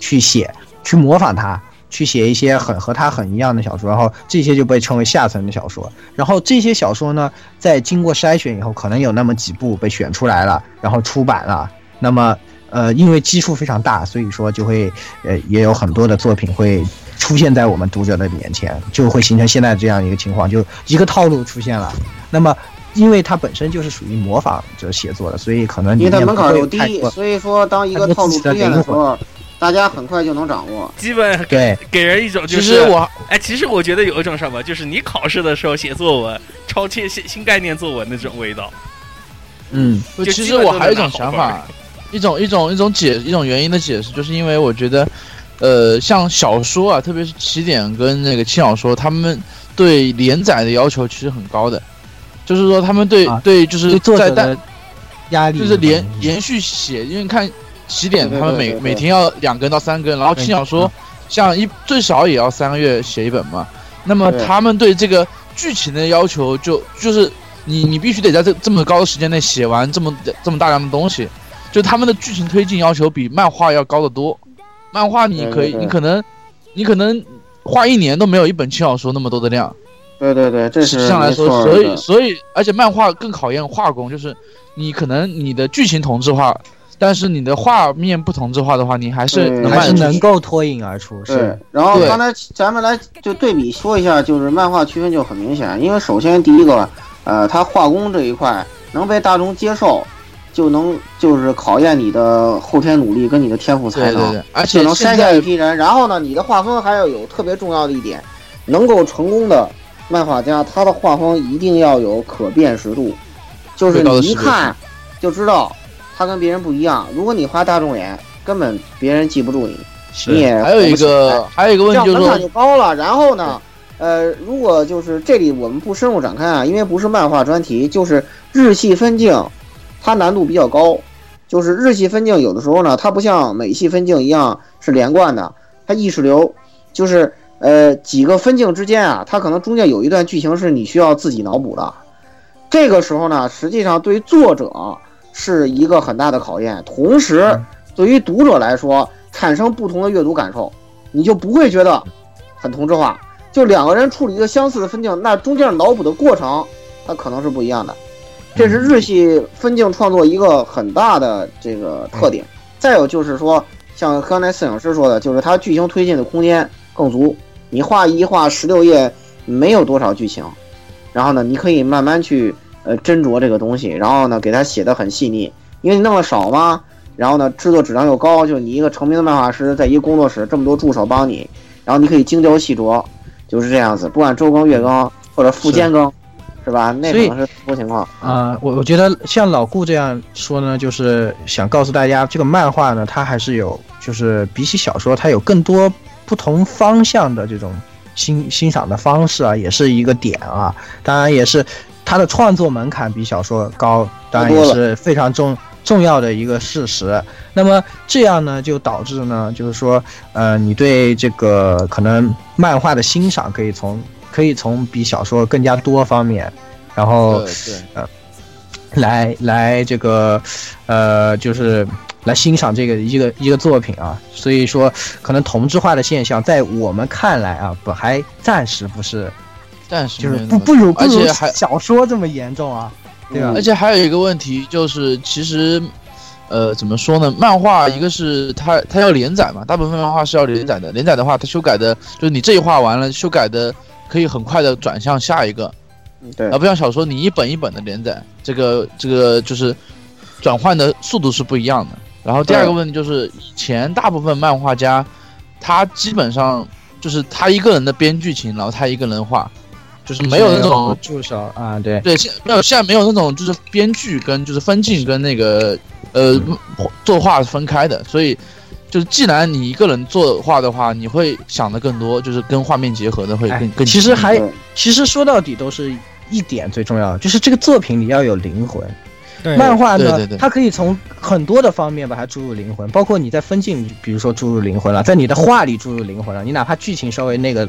S2: 去写，去模仿他，去写一些很和他很一样的小说，然后这些就被称为下层的小说。然后这些小说呢，在经过筛选以后，可能有那么几部被选出来了，然后出版了。那么，呃，因为基数非常大，所以说就会，呃，也有很多的作品会出现在我们读者的眼前，就会形成现在这样一个情况，就一个套路出现了。那么，因为它本身就是属于模仿者写作的，所以可能
S1: 因为它门槛
S2: 里
S1: 又
S2: 面不会有太
S1: 低，
S2: 多
S1: 所以说当一个套路出现的时候，大家很快就能掌握。
S3: 基本
S2: 对。
S3: 给人一种就
S4: 其
S3: 是
S4: 实我
S3: 哎，其实我觉得有一种什么，就是你考试的时候写作文，抄写新新概念作文那种味道。
S2: 嗯，
S3: 就
S4: 其
S3: 基
S4: 实
S3: 本
S4: 我
S3: 都
S4: 还有一
S3: 能
S4: 种
S3: 拿
S4: 想
S3: 好分儿
S4: 法，一种一种一种解一种原因的解释，就是因为我觉得，呃，像小说啊，特别是起点跟那个轻小说，他们对连载的要求其实很高的，就是说他们对、
S2: 啊
S4: 对就是
S2: 对作
S4: 在
S2: 者
S4: 单
S2: 的压力
S4: 就是连
S2: 可能
S4: 连续写，因为你看起点
S1: 嗯对对
S4: 他们
S1: 对
S4: 每
S1: 对对
S4: 每天要两更到三更，然后
S2: 对
S4: 轻小说像一最少也要三个月写一本嘛。那么
S1: 对
S4: 他们对这个剧情的要求就就是你你必须得在这这么高的时间内写完这么这么大量的东西，就他们的剧情推进要求比漫画要高得多。漫画你
S1: 对
S4: 可
S1: 对
S4: 以
S1: 对
S4: 你可能你可能画一年都没有一本轻小说那么多的量。
S1: 对对对，这
S4: 实
S1: 是
S4: 际上来说，
S1: 没错
S4: 所
S1: 的
S4: 以所以而且漫画更考验画工，就是你可能你的剧情同质化，但是你的画面不同质化的话，你还是
S1: 对
S4: 能
S2: 还
S4: 卖
S2: 是
S4: 得出
S2: 能
S4: 去。
S2: 够脱颖而出，
S1: 对
S2: 是，
S1: 然后
S4: 对
S1: 刚才咱们来就对比说一下，就是漫画区分就很明显，因为首先第一个，呃，它画工这一块能被大众接受，就能就是考验你的后天努力跟你的天赋才
S4: 对对
S1: 能，
S4: 对，而
S1: 就
S4: 且
S1: 能筛
S4: 现
S1: 下一
S4: 在
S1: 批人。然后呢，你的画风还要有特别重要的一点，能够成功的漫画家，他的画风一定要有可辨识度，就是
S4: 最高的
S1: 你一
S4: 识别
S1: 看就知道他跟别人不一样。如果你画大众脸，根本别人记不住你。你也
S4: 还有一
S1: 红不起来
S4: 个还有一
S1: 这
S4: 个问
S1: 样
S4: 题就是
S1: 门槛就
S4: 说，
S1: 高了。然后呢，呃，如果就是这里我们不深入展开啊，因为不是漫画专题，就是日系分镜，它难度比较高。就是日系分镜有的时候呢，它不像美系分镜一样是连贯的，它意识流就是呃几个分镜之间啊，它可能中间有一段剧情是你需要自己脑补的。这个时候呢，实际上对于作者是一个很大的考验，同时对于读者来说产生不同的阅读感受，你就不会觉得很同质化。就两个人处理一个相似的分镜，那中间脑补的过程，它可能是不一样的。这是日系分镜创作一个很大的这个特点。再有就是说，像刚才摄影师说的，就是它剧情推进的空间更足。你画一画十六页，没有多少剧情，然后呢，你可以慢慢去呃斟酌这个东西，然后呢，给它写的很细腻，因为你弄的少嘛，然后呢，制作质量又高，就是你一个成名的漫画师，在一个工作室这么多助手帮你，然后你可以精雕细琢，就是这样子，不管周更、月更或者复间更，是吧？那可
S2: 所以
S1: 能是特殊情况。
S2: 啊、我我觉得像老顾这样说呢，就是想告诉大家，这个漫画呢，它还是有，就是比起小说，它有更多不同方向的这种欣欣赏的方式啊，也是一个点啊。当然也是它的创作门槛比小说高，当然也是非常重重要的一个事实。那么这样呢，就导致呢，就是说，呃，你对这个可能漫画的欣赏可以从可以从比小说更加多方面，然后。
S4: 对，
S2: 来来这个，呃，就是来欣赏这个一个一个作品啊。所以说，可能同质化的现象在我们看来啊，不还暂时不是，
S4: 但是
S2: 就是
S4: 没有那
S2: 不
S4: 么
S2: 不如不
S4: 而
S2: 如
S4: 且还嗯
S2: 小说这么严重啊，对吧
S4: 而？且还有一个问题就是，其实，呃，怎么说呢？漫画一个是它它要连载嘛，大部分漫画是要连载的。连载的话，它修改的就是你这一画完了，修改的可以很快的转向下一个，
S1: 嗯
S2: 呃
S1: 对
S4: 而，不像小说你一本一本的连载，这个这个就是转换的速度是不一样的。然后第二个问题就是，以前大部分漫画家，他基本上就是他一个人的编剧情，然后他一个人画，就是没有那种
S2: 助手啊，对，
S4: 对，现没有现在没有那种就是编剧跟就是分镜跟那个呃作画是分开的，所以就是既然你一个人作画的话，你会想的更多，就是跟画面结合的会
S2: 哎
S4: 更更。
S2: 其实还
S1: 对
S2: 其实说到底都是一点最重要的，就是这个作品里要有灵魂。
S5: 对，
S2: 漫画呢，
S4: 对对对
S2: 它可以从很多的方面把它注入灵魂，包括你在分镜里，比如说注入灵魂了，在你的画里注入灵魂了，你哪怕剧情稍微那个。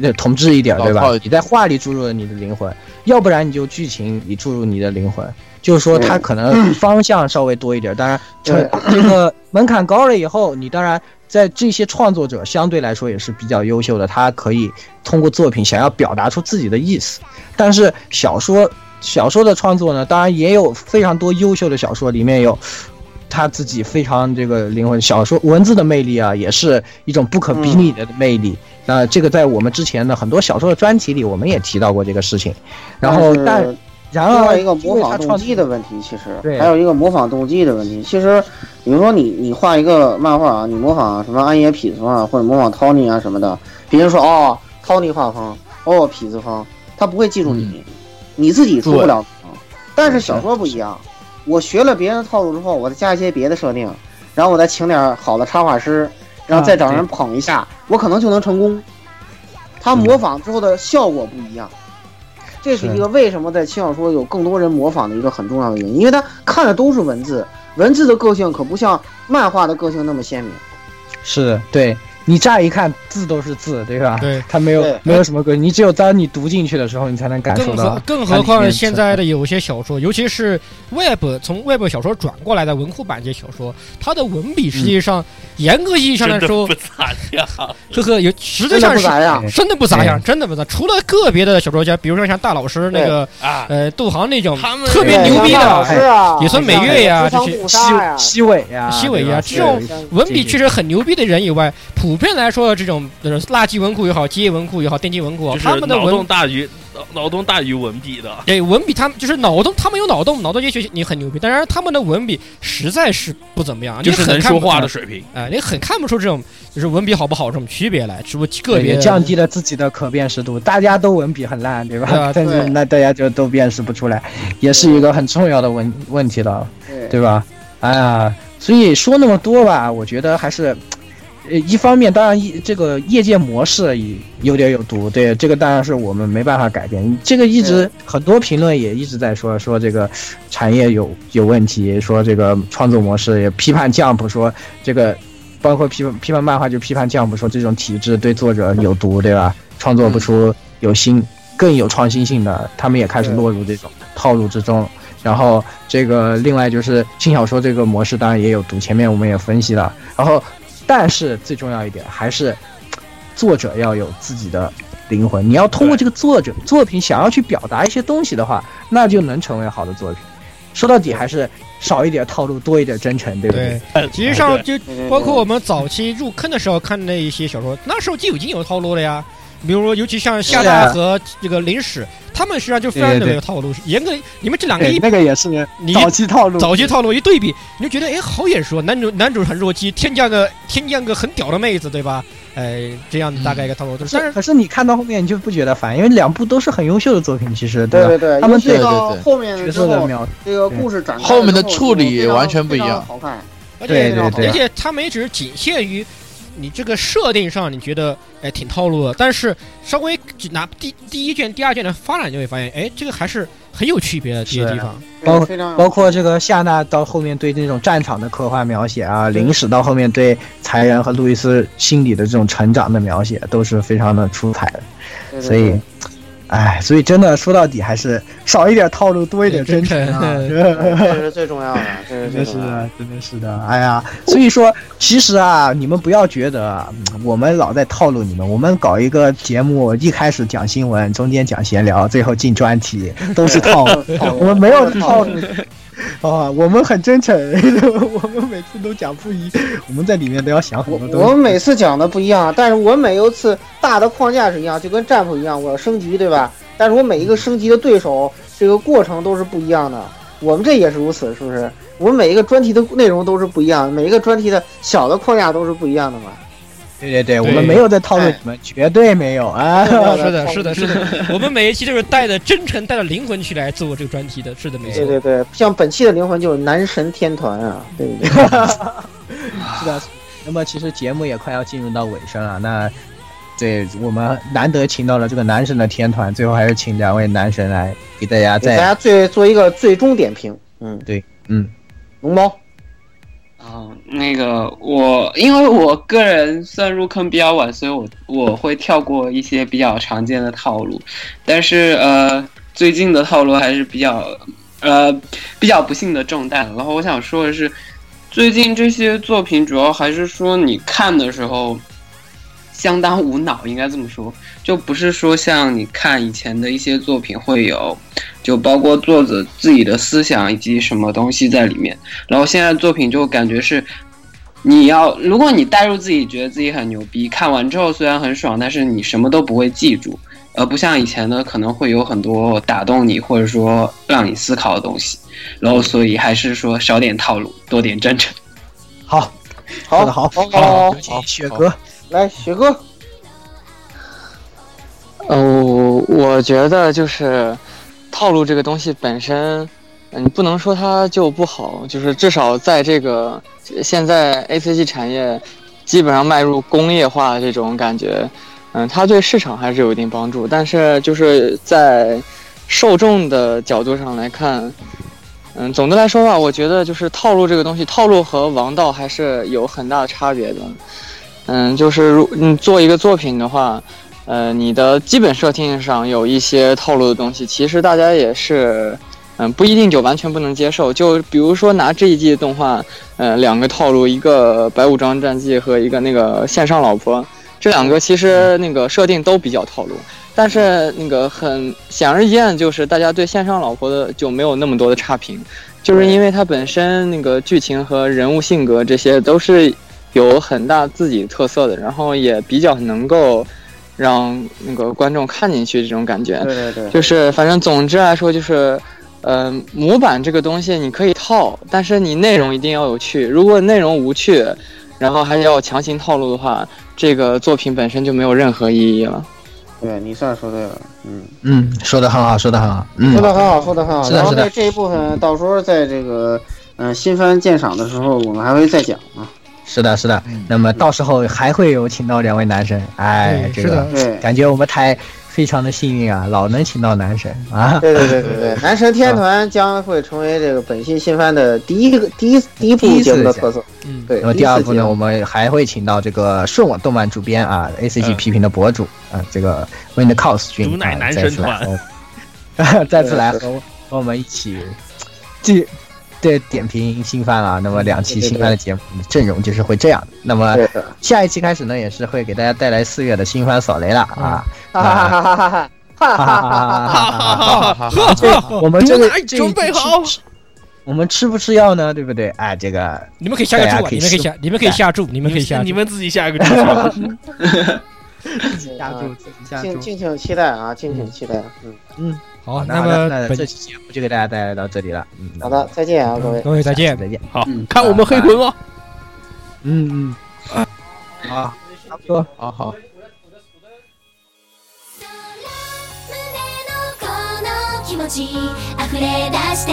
S2: 呃同质一点，对吧
S4: 老套一？点
S2: 你在画里注入了你的灵魂，要不然你就剧情里注入你的灵魂。就是说，它可能方向稍微多一点，当然，这这个门槛高了以后，你当然在这些创作者相对来说也是比较优秀的，他可以通过作品想要表达出自己的意思。但是小说小说的创作呢，当然也有非常多优秀的小说，里面有他自己非常这个灵魂小说文字的魅力啊，也是一种不可比拟的魅力。
S1: 嗯
S2: 那这个在我们之前的很多小说的专题里，我们也提到过这个事情。然后，
S1: 是
S2: 但然
S1: 另
S2: 而
S1: 外一个模
S2: 因为他
S1: 仿动
S2: 创
S1: 机的问题，其
S2: 对
S1: 实还有一个模仿动机的问题。其实，比如说你你画一个漫画啊，你模仿什么安野痞子风啊，或者模仿 Tony 啊什么的，别人说哦 Tony 画风，哦痞子风，他不会记住你，
S2: 嗯
S1: 你自己出不了名。但是小说不一样，我学了别人的套路之后，我再加一些别的设定，然后我再请点好的插画师，然
S2: 啊
S1: 后再找人捧一下，我可能就能成功。
S2: 嗯
S1: 他模仿之后的效果不一样，这是一个为什么在轻小说有更多人模仿的一个很重要的原因，因为他看的都是文字，文字的个性可不像漫画的个性那么鲜明。
S2: 是对你乍一看字都是字，对吧？
S5: 对，
S2: 它没有
S1: 对
S2: 没有什么规律，你只有当你读进去的时候，你才能感受
S5: 更
S2: 到
S5: 何。更
S2: 它
S5: 何
S2: 里
S5: 况
S2: 面
S5: 现
S2: 存
S5: 在的有些小说，尤其是 Web 从 Web 小说转过来的文库版这些小说，它的文笔实
S1: 嗯
S5: 际上、严格意义上
S3: 真
S5: 来
S3: 的
S5: 说
S3: 不，咋样。
S5: 呵呵，有实际
S1: 真的
S5: 上
S1: 不
S5: 是
S1: 咋样，
S5: 真的不咋样，真的不咋。除了个别的小说家，比如说像大老师那个
S3: 啊，
S5: 呃杜航那种
S3: 他们
S5: 特别
S1: 对
S5: 牛
S2: 哎
S5: 逼
S1: 像大
S5: 的
S1: 老师啊，
S5: 也算美月呀
S1: 像那个
S5: 这些
S1: 朱
S2: 西
S1: 砂呀，
S2: 西尾呀，
S5: 西尾
S2: 啊对
S5: 呀
S1: 啊
S2: 吧
S5: 这种文笔确实很牛逼的人以外，普遍来说的这种就是垃圾文库也好，街文库也好，电竞文库也好，
S3: 就是
S5: 他们的
S3: 脑
S5: 文
S3: 洞大于脑脑洞大于文笔的，
S5: 对哎文笔，他们就是脑洞，他们有脑洞，脑洞也许你很牛逼，但是他们的文笔实在是不怎么样，
S3: 就是
S5: 你很
S3: 能
S5: 看
S3: 说
S5: 不
S3: 话的水平。
S5: 哎，你很看不出这种就是文笔好不好这种区别来，只不过个
S2: 对
S5: 别
S2: 也降低了自己的可辨识度，大家都文笔很烂，对吧？
S5: 对啊
S2: 但是
S1: 对
S2: 那大家就都辨识不出来，也是一个很重要的问问题了，
S1: 对
S2: 对吧？哎呀，所以说那么多吧，我觉得还是呃，一方面当然一这个业界模式也有点有毒，对，这个当然是我们没办法改变。这个一直很多评论也一直在说说这个产业有有问题，说这个创作模式也批判 Jump 说这个，包括批判批判漫画就批判 Jump 说这种体制对作者有毒，对吧？创作不出有新更有创新性的，他们也开始落入这种套路之中。然后这个另外就是轻小说这个模式当然也有毒，前面我们也分析了。然后但是最重要一点还是作者要有自己的灵魂。你要通过这个作者作品想要去表达一些东西的话，那就能成为好的作品。说到底还是少一点套路，多一点真诚，对不对？
S5: 对，其实上就包括我们早期入坑的时候看那一些小说，那时候就已经有套路了呀。比如说，尤其像夏大和这个林史，他们实际上就非常
S2: 对
S5: 的
S2: 啊对
S5: 有套路。严格，你们这两个
S8: 对
S5: 一
S8: 那个也是
S5: 你
S8: 早期套路，
S2: 嗯
S5: 早期套路一对比，你就觉得哎，好眼熟啊，男主男主很弱鸡，天降个天降个很屌的妹子，对吧？哎，这样大概一个套路。但是
S2: 可是你看到后面你就不觉得烦，因为两部都是很优秀的作品，其实
S1: 对
S2: 吧？
S1: 对对，
S2: 他们
S1: 尤其
S4: 对
S1: 到
S4: 对对
S1: 后面
S2: 角
S1: 之
S2: 色的
S1: 后，
S2: 描，
S1: 这个故事展开
S4: 后面的
S1: 之
S4: 处理
S1: 非常
S4: 完全不一
S1: 非常
S4: 样
S1: 好看，
S5: 而
S2: 对
S5: 且
S2: 对对
S5: 而，且他们也只是仅限于你这个设定上，你觉得哎挺套路的，但是稍微只拿第第一卷、第二卷的发展，你就会发现哎，这个还是很有区别的这些
S2: 是啊
S5: 地方。
S2: 包括
S1: 非常
S2: 包括这个夏娜到后面对那种战场的刻画描写啊，林史到后面对才人和路易斯心理的这种成长的描写，都是非常的出彩的。
S1: 对对
S2: 所以，哎，所以真的说到底还是少一点套路，多一点真诚啊。
S1: 对这是最重要的，这是
S8: 真的
S1: 最
S8: 是
S1: 重要的。
S8: 的，真的是的。
S2: 哎呀，所以说，其实啊，你们不要觉得啊嗯我们老在套路你们。我们搞一个节目，一开始讲新闻，中间讲闲聊，最后进专题，都是套路。我们没有套路啊，我们很真诚， 我们每次都讲不一，我们在里面都要想很
S1: 我
S2: 多
S1: 我
S2: 东
S1: 们
S2: 西。
S1: 每次讲的不一样，但是我每一次大的框架是一样，就跟占卜一样，我要升级，对吧？但是我每一个升级的对手，这个过程都是不一样的。我们这也是如此，是不是？我们每一个专题的内容都是不一样，每一个专题的小的框架都是不一样的嘛。
S2: 对对对，我们没有在套路你们，绝对没有啊。
S5: 是的，是的，是的，我们每一期都是带着真诚、带着灵魂去来做这个专题的，是的，没错
S1: 对。对对，像本期的灵魂就是男神天团啊，对不对？
S2: 是的，那么其实节目也快要进入到尾声了，那对我们难得请到了这个男神的天团，最后还是请两位男神来给大家
S1: 给大
S2: 再
S1: 家最做一个最终点评。嗯，
S2: 嗯
S1: 龙猫，
S7: 哦，那个我因为我个人算入坑比较晚，所以我我会跳过一些比较常见的套路，但是呃，最近的套路还是比较呃比较不幸的中弹。然后我想说的是，最近这些作品主要还是说你看的时候相当无脑，应该这么说，就不是说像你看以前的一些作品会有，就包括作者自己的思想以及什么东西在里面。然后现在作品就感觉是，你要如果你带入自己，觉得自己很牛逼，看完之后虽然很爽，但是你什么都不会记住，而不像以前的可能会有很多打动你或者说让你思考的东西。然后所以还是说少点套路，多点真诚。
S2: 好，
S1: 好
S2: 说得好，
S1: 好
S2: 好，
S1: 好
S2: 有请雪哥，
S1: 来雪哥，
S6: 呃，我我觉得就是套路这个东西本身，嗯，你不能说它就不好，就是至少在这个现在 A C G 产业基本上迈入工业化这种感觉，嗯，它对市场还是有一定帮助，但是就是在受众的角度上来看。嗯，总的来说吧，我觉得就是套路这个东西，套路和王道还是有很大的差别的。嗯，就是如你做一个作品的话，呃，你的基本设定上有一些套路的东西，其实大家也是，嗯、不一定就完全不能接受。就比如说拿这一季的动画，呃，两个套路，一个白武装战记和一个那个线上老婆，这两个其实那个设定都比较套路，但是那个很显而易见，就是大家对线上老婆的就没有那么多的差评，就是因为它本身那个剧情和人物性格这些都是有很大自己特色的，然后也比较能够。让那个观众看进去这种感觉。
S1: 对对对，
S6: 就是反正总之来说就是，呃，模板这个东西你可以套，但是你内容一定要有趣。如果内容无趣，然后还要强行套路的话，这个作品本身就没有任何意义了。
S1: 对你算说对了，嗯。
S2: 嗯，说的很好，说的很好，
S1: 说
S2: 嗯，
S1: 的很好，说的很好。
S2: 是的
S1: 然后
S2: 是的
S1: 在这一部分，到时候在这个嗯、呃新番鉴赏的时候，我们还会再讲啊。
S2: 是的，是的。
S4: 嗯
S2: 那么到时候还会有请到两位男神，哎这
S5: 对，是
S2: 个
S5: 的，
S1: 对
S2: 感觉我们台非常的幸运啊，老能请到男神啊。
S1: 对对对对对，男神天团将会成为这个本系新番的第一个第一第一
S2: 第一
S1: 部
S2: 次
S1: 节目的
S2: 节目
S1: 特色。
S3: 嗯，
S1: 对，
S2: 那么第二部
S1: 一次节
S2: 呢，
S1: 目
S2: 我们还会请到这个顺网动漫主编啊，A C G
S3: 嗯
S2: 批评的博主啊，这个 Wind Cos 君
S3: 毒奶
S2: 啊，
S3: 男
S2: 再
S3: 神
S2: 次来
S3: 团
S2: 和我， 再次来和我和我们一起继对点评新番啊。
S3: 嗯
S2: 那么两期
S1: 对对
S2: 新番的节目阵容就是会这样的。那么
S1: 对的，
S2: 下一期开始呢，也是会给大家带来四月的新番扫雷了啊！
S1: 哈哈哈哈哈哈哈哈
S2: 哈哈
S1: 哈哈！
S2: 哈哈哈哈！
S4: 哈哈哈！
S2: 我们这个
S3: 嗯毒奶
S2: 这一
S3: 准备
S2: 期
S3: 好
S2: 吃，我们吃不吃药呢？对不对？哎，这个
S5: 你们可以下个
S2: 大家
S5: 注啊，
S2: 可以
S5: 你们可以
S2: 试
S5: 下，你们可以下注，你们可以下注，
S3: 你们自己下一个主角。啊
S2: 下注自己
S1: 嗯
S2: 下
S1: 敬
S2: 注。
S1: 敬请期待啊，敬请期待。嗯，
S5: 好，
S2: 那
S5: 那
S2: 么
S5: 么
S2: 那
S5: 本
S2: 这期节目就给大家带来到这里了。嗯，
S1: 好的，再见啊，各位。
S5: 各位再见。
S2: 再见。
S3: 好
S7: 嗯，
S3: 看我们黑魂哦。
S2: 嗯嗯，好，差不多。
S4: 好好。
S9: 胸のこの気持ち溢れ出して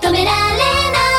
S9: 止められない